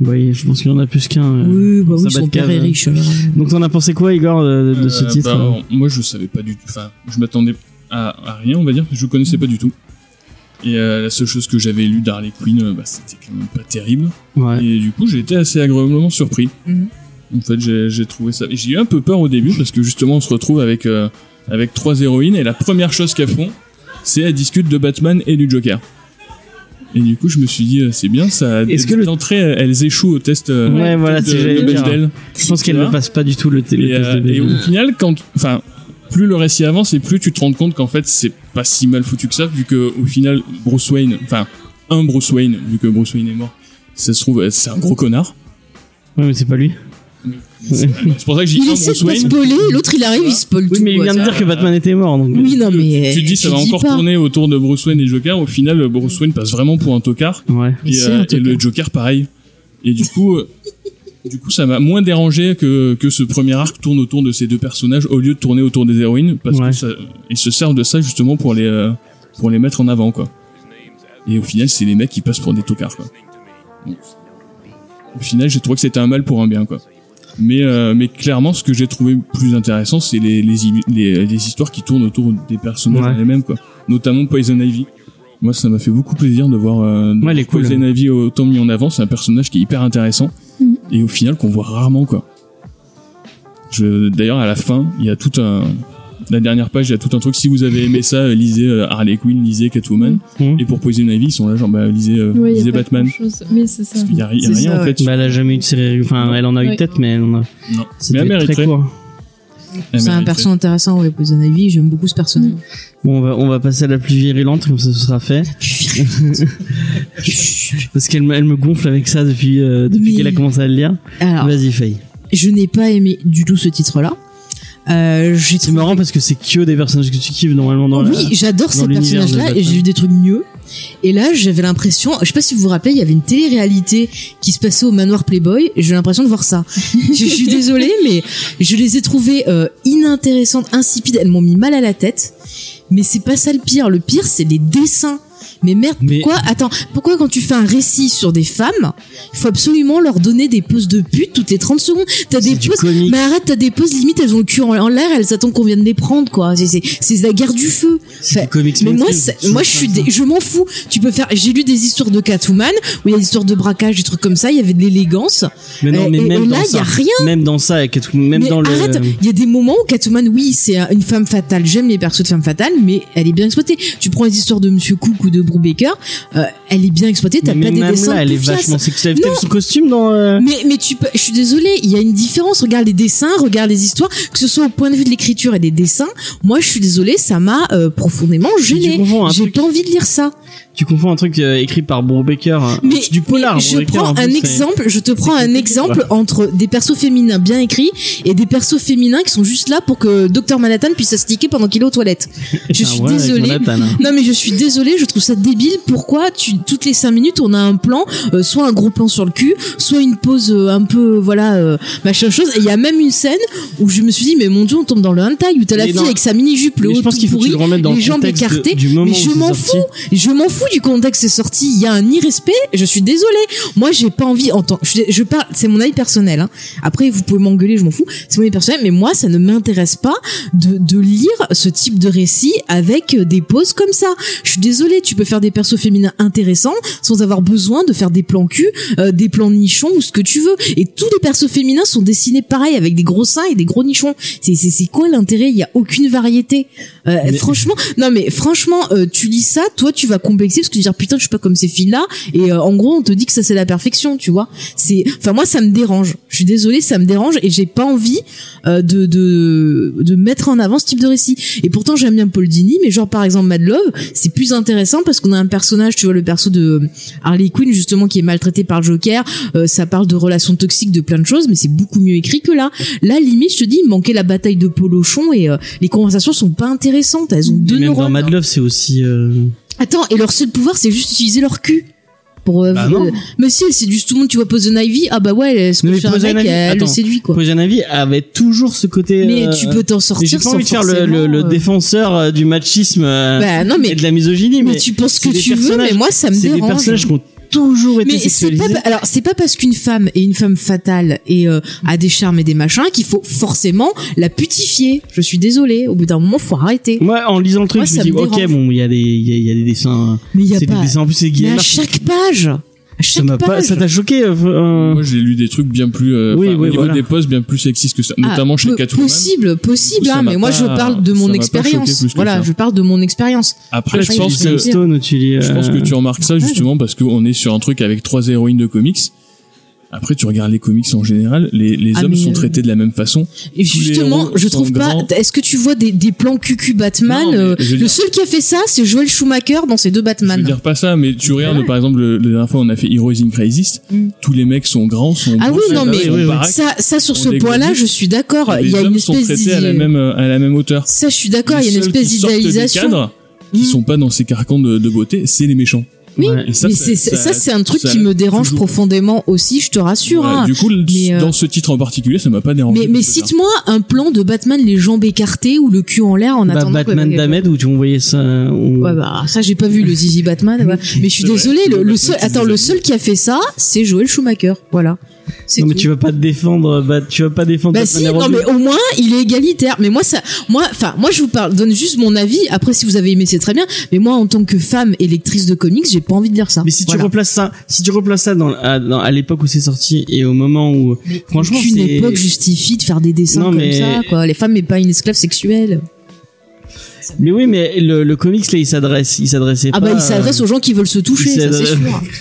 Oui, je pense qu'il y en a plus qu'un. euh. oui, bah ça oui, bat son de père cave. est riche. alors. Donc t'en as pensé quoi Igor euh, de, de ce Euh, titre bah, alors, Moi je savais pas du tout, enfin je m'attendais à, à rien on va dire, je le connaissais pas du tout. Et euh, la seule chose que j'avais lu d'Harley Quinn, euh, bah, c'était quand même pas terrible. Ouais. Et du coup j'ai été assez agréablement surpris. Mhm. En fait j'ai j'ai trouvé ça... et J'ai eu un peu peur au début parce que justement on se retrouve avec, euh, avec trois héroïnes et la première chose qu'elles font c'est elles discutent de Batman et du Joker. Et du coup, je me suis dit, euh, c'est bien, ça. Est-ce que le- d'entrée, elles échouent au test. euh, Ouais, voilà, de, c'est j'allais de dire. Bechdel. Je pense qu'elle ne passe pas du tout le, t- le Et, test euh, de et Bechdel. au final, quand, enfin, plus le récit avance et plus tu te rends compte qu'en fait c'est pas si mal foutu que ça, vu que au final Bruce Wayne, enfin un Bruce Wayne, vu que Bruce Wayne est mort, ça se trouve euh, c'est un gros connard. Ouais, mais c'est pas lui. C'est c'est pour ça que j'ai Il un essaie Bruce de pas Wayne. spoiler, l'autre il arrive, il spoil tout. Oui, mais il quoi, vient de bah, ça. dire que Batman était mort donc. Oui, non, mais. Tu te dis ça va encore pas. tourner autour de Bruce Wayne et Joker. Au final, euh, Bruce Wayne passe vraiment pour un tocard Ouais. Mais et, c'est euh, un et le tocard. Joker pareil. Et du coup. euh, Du coup, ça m'a moins dérangé que, que ce premier arc tourne autour de ces deux personnages au lieu de tourner autour des héroïnes, parce Ouais. que ça, ils se servent de ça justement pour les euh, pour les mettre en avant, quoi. Et au final, c'est les mecs qui passent pour des tocards, quoi. Bon. Au final, j'ai trouvé que c'était un mal pour un bien, quoi. Mais euh, mais clairement, ce que j'ai trouvé plus intéressant, c'est les les, illu- les les histoires qui tournent autour des personnages Ouais. les mêmes, quoi. Notamment Poison Ivy. Moi, ça m'a fait beaucoup plaisir de voir euh, de Ouais, elle est voir cool. Poison Ivy autant mis en avant. C'est un personnage qui est hyper intéressant Mm. et au final qu'on voit rarement, quoi. Je- D'ailleurs, à la fin, il y a tout un la dernière page, il y a tout un truc. Si vous avez aimé ça, euh, lisez euh, Harley Quinn, lisez Catwoman. Mhm. Et pour Poison Ivy, ils sont là, genre, bah, lisez, euh, Ouais, y a lisez pas Batman. grand-chose. Mais c'est ça. Parce qu'il y a, ri- y a C'est rien, ça, en fait. Bah, elle a jamais eu de série. Enfin, elle en a eu Ouais. peut-être, mais elle en a. non. Mais C'était elle hein. très mériterait. court. Elle C'est un mériterait. perso intéressant, ouais, Poison Ivy, j'aime beaucoup ce personnage. Bon, on va, on va passer à la plus virulente, comme ça ce sera fait. Parce qu'elle me- elle me gonfle avec ça depuis, euh, depuis Mais- qu'elle a commencé à le lire. Alors, Vas-y, Faye. je n'ai pas aimé du tout ce titre-là. Euh, j'ai C'est marrant parce que c'est que des personnages que tu kiffes normalement dans la- Oui, j'adore dans ces l'univers de personnages-là et Batman. j'ai vu des trucs mieux. Et là, j'avais l'impression, je sais pas si vous vous rappelez, il y avait une télé-réalité qui se passait au manoir Playboy et j'ai l'impression de voir ça. je suis désolée, mais je les ai trouvées euh, inintéressantes, insipides, elles m'ont mis mal à la tête. Mais c'est pas ça le pire, le pire c'est les dessins. Mais merde, Mais- pourquoi Attends, pourquoi quand tu fais un récit sur des femmes, il faut absolument leur donner des poses de pute toutes les 30 secondes T'as des C'est du poses comique. mais arrête, t'as des poses limite, elles ont le cul en, en l'air, elles attendent qu'on vienne les prendre, quoi. C'est- C'est c'est la guerre du feu. C'est Enfin, du comics mais moi, mainstream. c'est- moi, je suis, des- je m'en fous. Tu peux faire. J'ai lu des histoires de Catwoman où il y a des histoires de braquage, des trucs comme ça. Il y avait de l'élégance. Mais non, mais et- et même euh, là, dans y a ça. rien. Même dans ça, avec tout- même mais dans le. arrête, il y a des moments où Catwoman, oui, c'est euh, une femme fatale. J'aime les persos de femmes fatales, mais elle est bien exploitée. Tu prends les histoires de Monsieur Cook ou de Brubaker, euh, elle est bien exploitée. T'as mais pas des même dessins là, elle est poufias. vachement sexuelle. T'as vu son costume dans. euh, Mais, mais tu peux, je suis désolée, il y a une différence. Regarde les dessins, regarde les histoires, que ce soit au point de vue de l'écriture et des dessins. Moi, je suis désolée, ça m'a euh, profondément Tu gênée. confonds un J'ai truc- pas envie de lire ça. Tu confonds un truc euh, écrit par Brubaker. hein. Mais C'est du polar. mais je Brubaker, en prends plus, un c'est- exemple, je te prends un compliqué, exemple entre des persos féminins bien écrits et des persos féminins qui sont juste là pour que Dr Manhattan puisse s'astiquer pendant qu'il est aux toilettes. Je Putain, suis voilà, Ah avec désolée. Manhattan, hein. Non mais je suis désolée, je trouve ça débile. Pourquoi tu toutes les cinq minutes on a un plan, euh, soit un gros plan sur le cul, soit une pause euh, un peu voilà euh, machin chose. Et il y a même une scène où je me suis dit mais mon dieu on tombe dans le hentai où t'as la Mais fille non. avec sa mini jupe le Mais haut je pense tout qu'il faut que pourri, tu le remettes dans les le jambes contexte de- écartées. du moment mais où je c'est m'en sorti. fous. Je m'en fous du contexte c'est sorti. Il y a un irrespect. Je suis désolée. Moi j'ai pas envie. En tant, je, je parle. C'est mon avis personnel. hein. Après vous pouvez m'engueuler, je m'en fous. C'est mon avis personnel. Mais moi ça ne m'intéresse pas de, de lire ce type de récit avec euh, des poses comme ça. Je suis désolée, tu peux faire des persos féminins intéressants sans avoir besoin de faire des plans cul, euh, des plans nichons ou ce que tu veux. Et tous les persos féminins sont dessinés pareil avec des gros seins et des gros nichons. C'est c'est c'est quoi l'intérêt Il y a aucune variété. Euh, Mais- Franchement, non mais franchement, euh, tu lis ça, toi tu vas complexer parce que tu vas dire putain je suis pas comme ces filles là. Et euh, en gros on te dit que ça c'est la perfection, tu vois. C'est enfin moi ça me dérange. Je suis désolée, ça me dérange et j'ai pas envie euh, de, de, de mettre en avant ce type de récit. Et pourtant, j'aime bien Paul Dini, mais genre, par exemple, Mad Love, c'est plus intéressant parce qu'on a un personnage, tu vois, le perso de euh, Harley Quinn, justement, qui est maltraité par le Joker. Euh, ça parle de relations toxiques, de plein de choses, mais c'est beaucoup mieux écrit que là. Là, limite, je te dis, il manquait la bataille de Polochon et euh, les conversations sont pas intéressantes. Elles ont deux Et Même dans neurones. Mad Love, c'est aussi. euh, Attends, et leur seul pouvoir, c'est juste utiliser leur cul. Pour, euh, Bah non. euh, mais si, c'est juste tout le monde, tu vois, Poison Ivy, ah bah ouais, elle se Mais couche avec Poison un mec, Ivy, elle le attends. séduit, quoi. Poison Ivy avait toujours ce côté. Mais euh, tu peux t'en sortir mais J'ai pas sans envie de faire le, le- le forcément, euh, défenseur euh, du machisme euh, Bah non, et mais de la misogynie, mais, Mais tu penses c'est que des tu veux, mais personnages- moi ça me c'est des dérange. personnages qui ont toujours été mais c'est pas sexualisés. alors c'est pas parce qu'une femme est une femme fatale et euh, a des charmes et des machins qu'il faut forcément la putifier. Je suis désolée, au bout d'un moment faut arrêter. Moi, en lisant le truc, Moi, je me ça dis, me ok, dérange. bon, il y a des, il y a- il y a des dessins. Mais il y a C'est des pas dessins, en plus, c'est mais Guillemard. à chaque page, à Ça chaque m'a page. pas, ça t'a choqué, euh, euh, Moi, j'ai lu des trucs bien plus, euh, Oui, enfin, oui, au niveau voilà. des postes, bien plus sexistes que ça. Ah, Notamment chez peu- Catwoman. Possible, possible, Ça hein, m'a mais moi je pas- parle de ça mon m'a pas choqué expérience. plus que Voilà, ça. je parle de mon expérience. Après, Après, je il pense y a que, des je Stone, tu lis, euh, pense que tu remarques ça justement parce qu'on est sur un truc avec trois héroïnes de comics. Après, tu regardes les comics en général, les, les Ah, hommes mais, sont euh, traités de la même façon. Et Tous les justement, héros je sont trouve pas. grands. Est-ce que tu vois des, des plans cucu Batman Non, mais euh, je veux Le dire- seul qui a fait ça, c'est Joel Schumacher dans ses deux Je veux Batman. dire pas ça, mais tu regardes, par exemple, le- la dernière fois, on a fait Heroes in Crisis. Mm. Tous les mecs sont grands, sont Ah beaux, oui, sont non, bas, mais sont oui, oui. baraques. Ça, ça sur On ce les point-là, globule. je suis d'accord. les Il y a hommes une sont espèce traités à la d'idée- même euh, à la même hauteur. Ça, je suis d'accord, il y a Les une seuls espèce qui sortent des d'idéalisation. cadres, Qui Mm. sont pas dans ces carcans de, de beauté, c'est les méchants. Oui, Ouais. Et ça, mais ça- c'est- ça, ça- c'est un truc ça- qui me dérange toujours. profondément aussi, je te rassure. Voilà, hein. du hein. coup, le- mais, euh, dans ce titre en particulier, ça m'a pas dérangé. Mais, mais plus que ça. cite-moi un plan de Batman les jambes écartées ou le cul en l'air en bah, attendant. que- Batman d'Ahmed, où tu on voyait ça, euh, où- Ouais, bah, ça, j'ai pas vu le Zizi Batman. ouais. Mais je suis C'est vrai, désolée, c'est le, le le Batman seul, qui attends, nous le a seul qui a fait ça, c'est Joel Schumacher. Voilà. C'est non, mais tout. tu vas pas te défendre, bah, tu vas pas défendre Bah Batman si, et non Robin. mais au moins il est égalitaire. Mais moi ça, moi, enfin moi je vous parle, donne juste mon avis. Après si vous avez aimé c'est très bien. Mais moi en tant que femme et lectrice de comics, j'ai pas envie de lire ça. Mais si tu Hein, Voilà. replaces ça, si tu replaces ça dans, à, dans- à l'époque où c'est sorti et au moment où, franchement, Aucune c'est, époque justifie de faire des dessins Non, comme mais- ça quoi. Les femmes n'est pas une esclave sexuelle. Mais oui, mais le, le comics là, il s'adresse, il s'adressait Ah pas. bah il à- s'adresse aux gens qui veulent se toucher, il ça c'est s'adresse- sûr.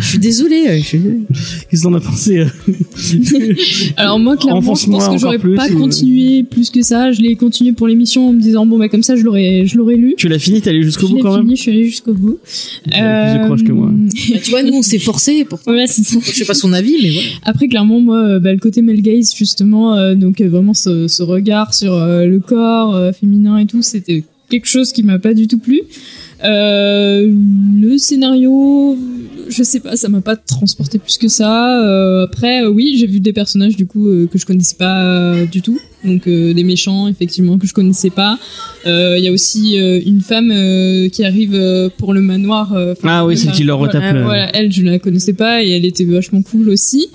Je suis désolée. euh, je suis- Qu'est-ce qu'on a pensé euh Alors moi clairement je Enfonce-moi pense que encore j'aurais plus, euh. pas ou- continué plus que ça. Je l'ai continué pour l'émission en me disant bon bah comme ça je l'aurais je l'aurais lu. Tu l'as fini, t'es allé jusqu'au Je bout l'ai quand même. fini, euh, je suis allée jusqu'au bout. T'as plus de croche que moi. Bah, tu vois, nous on s'est forcé pour. Voilà, c'est ça. Je sais pas son avis, mais voilà. Après, clairement, moi, euh, bah, le côté male gaze, justement, euh, donc euh, vraiment ce, ce regard sur euh, le corps euh, féminin et tout, c'était quelque chose qui m'a pas du tout plu. Euh, le scénario, je sais pas, ça m'a pas transporté plus que ça. Euh, après, euh, oui, j'ai vu des personnages du coup euh, que je connaissais pas euh, du tout, donc euh, des méchants effectivement que je connaissais pas. Euh, Il y a aussi euh, une femme euh, qui arrive euh, pour le manoir. euh, enfin, Ah oui, le celle qui leur manoir- retape. le- voilà, elle, je la connaissais pas et elle était vachement cool aussi.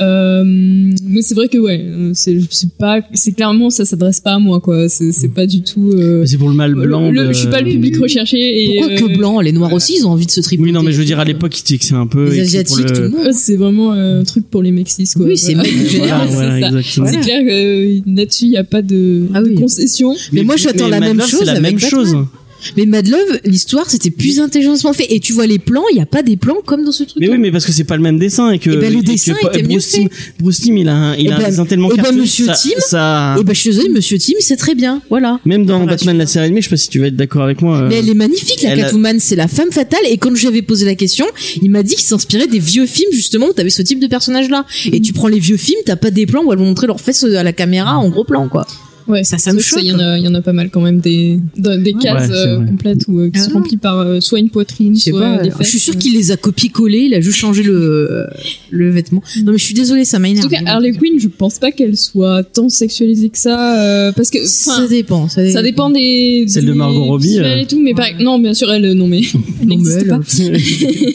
Euh, mais c'est vrai que ouais, euh, c'est c'est pas, c'est clairement ça s'adresse pas à moi quoi. C'est c'est pas du tout. euh, Mais C'est pour le mal le- blanc. le- de- je suis pas le public recherché. Et, Pourquoi que euh, blanc Les noirs aussi, ils ont envie de se tripoter. Oui, non, mais je veux dire, à l'époque, il dit que c'est un peu. les et que c'est pour asiatiques, tout le le- monde. euh, C'est vraiment euh, un truc pour les mexis quoi. Oui, c'est Voilà. mec en Voilà, général. voilà, c'est ça. Ah, exactement. C'est clair que euh, là-dessus il n'y a pas de, Ah de oui. concession. Mais moi, j'attends la Mad même Love, c'est chose La avec même Batman. chose. Mais Mad Love, l'histoire, c'était plus intelligemment fait. Et tu vois les plans, il n'y a pas des plans comme dans ce truc. Mais oui, mais parce que c'est pas le même dessin et que. Eh ben, le et que dessin Pa- était mieux Bruce fait. Timm, Bruce Timm, il a un, il Eh a un ben- dessin tellement eh ben, cartoon, Monsieur ça- Timm, ça- Et bah, je suis désolée, Monsieur Tim, c'est très bien. Voilà. Même dans Voilà, Batman la série animée, je sais pas si tu vas être d'accord avec moi. euh, Mais elle est magnifique, la elle a- Catwoman, c'est la femme fatale. Et quand j'avais posé la question, il m'a dit qu'il s'inspirait des vieux films, justement, où t'avais ce type de personnage-là. Et tu prends les vieux films, t'as pas des plans où elles vont montrer leurs fesses à la caméra en gros plan, quoi. Ouais, ça, ça me sauf que Il y, choque. en a- il y en a pas mal quand même des, dans- des cases c'est euh, vrai. complètes où, euh, qui Ah sont non. remplies par euh, soit une poitrine, Je sais soit pas, euh, des je suis fesses. sûre qu'il les a copié-collés, il a juste changé le, le vêtement. Non, mais je suis désolée, ça m'a En énervé. tout cas, Harley Quinn, je pense pas qu'elle soit tant sexualisée que ça, euh, parce que ça enfin, dépend, ça dépend. ça dépend des Celle des de Margot Robbie, visuels euh. et tout, mais par- non, bien sûr, elle, non mais elle Non, mais n'existe elle, hein. pas.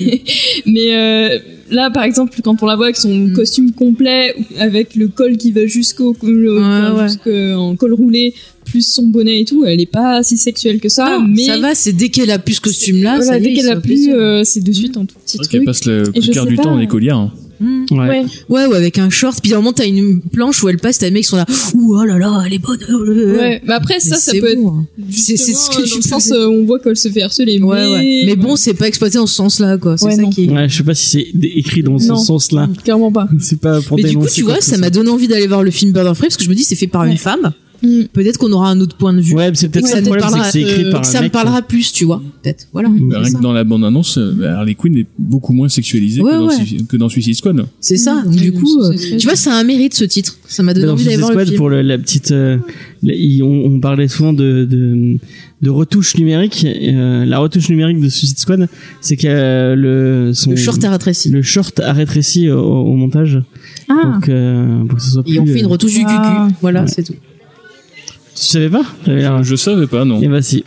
mais euh, là, par exemple, quand on la voit avec son Mm. costume complet, avec le col qui va jusqu'au le- Ouais, enfin, ouais. jusqu'en col roulé, plus son bonnet et tout, elle est pas si sexuelle que ça. Non, Ah, mais Ah, ça va, c'est dès qu'elle a plus ce costume-là, voilà, ça y est, dès il qu'elle se a fait plus, plaisir. euh, c'est de suite un tout petit C'est vrai qu'elle truc. passe le Et je plus quart sais du pas, temps dans les euh, collières. hein. Mm. ouais. Ouais. Ouais, ouais, avec un short. Puis à un moment, t'as une planche où elle passe, t'as les mecs qui sont là. Ouh, oh là là, elle est bonne. oh là là. Ouais, mais après Mais ça, ça c'est peut être bon, hein. C'est- c'est ce Justement, que euh, je dans le me sens faisais. euh, on voit qu'elle se fait harceler. Mais, Ouais, ouais. Mais bon, c'est pas exploité en ce sens-là, quoi. C'est Ouais, ça non. qui est. Ouais, je sais pas si c'est dé- écrit dans Non. ce sens-là. clairement pas. C'est pas pour Mais du coup, dénoncer tu quoi vois, que ça ce m'a donné envie d'aller voir le film Bird of Prey parce que je me dis, c'est fait par Ouais. une femme. Mm. Peut-être qu'on aura un autre point de vue. soit. Ouais, mais c'est peut-être Ouais, ça le peut-être problème, c'est que parlera, c'est écrit euh, par Donc un ça me mec, Mm. parlera plus, tu vois. Peut-être. Voilà. Bah, C'est rien que ça. dans la bande-annonce, euh, bah, Harley Quinn est beaucoup moins sexualisée Ouais, que, dans ouais. Suicide- que dans Suicide Squad. C'est ça. Donc, Ouais, du je coup, euh, sais ce que c'est. tu vois, ça a un mérite ce titre. Ça m'a donné euh, Dans envie d'aller Suicide voir le Squad, film. pour le- la petite, euh, la- ils- on, on parlait souvent de, de, de retouche numérique. et, euh, la retouche numérique de Suicide Squad, c'est que euh, le son Le short à rétréci. le short a rétréci au, au montage, Ah. donc euh, pour que ce soit plus. Et on fait une euh, retouche du Ah. cucu. Voilà, Ouais. c'est tout. Tu savais pas T'avais l'air- Je savais pas, non. Eh ben si,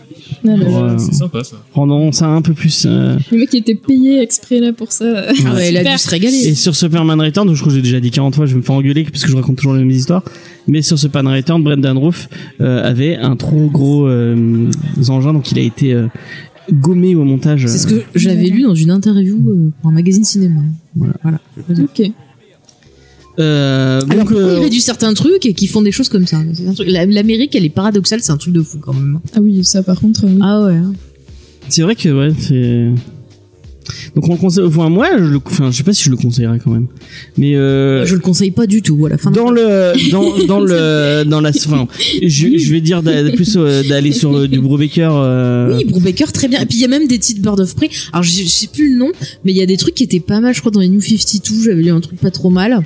Alors, Ouais. C'est sympa ça. rendons ça un peu plus. euh, Le mec qui était payé exprès là pour ça. Ah ouais, elle a Super. dû se régaler. Et sur Superman Return, je crois que j'ai déjà dit 40 fois, je vais me faire engueuler parce que je raconte toujours les mêmes histoires. Mais sur Superman Return, Brendan Roof euh, avait un trop gros euh, engin, donc il a été euh, gommé au montage. C'est ce que j'avais lu dans une interview euh, pour un magazine cinéma. Voilà. Ok. Euh, donc, Alors pourquoi euh, ils réduisent certains trucs et qui font des choses comme ça C'est un truc- la- L'Amérique, elle est paradoxale, c'est un truc de fou quand même. Ah oui, ça par contre. euh, oui. Ah ouais. c'est vrai que ouais, c'est. Donc on le conseille. Enfin, moi, je le, enfin, je sais pas si je le conseillerais quand même. Mais euh, Je le conseille pas du tout. Voilà. Fin de- dans le dans dans le dans la enfin, je, je vais dire d'a- plus euh, d'aller sur euh, du Brubaker euh, Oui, Brubaker, très bien. Et puis il y a même des titres Bird of Prey. Alors je je sais plus le nom, mais il y a des trucs qui étaient pas mal. Je crois dans les New 52, j'avais lu un truc pas trop mal.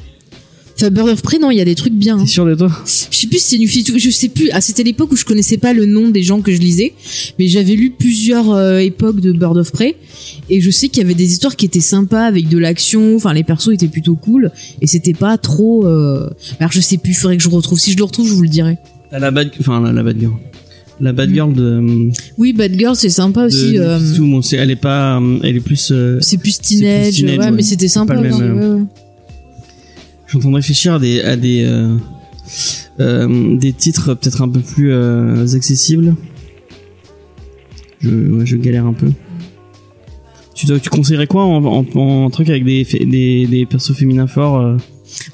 Enfin, Bird of Prey, non, il y a des trucs bien. hein. T'es sûr de toi Je sais plus si c'est New 52, je sais plus. Ah, c'était l'époque où je connaissais pas le nom des gens que je lisais, mais j'avais lu plusieurs euh, époques de Bird of Prey et je sais qu'il y avait des histoires qui étaient sympas avec de l'action, enfin les persos étaient plutôt cool et c'était pas trop euh, alors je sais plus, faudrait que je retrouve. Si je le retrouve, je vous le dirai. T'as la bad, enfin la, la bad girl, la bad girl de. euh, Oui, Bad Girl, c'est sympa Mm. aussi. de euh, Netflix, bon, c'est- elle est pas, euh, elle est plus. euh, c'est plus teenage, teenage, ouais, ouais. mais c'était sympa. le même, aussi, euh, ouais, ouais. J'entends réfléchir à des, à des, euh, euh, des titres peut-être un peu plus euh, accessibles. Je, ouais, je galère un peu. Tu, dois- tu conseillerais quoi en, en, en truc avec des, fé- des, des persos féminins forts euh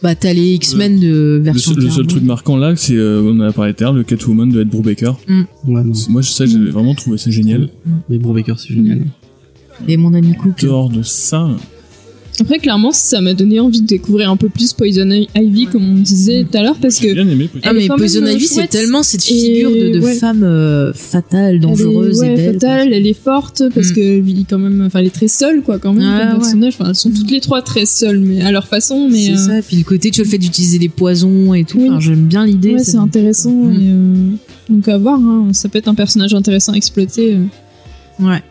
bah t'as les X-Men de euh, Le version seul, le seul truc marquant là, c'est, euh, on en a parlé tout à l'heure, le Catwoman de Ed Brubaker. Ouais, non. C'est- Moi, ça, j'avais vraiment trouvé ça Mm. génial. Mais Brubaker, c'est génial. et mon ami Cook Dehors de ça, Après, clairement, ça m'a donné envie de découvrir un peu plus Poison Ivy, comme on disait tout à l'heure, parce j'ai que bien aimé. peut-être. ah Elle est mais quand Poison même Ivy c'est chouette. tellement cette Et figure de, de ouais. femme euh, fatale dangereuse elle est, et ouais, belle fatale, elle est forte parce Mm. que Billy, quand même, enfin, elle est très seule, quoi, quand même, Ouais, comme ouais. Mm. personnage. Enfin, elles sont toutes les trois très seules, mais à leur façon, mais. c'est euh, ça puis le côté tu vois, le fait d'utiliser les poisons et tout Oui. enfin, j'aime bien l'idée Ouais, ça- c'est intéressant. Mm. et, euh, donc à voir, hein, ça peut être un personnage intéressant à exploiter. euh. ouais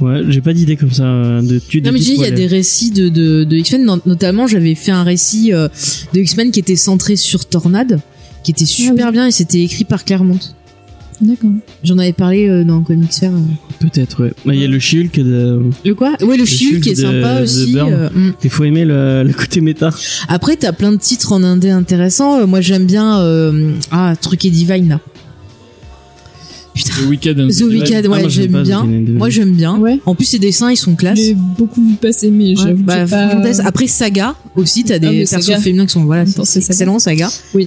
Ouais, j'ai pas d'idée comme ça euh, de tu Non mais je dis, il y a des récits de, de, de X-Men, non- notamment j'avais fait un récit euh, de X-Men qui était centré sur Tornade, qui Ah était super bien et c'était écrit par Claremont. D'accord. J'en avais parlé euh, dans Comics Fair. euh. Peut-être, ouais. Bah, Il y a le Shulk de. Le quoi Ouais, le Chiu Shield qui est de- sympa de aussi. Byrne. euh, hum. Il faut aimer le, le côté méta. Après, t'as plein de titres en indé intéressants. Euh, Moi, j'aime bien euh, ah Truc et Divine là. Putain. The Wicked and The Wicked, Ah, ouais, moi, j'aime j'aime pas The bien. Wicked and the Moi, Divine. j'aime bien. Ouais. En plus, ces dessins, ils sont classe. J'ai beaucoup vu passer, mais Ouais, j'avoue bah, que j'ai pas... fantasme. Après, Saga aussi, t'as Ah, des mais persos Saga. féminins qui sont voilà, Attends, c'est c'est Saga. excellent Saga. Ouais,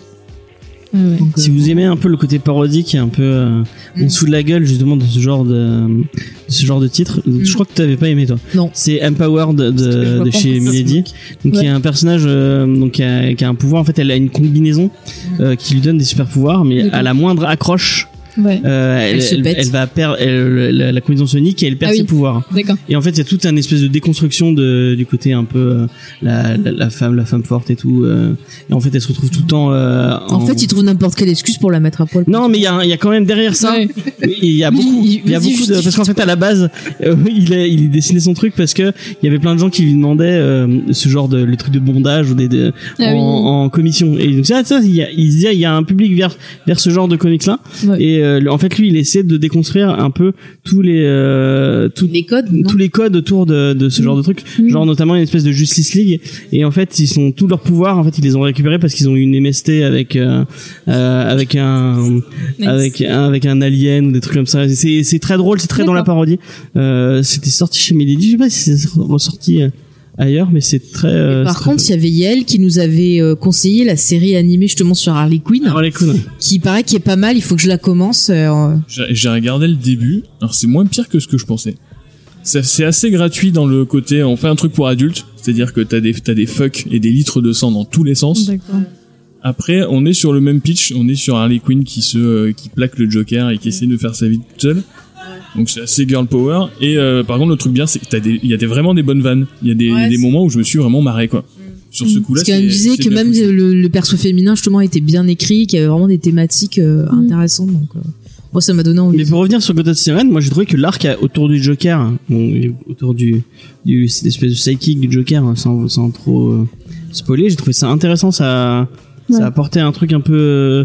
ouais. Donc, Si euh, vous aimez un peu le côté parodique et un peu euh, en Mm. dessous de la gueule justement de ce genre de, de ce genre de titre, euh, je crois que t'avais pas aimé toi. Mm. Non. C'est Empowered de, que je vois de pas chez en fait, ça se Milady, donc qui Ouais. est un personnage euh, donc qui a, qui a un pouvoir. En fait, elle a une combinaison Mm. euh, qui lui donne des super pouvoirs, mais D'accord. à la moindre accroche, Ouais, euh, elle, se pète. va perdre elle- la, la combinaison sonique et elle perd Ah ses oui. pouvoirs. d'accord. Et en fait, il y a toute une espèce de déconstruction de, du côté un peu euh, la, la, la femme, la femme forte et tout. euh, et en fait, elle se retrouve tout le temps. euh, En fait, ils trouvent n'importe quelle excuse pour la mettre à poil. Non, mais il y, a un- il y a quand même derrière ça. Ouais. Il y a beaucoup, il- il y a vas-y, beaucoup de, justifie. parce qu'en fait à la base, euh, il a, il dessinait son truc parce que il y avait plein de gens qui lui demandaient euh, ce genre de le truc de bondage ou des, de- Ah en, oui. en commission. Et donc ça, ça, il y a, il se disait, il y a un public vers vers ce genre de comics là. Ouais. Et euh, en fait lui, il essaie de déconstruire un peu tous les euh, tout- Les codes, non tous les codes autour de, de ce genre de truc Mmh. Mm. genre notamment une espèce de Justice League et en fait ils sont tous leurs pouvoirs en fait ils les ont récupérés parce qu'ils ont eu une MST avec euh, euh, avec un Nice. avec un, avec un alien ou des trucs comme ça. C'est c'est très drôle, c'est très dans la D'accord. parodie. Euh, c'était sorti chez Milady, je sais pas si c'est ressorti euh, ailleurs, mais c'est très. euh, Et par c'est très- contre, il y avait Yael qui nous avait euh, conseillé la série animée justement sur Harley Quinn, Ah, les couilles, ouais. qui paraît qui est pas mal. Il faut que je la commence. euh, J'ai j'ai regardé le début. Alors c'est moins pire que ce que je pensais. Ça- C'est assez gratuit dans le côté on fait un truc pour adultes, c'est-à-dire que t'as des t'as des fucks et des litres de sang dans tous les sens. D'accord. Après on est sur le même pitch, on est sur Harley Quinn qui se euh, qui plaque le Joker et qui Mm. essaie de faire sa vie toute seule. Donc c'est assez girl power. Et euh, par contre le truc bien c'est que t'as des il y a des, vraiment des bonnes vannes. Il y a des, Ouais, des c'est- Mm. moments où je me suis vraiment marré quoi. Sur ce coup-là. parce qu'elle me c'est- disait c'est que bien même foutu. le, le perso féminin justement était bien écrit, qu'il y avait vraiment des thématiques euh, Mm. intéressantes. Donc, euh, moi, ça m'a donné Mais envie. pour revenir sur God of Siren, moi j'ai trouvé que l'arc a- autour du Joker, hein, bon, et autour du, du cette espèce de psychic du Joker, hein, sans, sans trop euh, spoiler, j'ai trouvé ça intéressant, ça, Ouais. ça apportait un truc un peu euh,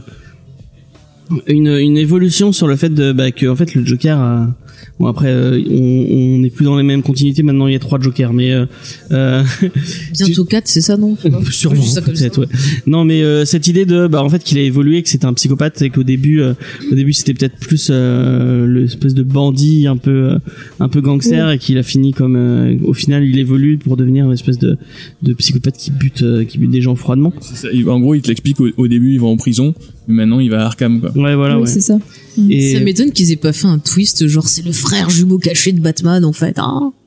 une, une évolution sur le fait de bah, que en fait le Joker, a- bon après euh, on on n'est plus dans les mêmes continuités, maintenant il y a trois Jokers, mais euh, euh, Bientôt 4 c'est ça non Sûrement, Juste ça comme peut-être, ça. ouais. Non, mais euh, cette idée de, bah, en fait, qu'il a évolué, que c'était un psychopathe et qu'au début, euh, au début, c'était peut-être plus euh, l'espèce de bandit un peu, euh, un peu Mm. gangster et qu'il a fini comme, euh, au final, il évolue pour devenir une espèce de, de psychopathe qui bute, euh, qui bute des gens froidement. C'est ça. Il- En gros il te l'explique au, au début il va en prison, mais maintenant il va à Arkham quoi. Ouais, voilà, Oui, ouais. c'est ça. Ça Et m'étonne qu'ils aient pas fait un twist genre c'est le frère jumeau caché de Batman en fait. hein. Ah.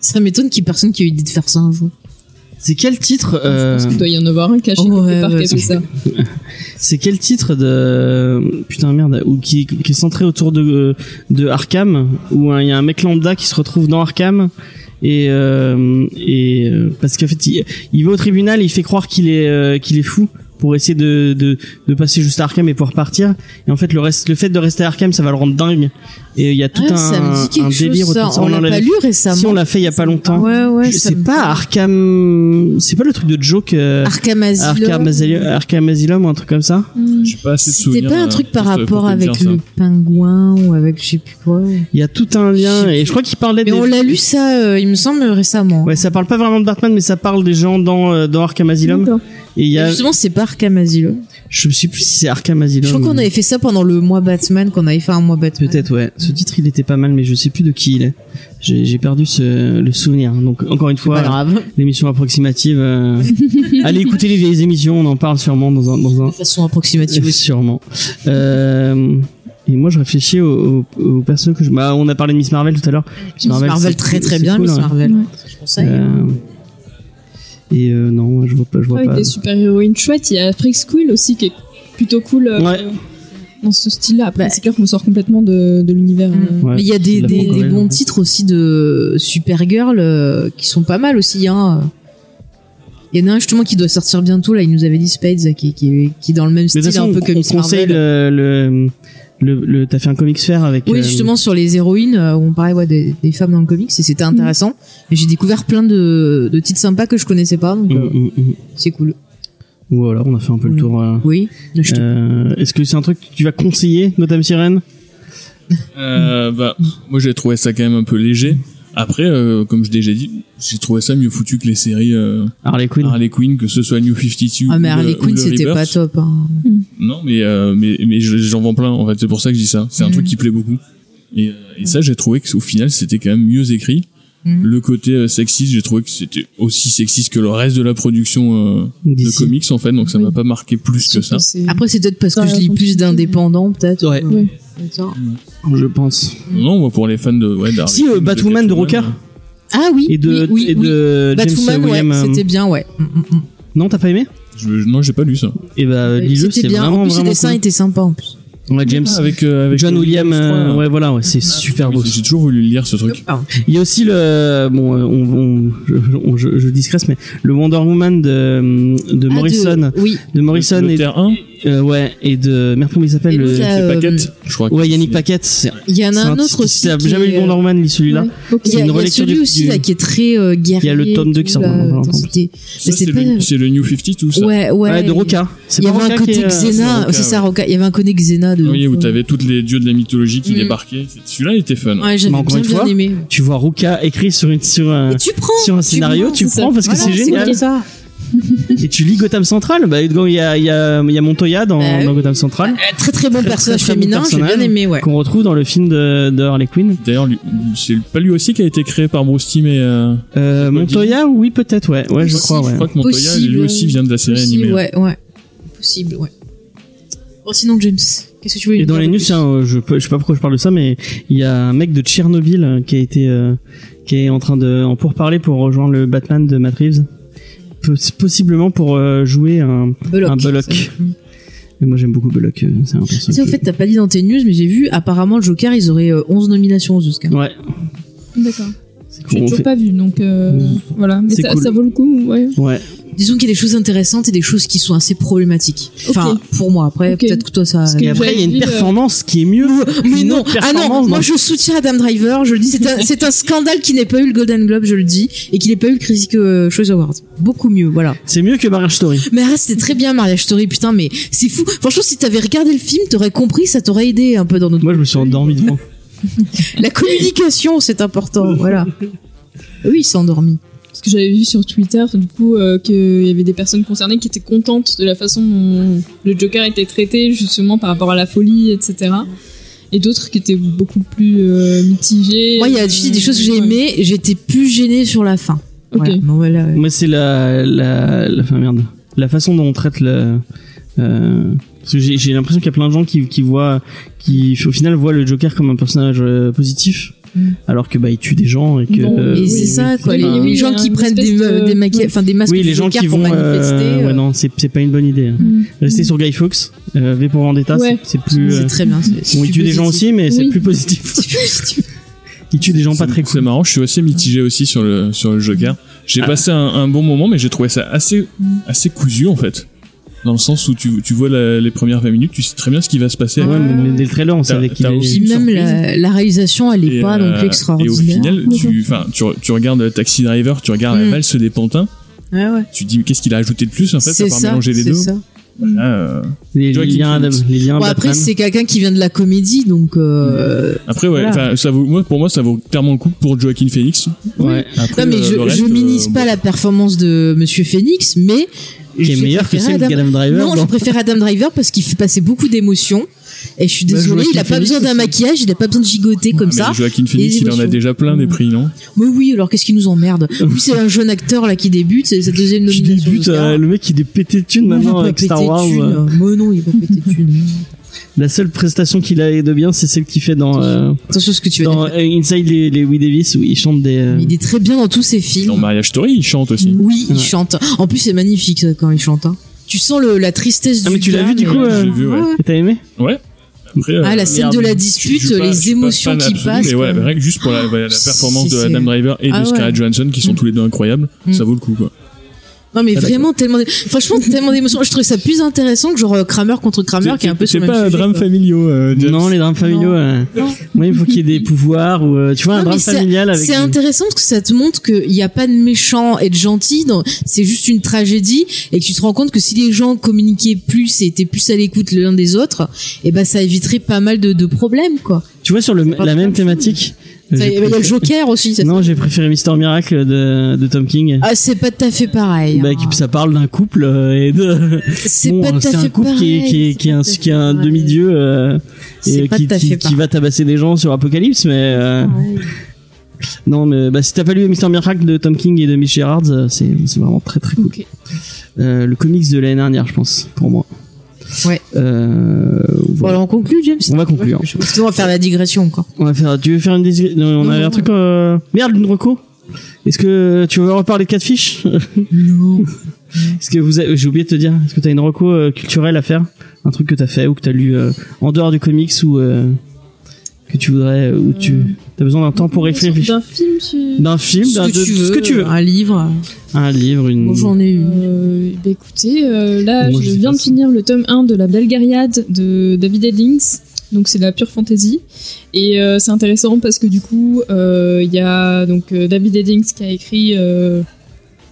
ça m'étonne qu'il y ait personne qui ait eu l'idée de faire ça un jour. c'est quel titre, Je euh, pense qu'il doit y en avoir un caché Ouais, quelque part ouais, quelque c'est- part. c'est quel titre de, putain, merde, ou qui, qui est centré autour de, de Arkham, où hein, il y a un mec lambda qui se retrouve dans Arkham, et euh, et euh, parce qu'en fait il, il va au tribunal et il fait croire qu'il est euh, qu'il est fou pour essayer de, de de passer juste à Arkham et pouvoir partir et en fait le reste le fait de rester à Arkham ça va le rendre dingue et il y a tout Ah, un, ça me dit quelque un chose, délire ça. autour de ça. On l'a en pas a- lu récemment. si on l'a fait il y a pas longtemps Ouais ouais. Je- ça c'est me- pas Arkham c'est pas le truc de Joke euh, Arkham Asylum. Mm. Arkham Asylum, Arkham Asylum ou un truc comme ça J'ai pas assez de C'était souvenirs. pas un euh, truc par pour te- pour rapport te dire avec ça. le pingouin ou avec je sais plus quoi. il y a tout un lien et je crois qu'il parlait Mais des- on l'a lu ça, euh, il me semble, récemment. ouais ça parle pas vraiment de Batman mais ça parle des gens dans euh, dans Arkham Asylum D'accord. et il y a Justement, c'est pas Arkham Asylum. Je sais plus si c'est Arkham Asylum. Je crois qu'on ou- avait fait ça pendant le mois Batman, qu'on avait fait un mois Batman. Peut-être, ouais. Ce titre, il était pas mal, mais je sais plus de qui il est. J'ai j'ai perdu ce, le souvenir. Donc, encore une Pas fois, grave. l'émission approximative. euh, Allez écouter les vieilles émissions, on en parle sûrement dans un. Dans un... De façon approximative. Sûrement. Euh, Et moi, je réfléchis aux, aux, aux personnes que je. Bah, on a parlé de Miss Marvel tout à l'heure. Miss Marvel, c'est- très très c'est bien, cool, hein. Miss ouais. Marvel. Ouais. Je conseille. Euh, Et euh, non, moi, je vois pas. Je Ah vois Avec pas. des super-héroïnes chouettes, il y a Freak Squill aussi qui est plutôt cool euh, Ouais. dans ce style-là. Après, Bah. c'est clair qu'on sort complètement de, de l'univers. euh, Ouais, Mais il y a c'est des, de la des- des franco-belge, bons ouais. titres aussi de Supergirl euh, qui sont pas mal aussi. Hein. Il y en a un justement qui doit sortir bientôt. Là, il nous avait dit Spades là, qui, qui, qui est dans le Mais même de style, toute façon, un peu on- comme on Miss conseille Marvel. le. le... Le, le- t'as fait un comics faire avec Oui, euh, justement sur les héroïnes, euh, on parlait ouais, des, des femmes dans le comics et c'était intéressant. Et j'ai découvert plein de, de titres sympas que je connaissais pas, donc mm, euh, mm, mm. c'est cool. Voilà, on a fait un peu le Oui. tour. euh. Oui, je te- Euh, Est-ce que c'est un truc que tu vas conseiller, Gotham Sirène Euh, bah, moi j'ai trouvé ça quand même un peu léger. Après, euh, comme je l'ai déjà dit, j'ai trouvé ça mieux foutu que les séries euh, Harley Quinn Harley Quinn, que ce soit New 52 Ah mais ou le- Harley ou le Quinn c'était pas Rebirth. top. Hein. Non, mais euh, mais mais je- j'en vends plein. En fait, c'est pour ça que je dis ça. C'est un Mhm. truc qui plaît beaucoup. Et, euh, et ça, j'ai trouvé que au final, c'était quand même mieux écrit. Mhm. Le côté euh, sexiste, j'ai trouvé que c'était aussi sexiste que le reste de la production euh, de d'ici. comics en fait. Donc ça Oui. m'a pas marqué plus que surtout, ça. c'est- Ah, Après c'est peut-être parce que Ouais, je lis comme tu plus dis. d'indépendants peut-être. Ouais. euh, Ouais. peut-être. je pense. Non, moi pour les fans de ouais, d'Harley Si, Quinn, euh, de Batwoman de Rocker. Ah oui. Et de, oui, oui, et oui. de James Batwoman, ouais, William. euh, c'était bien, ouais. Mm, mm, mm. Non, t'as pas aimé Je, non, j'ai pas lu ça. Et bah, lis-le, c'est C'était bien. vraiment, en plus, les vraiment dessins cool. étaient sympas en plus. Ouais, James. Ah, avec, euh, avec John le- William, je crois, Ah, euh, là. ouais, voilà, ouais, c'est super beau. Oui, J'ai toujours voulu lire ce truc. Pardon. Il y a aussi le, bon, euh, on, on- je, on- je, je discrète, mais le Wonder Woman de, de Ah, Morrison, de, de- Oui. Morrison le et, Terre 1, euh, ouais, et de, merde, comment il s'appelle Et l'autre, le, là, c'est euh, Paquette, je crois. que ouais, Yannick c'est- Paquette, c'est, Il y en a c'est un autre titre, si aussi. t'as qui jamais lu est- euh, Wonder Woman, lis celui-là. Ouais. Ok. Il y a, une il y a relecture celui du- aussi du- là qui est très euh, guerrier. Il y a le tome deux qui tout, sort là, maintenant, attends, par c'était- Ça, c'est c'est pas- le, c'est le New 52 ça. Ouais, ouais. Ouais, de Roca. C'est Il y pas avait un Roca qui côté est, euh, c'est Xena, Roca, c'est ça, ouais. Roca. Il y avait un côté Xena de. hein. Oui, où t'avais tous les dieux de la mythologie qui Mhm. débarquaient. Celui-là, il était fun. Ouais, Mais j'avais encore bien, une fois, euh, bien aimé. Tu vois Ruka écrit sur une sur un, Et tu prends sur un tu scénario, prends, tu c'est prends ça. parce que Voilà, c'est génial. comme ça. Et tu lis Gotham Central. Bah, il y a, il y a, il y a Montoya dans, Bah oui. dans Gotham Central Euh, Très très bon Très, personnage très bon féminin, j'ai bien personnage. aimé, ouais. qu'on retrouve dans le film de, de Harley Quinn. D'ailleurs, lui- c'est pas lui aussi qui a été créé par Bruce Timm et. euh, Euh, Montoya, oui peut-être, ouais, ouais, je aussi, crois, Je ouais. crois que Montoya, Possible, lui aussi, vient de la série Possible, animée. ouais, ouais. Possible, ouais. Bon, sinon, James, qu'est-ce que tu voulais Et nous dans dire les de news, plus tiens, euh, je, peux- je sais pas pourquoi je parle de ça, mais il y a un mec de Tchernobyl euh, qui a été, euh, qui est en train de, en pourparler pour rejoindre le Batman de Matt Reeves, Poss- possiblement pour euh, jouer un. Bullock. un Bullock. Ça. Mm. Mais moi j'aime beaucoup Bullock, euh, c'est un Tu sais, personnage. au fait, t'as pas dit dans tes news, mais j'ai vu, apparemment, le Joker, ils auraient euh, 11 nominations aux Oscars. ouais, D'accord. c'est J'ai qu'on toujours fait. pas vu, donc euh, Mmh. voilà. Mais C'est ça, cool. ça vaut le coup, ouais. Ouais. Disons qu'il y a des choses intéressantes et des choses qui sont assez problématiques. Ok. Enfin, pour moi, après, Ok. peut-être que toi, ça... Parce que- Et après, il y a une J'avais vu, euh, performance qui est mieux. Mais Une non, autre ah non, performance moi dans- je soutiens Adam Driver, je le dis, c'est un, c'est un scandale qu'il n'ait pas eu le Golden Globe, je le dis, et qu'il n'ait pas eu le Critics euh, Choice Awards. Beaucoup mieux, voilà. C'est mieux que Marriage Story. Mais arrête, c'était très bien Marriage Story, putain, mais c'est fou. Franchement, si t'avais regardé le film, t'aurais compris, ça t'aurait aidé un peu dans notre. Moi, je me suis endormi devant. La communication, c'est important, voilà. Oui, il s'est endormi. Parce que j'avais vu sur Twitter, du coup, euh, qu'il y avait des personnes concernées qui étaient contentes de la façon dont le Joker était traité, justement par rapport à la folie, etc. Et d'autres qui étaient beaucoup plus euh, mitigées. Moi, il y a juste des choses que j'ai euh, Ouais. aimées, j'étais plus gênée sur la fin. Ok. Euh, Voilà. Bon, voilà, ouais. Moi, c'est la, la, la, enfin, merde. La façon dont on traite le, euh, parce que j'ai j'ai l'impression qu'il y a plein de gens qui, qui voient, qui au final voient le Joker comme un personnage euh, positif, Mm. alors que bah il tue des gens et que. Non, euh, Mais oui, c'est oui, ça, oui. quoi. Les, Oui, les oui, gens il y a qui une prennent des, espèce me- de- des, maquilla- enfin, des masques Oui, de les gens Joker qui pour vont. euh, manifester. euh, Mm. ouais, non, c'est c'est pas une bonne idée. Mmh. Rester sur Guy Fawkes, euh, V pour Vendetta, Ouais. c'est- c'est plus. euh, C'est très bien. c'est- c'est Bon, il tue des gens positif. aussi, mais c'est Oui. plus positif. C'est positif. Il tue des gens pas C'est- très C'est cool. marrant, je suis assez mitigé aussi sur le, sur le Joker. J'ai passé un, un bon moment, mais j'ai trouvé ça assez, assez cousu en fait. Dans le sens où tu, tu vois la- les premières 20 minutes, tu sais très bien ce qui va se passer. Ouais, mais, mais dès le trailer, on T'as- savait qu'il t'as allait- aussi- Puis une même surprise. la, la réalisation, elle est Et, pas euh, non plus extraordinaire. Et au final, tu, D'accord. enfin, tu, re- tu regardes Taxi Driver, tu regardes Mm. la valse des pantins, Ouais, ouais. tu te dis mais qu'est-ce qu'il a ajouté de plus en fait, à C'est part ça. mélanger les C'est deux. ça. Voilà, euh, les, Joaquin liens, Adam- Phoenix. les liens Bon, Batman. après, c'est quelqu'un qui vient de la comédie, donc. Euh... Après, ouais, Voilà. enfin, ça vaut, moi, pour moi, ça vaut clairement le coup pour Joaquin Phoenix. Ouais. Après, Non, mais euh, je, le reste, je euh, minimise bon. pas la performance de Monsieur Phoenix, mais qui est J'ai meilleure que préféré celle de Adam- Adam Driver. Non, dans- je préfère Adam Driver parce qu'il fait passer beaucoup d'émotions. Et je suis Bah, désolée, Joaquin il a pas Phoenix besoin d'un aussi. maquillage, il a pas besoin de gigoter comme Ah, Ah, Mais ça. Joaquin Phoenix, les il en a émotions. déjà plein des prix, non Mais oui, alors qu'est-ce qui nous emmerde Lui, c'est un jeune acteur là qui débute, c'est sa deuxième Qui nomination. Euh, débute, Oscar. euh, le mec il est pété de thunes Il va maintenant pas avec Star péter de Wars. thunes. hein. euh. Mais non, il va péter de thunes. La seule prestation qu'il a de bien, c'est celle qu'il fait dans, euh, Attention à ce que tu vas dans dire. euh, Inside les, les Wee Davis où il chante des. euh, Il est très bien dans tous ses films. Dans Marriage Story, il chante aussi. Oui, il Ouais. chante. En plus, c'est magnifique ça, quand il chante. hein. Tu sens le, la tristesse Ah, du mais tu l'as gars, vu, du coup, euh, J'ai vu, ouais. Et T'as aimé Ouais. Après, euh, Ah, la scène de la je- je dispute, suis pas- je les suis pas émotions fan qui absolu, passent. Mais ouais, quoi. mais rien que juste pour la, la- la C'est- performance de c'est- Adam Driver et Ah de ouais. Scarlett Johansson, qui sont tous les deux incroyables, Mm. ça vaut le coup, quoi. Non mais Ah, vraiment tellement, d'é- franchement tellement d'émotions. Je trouvais ça plus intéressant que genre euh, Kramer contre Kramer qui est un peu sur C'est le même pas un sujet, drame quoi. familiaux, euh, James. Non, les drames familiaux. euh, Non. Moi, il faut qu'il y ait des pouvoirs ou euh, tu vois un Non, mais drame c'est- familial avec. C'est intéressant parce que ça te montre qu'il n'y a pas de méchant et de gentil. dans- C'est juste une tragédie et que tu te rends compte que si les gens communiquaient plus et étaient plus à l'écoute l'un des autres, et ben ça éviterait pas mal de, de problèmes quoi. Tu vois sur le, pas la tout même à fait. thématique. euh, Ça- j'ai Il y a le préféré- Joker aussi. ça- Non, j'ai préféré Mister Miracle de, de Tom King. Ah c'est pas tout à fait pareil. Bah, hein. qui- ça parle d'un couple euh, et de C'est Bon, hein, pas tout à c'est fait un couple qui est, pareil, qui est, qui est un, c'est pas qui est un tout à fait demi-dieu euh, C'est et pas qui, tout à qui- fait qui va tabasser des gens sur Apocalypse mais euh, pareil. non mais bah, si t'as pas lu Mister Miracle de Tom King et de Mitch Gerards euh, c'est c'est vraiment très très cool Ok. Euh, le comics de l'année dernière je pense pour moi Ouais. Euh, Bon, voilà. alors on conclut James. on hein. va conclure Je pense qu'on va faire la digression encore. on va faire tu veux faire une dési- non, on Non, avait non, un truc euh, merde une reco est-ce que tu veux reparler de quatre fiches Non. Est-ce que vous, avez- j'ai oublié de te dire, est-ce que t'as une reco euh, culturelle à faire, un truc que t'as fait ou que t'as lu euh, en dehors du comics ou euh, que tu voudrais euh, ou tu t'as besoin d'un temps pour réfléchir, D'un film, tu. d'un film, d'un bah, de ce que tu veux, Mm. Un livre. un livre, une. Moi j'en ai eu. Euh, bah écoutez, euh, là, Moi, je je sais viens pas de ça. finir le tome 1 de La Belgariade de David Eddings. Donc, c'est de la pure fantasy. Et euh, c'est intéressant parce que du coup, euh, il y a donc euh, David Eddings qui a écrit, euh,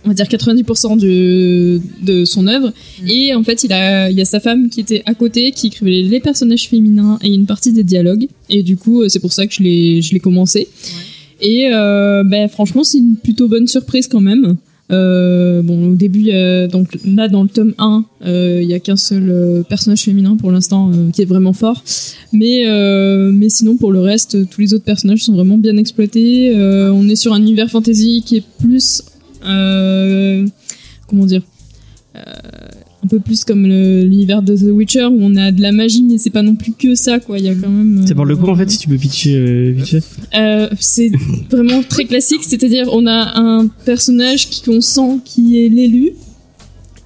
on va dire, 90% du- de son œuvre. Mm. Et en fait, il, a, il y a sa femme qui était à côté, qui écrivait les personnages féminins et une partie des dialogues. Et du coup, euh, c'est pour ça que je l'ai je l'ai commencé. Et euh, ben, franchement, c'est une plutôt bonne surprise quand même. Euh, bon, au début, euh, donc là dans le tome 1, euh, il y a qu'un seul euh, personnage féminin pour l'instant euh, qui est vraiment fort. Mais, euh, mais sinon, pour le reste, tous les autres personnages sont vraiment bien exploités. Euh, on est sur un univers fantasy qui est plus. euh, comment dire Euh, Un peu plus comme le- l'univers de The Witcher où on a de la magie, mais c'est pas non plus que ça, quoi. Il y a quand même. euh, Ça parle de quoi en fait si tu peux pitcher euh, vite fait euh, c'est vraiment très classique, c'est-à-dire on a un personnage qui qu'on sent qui est l'élu.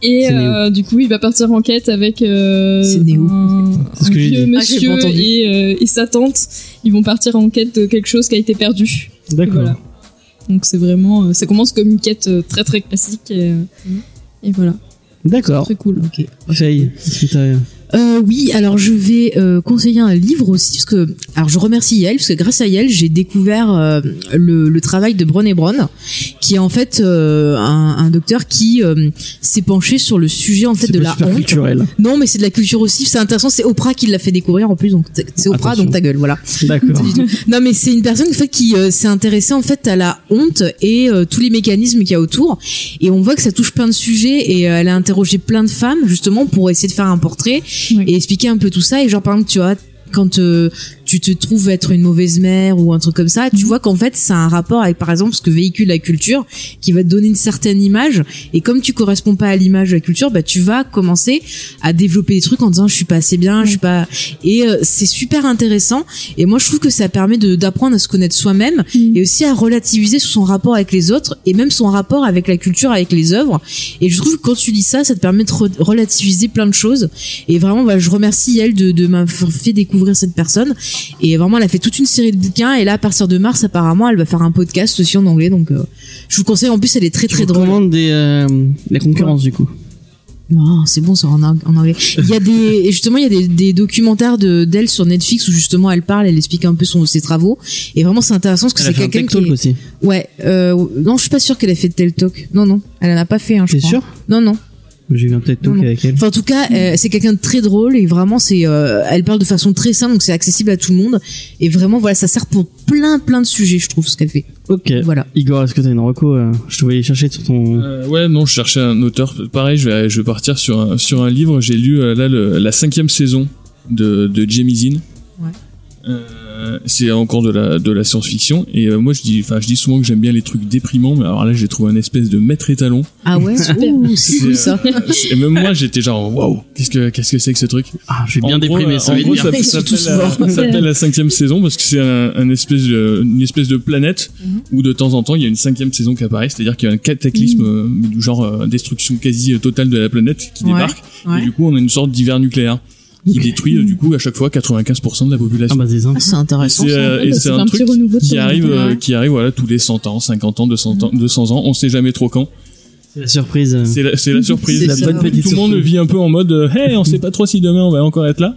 Et C'est Néo. euh, du coup, il va partir en quête avec euh, C'est Néo. un, C'est ce un que j'ai vieux dit. Ah, j'ai monsieur pas entendu. et, euh, et sa tante. Ils vont partir en quête de quelque chose qui a été perdu. D'accord. Voilà. Donc c'est vraiment, euh, ça commence comme une quête euh, très très classique et, euh, et voilà, D'accord. très cool. Ok. Faye, est-ce que t'as- Euh, oui, alors je vais euh, conseiller un livre aussi parce que alors je remercie Yael parce que grâce à Yael j'ai découvert euh, le, le travail de Brené Brown qui est en fait euh, un, un docteur qui euh, s'est penché sur le sujet en fait c'est de pas la super honte. culturel. Non, mais c'est de la culture aussi, c'est intéressant. C'est Oprah qui l'a fait découvrir en plus, donc t- c'est Oprah Attention. donc ta gueule, voilà. D'accord. Non, mais c'est une personne en fait, qui euh, s'est intéressée en fait à la honte et euh, tous les mécanismes qu'il y a autour. Et on voit que ça touche plein de sujets et euh, elle a interrogé plein de femmes justement pour essayer de faire un portrait Oui. et expliquer un peu tout ça. Et genre par exemple, tu vois. Quand euh, tu te trouves être une mauvaise mère ou un truc comme ça, tu vois qu'en fait ça a un rapport avec par exemple ce que véhicule la culture, qui va te donner une certaine image. Et comme tu corresponds pas à l'image de la culture, bah tu vas commencer à développer des trucs en disant je suis pas assez bien, je suis pas. Et euh, c'est super intéressant. Et moi, je trouve que ça permet de- d'apprendre à se connaître soi-même Mm. et aussi à relativiser son rapport avec les autres et même son rapport avec la culture, avec les œuvres. Et je trouve que quand tu lis ça, ça te permet de re- relativiser plein de choses. Et vraiment, voilà, je remercie elle de, de m'avoir fait découvrir cette personne. Et vraiment, elle a fait toute une série de bouquins. Et là, à partir de mars, apparemment, elle va faire un podcast aussi en anglais. Donc, euh, je vous conseille. En plus, elle est très Tu très drôle. recommandes des euh, la concurrence du coup. Non, Ah, c'est bon, ça en, ang- en anglais. Il y a des, et justement, il y a des, des documentaires de d'elle sur Netflix où justement elle parle, elle explique un peu son, ses travaux. Et vraiment, c'est intéressant parce que Elle a c'est fait un quelqu'un tech qui. talk est- aussi. Ouais. Euh, non, je suis pas sûre qu'elle ait fait de tel talk. Non, non, elle en a pas fait. Hein, je T'es crois. sûr Non, non. J'ai vu un TED Talk Non, non. avec elle. Enfin, en tout cas, Hmm. euh, c'est quelqu'un de très drôle et vraiment, c'est, euh, elle parle de façon très simple, donc c'est accessible à tout le monde. Et vraiment, voilà, ça sert pour plein, plein de sujets, je trouve, ce qu'elle fait. Ok. Voilà. Igor, est-ce que t'as une reco euh, Je te voyais chercher sur ton. Euh, ouais, non, je cherchais un auteur. Pareil, je vais, je vais partir sur un, sur un livre. J'ai lu euh, là le- la cinquième saison de, de Jemisin. Ouais. Euh, c'est encore de la, de la science-fiction. Et euh, moi, je dis, enfin, je dis souvent que j'aime bien les trucs déprimants, mais alors là, j'ai trouvé un espèce de maître étalon. Ah ouais, ouh, c'est C'est, cool ça. Et même moi, j'étais genre, waouh, qu'est-ce que, qu'est-ce que c'est que ce truc Ah, je suis bien en gros, déprimé, euh, ça en veut gros, dire. ça- Ils ça sont tous s'appelle morts. la- ça s'appelle la cinquième saison parce que c'est un, un espèce de- une espèce de planète Mhm. où de temps en temps il y a une cinquième saison qui apparaît, c'est-à-dire qu'il y a un cataclysme euh, mais du genre euh, destruction quasi euh, totale de la planète qui Mhm. Ouais, débarque ouais. et du coup on a une sorte d'hiver nucléaire qui détruit euh, du coup à chaque fois 95% de la Ah population. bah des uns. Ah, c'est Et intéressant. c'est, ça. euh, et ça c'est fait un, un petit truc renouveau de qui temps en arrive, temps, euh, ouais. qui arrive voilà tous les 100 ans, 50 ans, 200 Mhm. ans, 200 ans, on sait jamais trop quand. C'est la surprise. euh, C'est la, c'est la surprise. C'est la bonne Tout petite le monde surprise. vit un peu en mode euh, Hey, on sait pas trop si demain on va encore être là.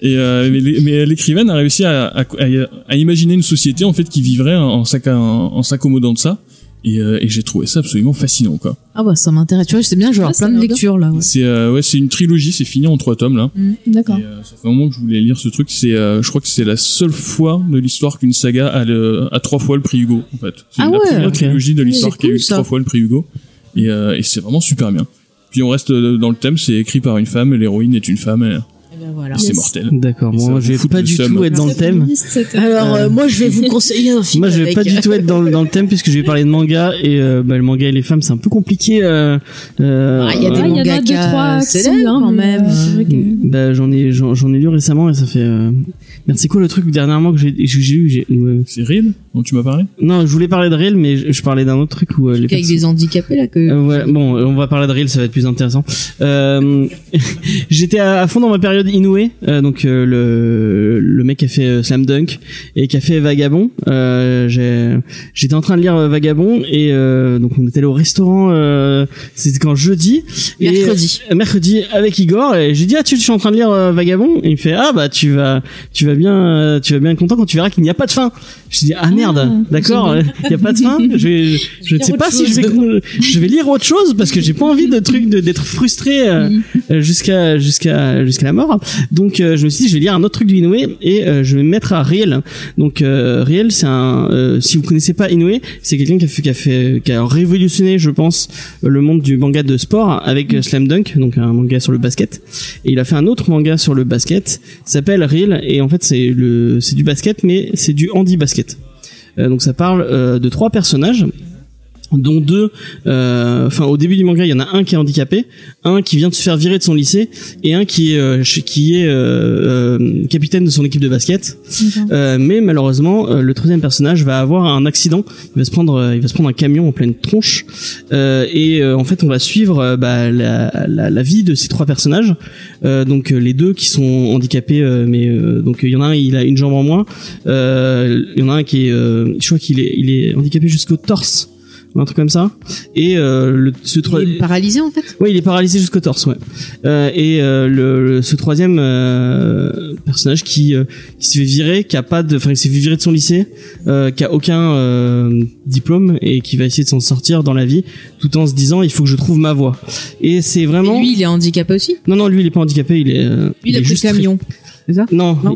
Et euh, mais l'é- mais l'écrivaine a réussi à, à- à- à imaginer une société en fait qui vivrait en, en s'acc- en- en s'accommodant de ça. Et, euh, et j'ai trouvé ça absolument fascinant quoi. Ah bah, ça m'intéresse. Tu vois, c'est bien, Ah, je vais avoir Ouais, ça plein de a l'air bien. lectures, là. ouais. C'est euh, ouais, c'est une trilogie, c'est fini en trois tomes là. Mm. D'accord. Et, euh, ça fait un moment que je voulais lire ce truc. C'est euh, je crois que c'est la seule fois de l'histoire qu'une saga a, le- a trois fois le prix Hugo en fait. C'est Ah la ouais. première Ok. trilogie de l'histoire c'est qui a cool, eu ça. trois fois le prix Hugo. Et, euh, et c'est vraiment super bien. Puis on reste euh, dans le thème, c'est écrit par une femme, l'héroïne est une femme, et- Eh ben, voilà. et c'est Yes. mortel. D'accord. Et Bon, ça moi, vous je vais fout pas le du seum. tout être dans le thème. Alors, Euh, euh, moi, je vais vous conseiller un film. Moi, je vais avec, pas du euh, tout être dans, le- dans le thème puisque je vais parler de manga et euh, bah, le manga et les femmes, c'est un peu compliqué. Euh, euh, Ah, il y a des Ah, il y en a mangakas deux, trois qui célèbres, sont, hein, quand mais, même. euh, c'est vrai que- Bah, j'en ai j'en j'en ai lu récemment et ça fait euh... merde c'est quoi le truc dernièrement que j'ai j'ai j'ai lu j'ai- ou, euh, C'est Reed dont tu m'as parlé non je voulais parler de Reel mais je, je parlais d'un autre truc où euh, les avec perso- des handicapés, là, que. Euh, ouais, bon euh, on va parler de Reel ça va être plus intéressant euh, j'étais à, à fond dans ma période Inoue euh, donc euh, le le mec qui a fait euh, Slam Dunk et qui a fait Vagabond euh, j'ai- j'étais en train de lire euh, Vagabond et euh, donc on était allé au restaurant euh, c'était quand jeudi et- euh, Mercredi. mercredi avec Igor et j'ai dit ah tu je suis en train de lire euh, Vagabond et il me fait ah bah tu vas tu vas bien euh, tu vas bien être content quand tu verras qu'il n'y a pas de fin je dis ah merde Ah, d'accord euh, il n'y a pas de fin je vais- je, je ne sais autre pas si je vais je vais lire autre chose parce que j'ai pas envie de truc de- d'être frustré euh, euh, jusqu'à jusqu'à jusqu'à la mort donc euh, je me suis dit je vais lire un autre truc du Inoue et euh, je vais me mettre à Riel donc euh, Riel c'est un euh, si vous connaissez pas Inoue c'est quelqu'un qui a fait qui a fait qui a révolutionné je pense le monde du manga de sport avec euh, Slam Dunk, donc un manga sur le basket. Et il a fait un autre manga sur le basket, ça s'appelle Real, et en fait c'est le c'est du basket, mais c'est du handi basket. Euh, donc ça parle euh, de trois personnages dont deux, euh, enfin au début du manga, il y en a un qui est handicapé, un qui vient de se faire virer de son lycée et un qui est euh, ch- qui est euh, euh, capitaine de son équipe de basket. Euh, mais malheureusement, euh, le troisième personnage va avoir un accident. Il va se prendre, euh, il va se prendre un camion en pleine tronche. Euh, et euh, en fait, on va suivre euh, bah, la, la, la vie de ces trois personnages. Euh, donc euh, les deux qui sont handicapés, euh, mais euh, donc il y en a un, il a une jambe en moins. Euh, Il y en a un qui est, euh, je crois qu'il est, il est handicapé jusqu'au torse, ou un truc comme ça. Et euh, le, ce Il trois, est paralysé, en fait. oui, il est paralysé jusqu'au torse, ouais. Euh, et euh, le, le- ce troisième euh, personnage qui, euh, qui se fait virer, qui a pas de, enfin, il s'est fait virer de son lycée, euh, qui a aucun euh, diplôme et qui va essayer de s'en sortir dans la vie, tout en se disant il faut que je trouve ma voie. Et c'est Mais vraiment. lui, il est handicapé aussi. Non, non, lui, il est pas handicapé, il est. euh, Lui, il a est pris le juste très- camion. C'est ça Non. Non.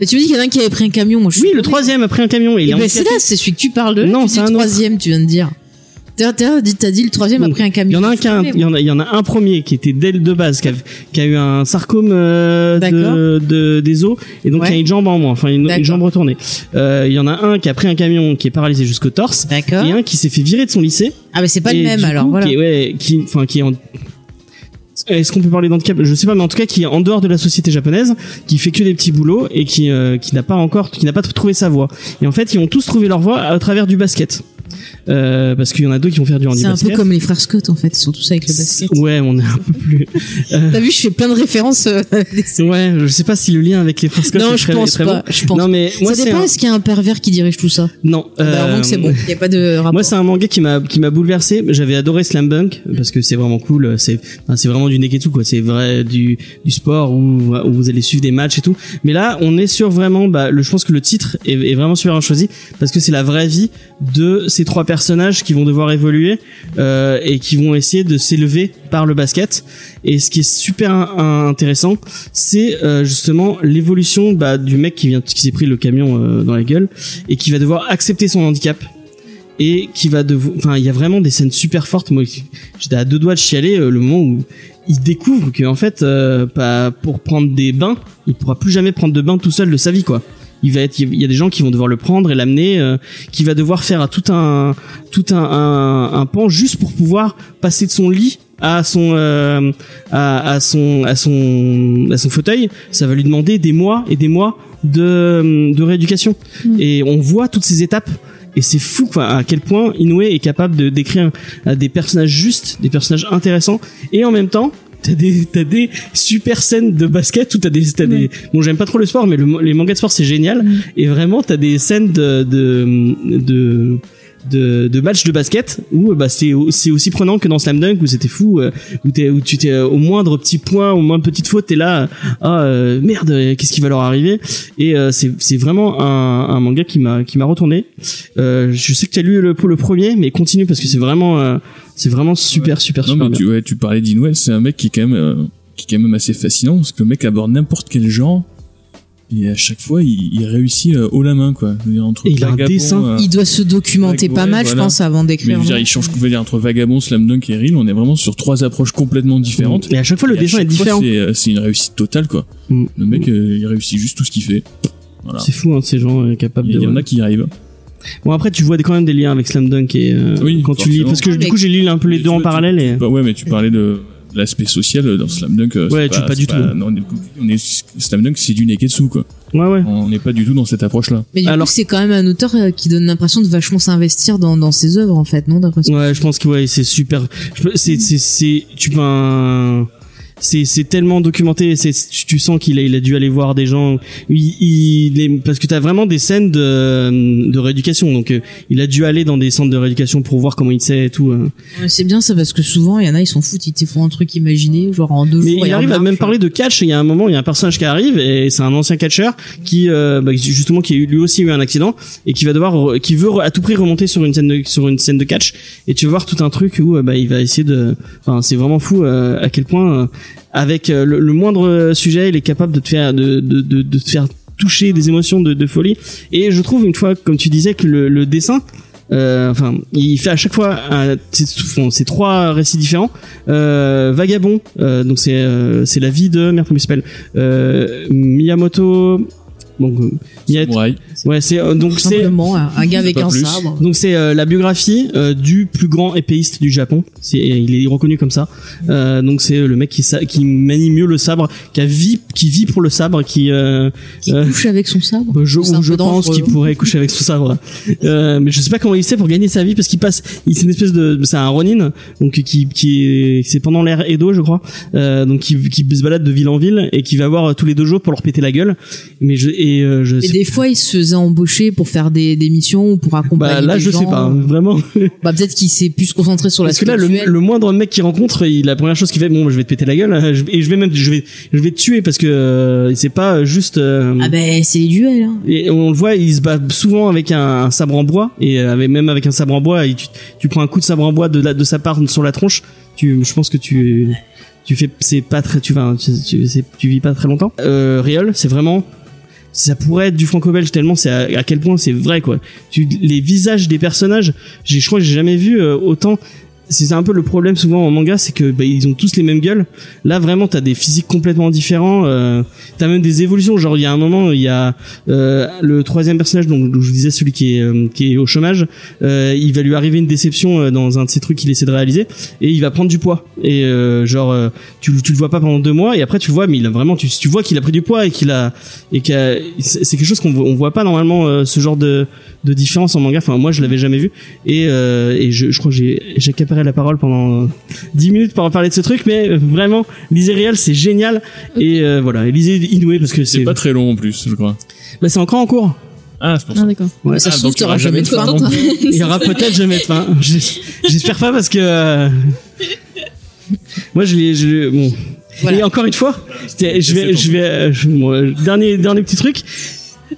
Mais tu me dis qu'il y en a un qui avait pris un camion, moi je suis. oui, le troisième a pris un camion et il Eh est ben, handicapé. c'est là, c'est celui que tu parles de. Non, tu c'est dis un le autre. troisième, tu viens de dire. T'as t'as dit, t'as dit le troisième Donc, après un Il y camion. en a un qui a un- il y en a, il y en a un premier qui était dès le de base, qui a, qui a eu un sarcome euh, de, D'accord. de- des os et donc Ouais. il y a une jambe en moins, enfin une, une D'accord. jambe retournée. Euh, il y en a un qui a pris un camion qui est paralysé jusqu'au torse D'accord. et un qui s'est fait virer de son lycée. Ah, mais c'est Ah. pas Et le même du alors, coup, voilà. Qui est, ouais, qui, enfin qui est en est-ce qu'on peut parler d'handicap Je sais pas, mais en tout cas, qui est en dehors de la société japonaise, qui fait que des petits boulots et qui, euh, qui n'a pas encore, qui n'a pas trouvé sa voie. Et en fait, ils ont tous trouvé leur voie à travers du basket, euh, parce qu'il y en a deux qui vont faire du C'est handicap. un peu comme les frères Scott en fait, ils sont tous avec le basket. Ouais, on est un peu plus. T'as vu, je fais plein de références. euh, des- Ouais, je sais pas si le lien avec les frères Scott non, est je très- pense est très pas. bon. Je pense. Non, mais moi ça c'est dépend, un... est-ce qu'il y a un pervers qui dirige tout ça non. Bah, euh, heureusement que c'est bon, il n'y a pas de rapport. Moi, c'est un manga qui m'a qui m'a bouleversé. J'avais adoré Slam Dunk parce que c'est vraiment cool. C'est enfin, c'est vraiment du neketsu quoi. C'est vrai du du sport où, où vous allez suivre des matchs et tout. Mais là, on est sur vraiment. Bah, le, je pense que le titre est, est vraiment super bien choisi parce que c'est la vraie vie de ces trois personnes personnages qui vont devoir évoluer euh, et qui vont essayer de s'élever par le basket. Et ce qui est super in- intéressant, c'est euh, justement l'évolution bah, du mec qui vient, qui s'est pris le camion euh, dans la gueule et qui va devoir accepter son handicap et qui va devoir. Enfin, il y a vraiment des scènes super fortes. Moi, j'étais à deux doigts de chialer euh, le moment où il découvre que en fait, euh, pas pour prendre des bains, il pourra plus jamais prendre de bain tout seul de sa vie, quoi. Il va être, il y a des gens qui vont devoir le prendre et l'amener, euh, qui va devoir faire à tout un tout un, un, un pan juste pour pouvoir passer de son lit à son euh, à, à son à son à son fauteuil. Ça va lui demander des mois et des mois de de rééducation. Et on voit toutes ces étapes. Et c'est fou quoi, à quel point Inoue est capable de décrire euh, des personnages justes, des personnages intéressants, et en même temps, t'as des, t'as des super scènes de basket où t'as des, t'as des, bon j'aime pas trop le sport, mais le- les mangas de sport c'est génial, Mm. et vraiment t'as des scènes de, de, de, de, de match de basket où euh, bah, c'est, au- c'est aussi prenant que dans Slam Dunk où c'était fou, euh, où, t'es, où tu t'es euh, au moindre petit point, au moindre petite faute, t'es là, euh, ah euh, merde, euh, qu'est-ce qui va leur arriver Et euh, c'est, c'est vraiment un, un manga qui m'a, qui m'a retourné. Euh, je sais que t'as lu le, le premier, mais continue parce que c'est vraiment, euh, c'est vraiment super, super, Non, super. mais bien. tu, ouais, tu parlais d'Inouel, c'est un mec qui est quand même, euh, qui est quand même assez fascinant, parce que le mec aborde n'importe quel genre, et à chaque fois, il, il réussit euh, haut la main, quoi. Je veux dire, entre Et il a un vagabond, dessin. euh, Il doit se documenter Ouais, pas ouais, mal, je voilà. pense, avant mais je d'écrire. hein. veux dire, non il change, je veux dire, entre vagabond, slam dunk et reel, on est vraiment sur trois approches complètement différentes. Et à chaque fois, le Et à dessin est chaque fois, différent. c'est, euh, C'est une réussite totale, quoi. Mm. Le mec, euh, il réussit juste tout ce qu'il fait. Voilà. C'est fou, hein, ces gens euh, capables Il de. y en a qui y arrivent. Bon, après, tu vois des- quand même des liens avec Slam Dunk et. euh, Oui, quand tu lis. forcément. Parce que du coup, j'ai lu un peu les Mais deux tu- en tu- parallèle et. Bah ouais, mais tu parlais de l'aspect social euh, dans Slam Dunk. euh, Ouais, c'est tu- pas du c'est tout. non, on est, on est- Slam Dunk, c'est du Neketsu, quoi. Ouais, ouais. On n'est pas du tout dans cette approche-là. Mais du Alors- coup, c'est quand même un auteur euh, qui donne l'impression de vachement s'investir dans, dans ses œuvres, en fait, non D'après ce que- Ouais, je pense que ouais, c'est super. je peux- C'est, c'est, c'est, tu ben, c'est, c'est tellement documenté. C'est, tu, tu sens qu'il a, il a dû aller voir des gens. Il, il est- parce que t'as vraiment des scènes de, de rééducation. Donc, euh, il a dû aller dans des centres de rééducation pour voir comment il sait et tout. hein. Ouais, C'est bien ça, parce que souvent, il y en a, ils s'en foutent, ils te font un truc imaginé, genre en deux Mais jours. et il en arrive à marche. même parler de catch. et Il y a un moment, il y a un personnage qui arrive et c'est un ancien catcheur qui, euh, bah, justement, qui a eu, lui aussi eu un accident et qui va devoir, re- qui veut re- à tout prix remonter sur une scène de, sur une scène de catch. Et tu vas voir tout un truc où euh, bah, il va essayer de. Enfin, c'est vraiment fou euh, à quel point euh, avec euh, le, le moindre sujet, il est capable de te faire de de de, de te faire toucher des émotions de, de folie. Et je trouve une fois, comme tu disais, que le, le dessin. euh, enfin, il fait à chaque fois un- c'est enfin, c'est trois récits différents. Euh, Vagabond, euh, donc c'est euh, c'est la vie de merde comment il s'appelle euh, Miyamoto. Donc euh, Miyamoto- Ouais. ouais, c'est euh, donc c'est Simplement, un un gars avec Pas un plus. sabre. donc c'est euh, la biographie euh, du plus grand épéiste du Japon. C'est il est reconnu comme ça. Euh, donc c'est le mec qui sa- qui manie mieux le sabre, qui a vit qui vit pour le sabre, qui euh, Qui euh, couche avec son sabre. bah, je, C'est un ou je peu pense dangereux. qu'il pourrait coucher avec son sabre. Euh, mais je sais pas comment il sait pour gagner sa vie parce qu'il passe, il c'est une espèce de, c'est un Ronin donc qui qui est c'est pendant l'ère Edo je crois, euh, donc qui qui se balade de ville en ville et qui va voir tous les deux jours pour leur péter la gueule. Mais je et euh, je Et sais- des fois, il se faisait embaucher pour faire des, des missions ou pour accompagner bah là des je gens. sais pas hein, vraiment. Bah, peut-être qu'il s'est plus concentré sur la Parce que là, le, spirituelle. le moindre mec qu'il rencontre, il, la première chose qu'il fait, bon, bah, je vais te péter la gueule, je- et je vais même, je vais, je vais te tuer parce que euh, c'est pas juste. euh, Ah ben, c'est les duels, hein. et on le voit, il se bat souvent avec un, un sabre en bois et euh, avec, même avec un sabre en bois, et tu, tu prends un coup de sabre en bois de, la- de sa part sur la tronche. Tu, je pense que tu, tu fais, c'est pas très, tu vas, tu, tu, c'est- tu vis pas très longtemps. Euh, Riol, c'est vraiment. Ça pourrait être du franco-belge tellement c'est à, à quel point c'est vrai quoi. Tu, les visages des personnages, j'ai, je crois que j'ai jamais vu euh, autant. C'est un peu le problème souvent en manga, c'est que bah, ils ont tous les mêmes gueules. Là vraiment, t'as des physiques complètement différents. Euh, t'as même des évolutions. Genre il y a un moment, il y a euh, le troisième personnage, donc je vous disais celui qui est euh, qui est au chômage, euh, il va lui arriver une déception euh, dans un de ses trucs qu'il essaie de réaliser et il va prendre du poids. Et euh, genre euh, tu le- tu le vois pas pendant deux mois et après tu le vois mais il a vraiment tu, tu vois qu'il a pris du poids et qu'il a et qu'il a- c'est c'est quelque chose qu'on voit- on voit pas normalement euh, ce genre de de différence en manga. Enfin moi je l'avais jamais vu et euh, et je, je crois que j'ai j'ai accaparé la parole pendant euh, dix minutes pour en parler de ce truc mais euh, vraiment lisez Real c'est génial et euh, voilà et lisez Inoue parce que c'est C'est pas très long en plus, je crois. bah, c'est encore en cours. Ah, c'est pour Ah, ça. d'accord. Ouais. Ça Ah, se donc trouve, il y aura t'auras jamais de jamais de fin fin. non toi. Il y aura peut-être jamais de fin. J'es- J'espère pas parce que euh, moi je l'ai. je l'ai- bon. Voilà. euh, Et encore une fois, c'était- je vais, Laissez je vais, euh, je- bon, euh, dernier dernier petit truc.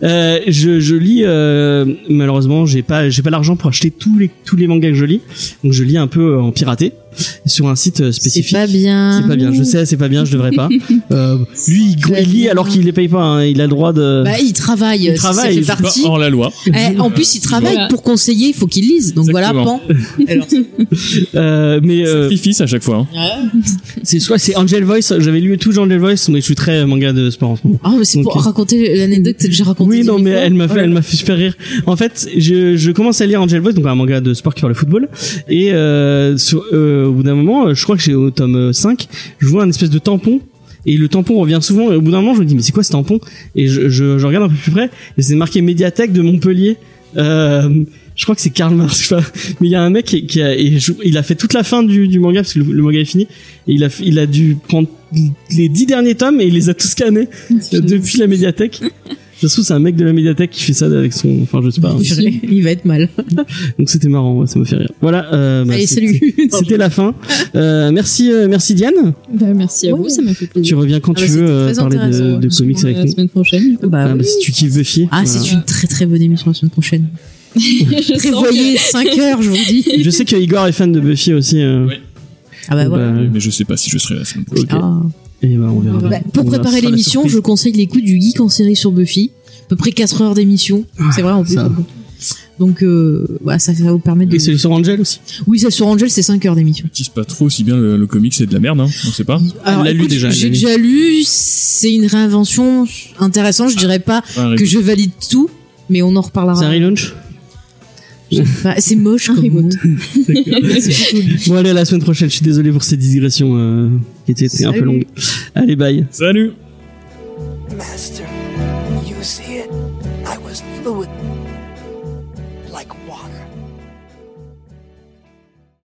Euh, je, je lis euh, malheureusement j'ai pas j'ai pas l'argent pour acheter tous les tous les mangas que je lis donc je lis un peu euh, en piraté sur un site euh, C'est spécifique. pas bien. C'est pas bien, je sais, c'est pas bien, je devrais pas. Euh, lui, il, il lit alors qu'il les paye pas, hein, il a le droit de. Bah, il travaille. Il travaille, Ça il fait fait Pas partie. hors la loi. Eh, en plus, il travaille Voilà. pour conseiller. Il faut qu'il lise. Donc Exactement. voilà, pan. Euh, mais euh, Sacrifice à chaque fois. hein. c'est soit c'est Angel Voice, j'avais lu tout Angel Voice, mais je suis très manga de sport en ce moment. Ah, mais c'est pour Ok. raconter l'anecdote que j'ai racontée. Oui, dix non, mille mais fois. elle m'a Oh fait, là elle m'a fait super rire. En fait, je, je commence à lire Angel Voice, donc un manga de sport qui parle de football. Et euh, sur, euh, au bout d'un moment, euh, je crois que j'ai au tome euh, 5, je vois un espèce de tampon. Et le tampon revient souvent. Et au bout d'un moment, je me dis mais c'est quoi ce tampon Et je, je, je regarde un peu plus près. Et c'est marqué médiathèque de Montpellier. Euh, je crois que c'est Karl Marx, je sais pas. Mais il y a un mec qui, qui a, et je- il a fait toute la fin du, du manga parce que le, le manga est fini. Et il a, il a dû prendre les dix derniers tomes et il les a tous scannés Euh, depuis la médiathèque. Ça se trouve, c'est un mec de la médiathèque qui fait ça avec son. Enfin, je sais pas. hein. là. Il va être mal. Donc c'était marrant, ouais, ça me fait rire. Voilà. Euh, bah, Allez, c'était- salut. C'était la fin. Euh, merci, euh, merci Diane. Bah, merci à vous, ça m'a fait Tu plaisir. reviens quand Ah, tu bah, veux c'était euh, très parler de, intéressant. de On se comics voit avec la nous. semaine prochaine. du coup. Ah, Bah, bah, si tu kiffes Buffy. Ah, voilà. c'est une très très bonne émission la semaine prochaine. Je sens que- Prévoyez 5 heures, je vous le dis. Je sais que Igor est fan de Buffy aussi. euh. Oui. Ah bah voilà. Bah, Mais je sais pas si je serai la semaine prochaine. ok. Ah. Et bah, on verra. Bah, On pour verra, ce préparer sera la l'émission, surprise. je conseille l'écoute du Geek en série sur Buffy. À peu près 4 heures d'émission. C'est vrai, en plus. Ah, ça. on peut- Donc, euh, voilà, ça, ça va vous permettre de. Et celui sur Angel aussi. Oui, ça sur Angel, c'est 5 heures d'émission. Ils disent pas trop si bien le, le comic c'est de la merde, hein. on sait pas. Alors, l'a lu écoute, déjà, elle l'a J'ai lu. déjà lu. C'est une réinvention intéressante. Je dirais pas Ah, que je valide tout, mais on en C'est un reparlera. relaunch. Enfin, C'est moche Un comme reboot. mot. Bon, allez, à la semaine prochaine. Je suis désolé pour ces digressions euh, qui étaient un peu Salut. longues. Allez, bye. Salut Master, you see it? I was fluid like water.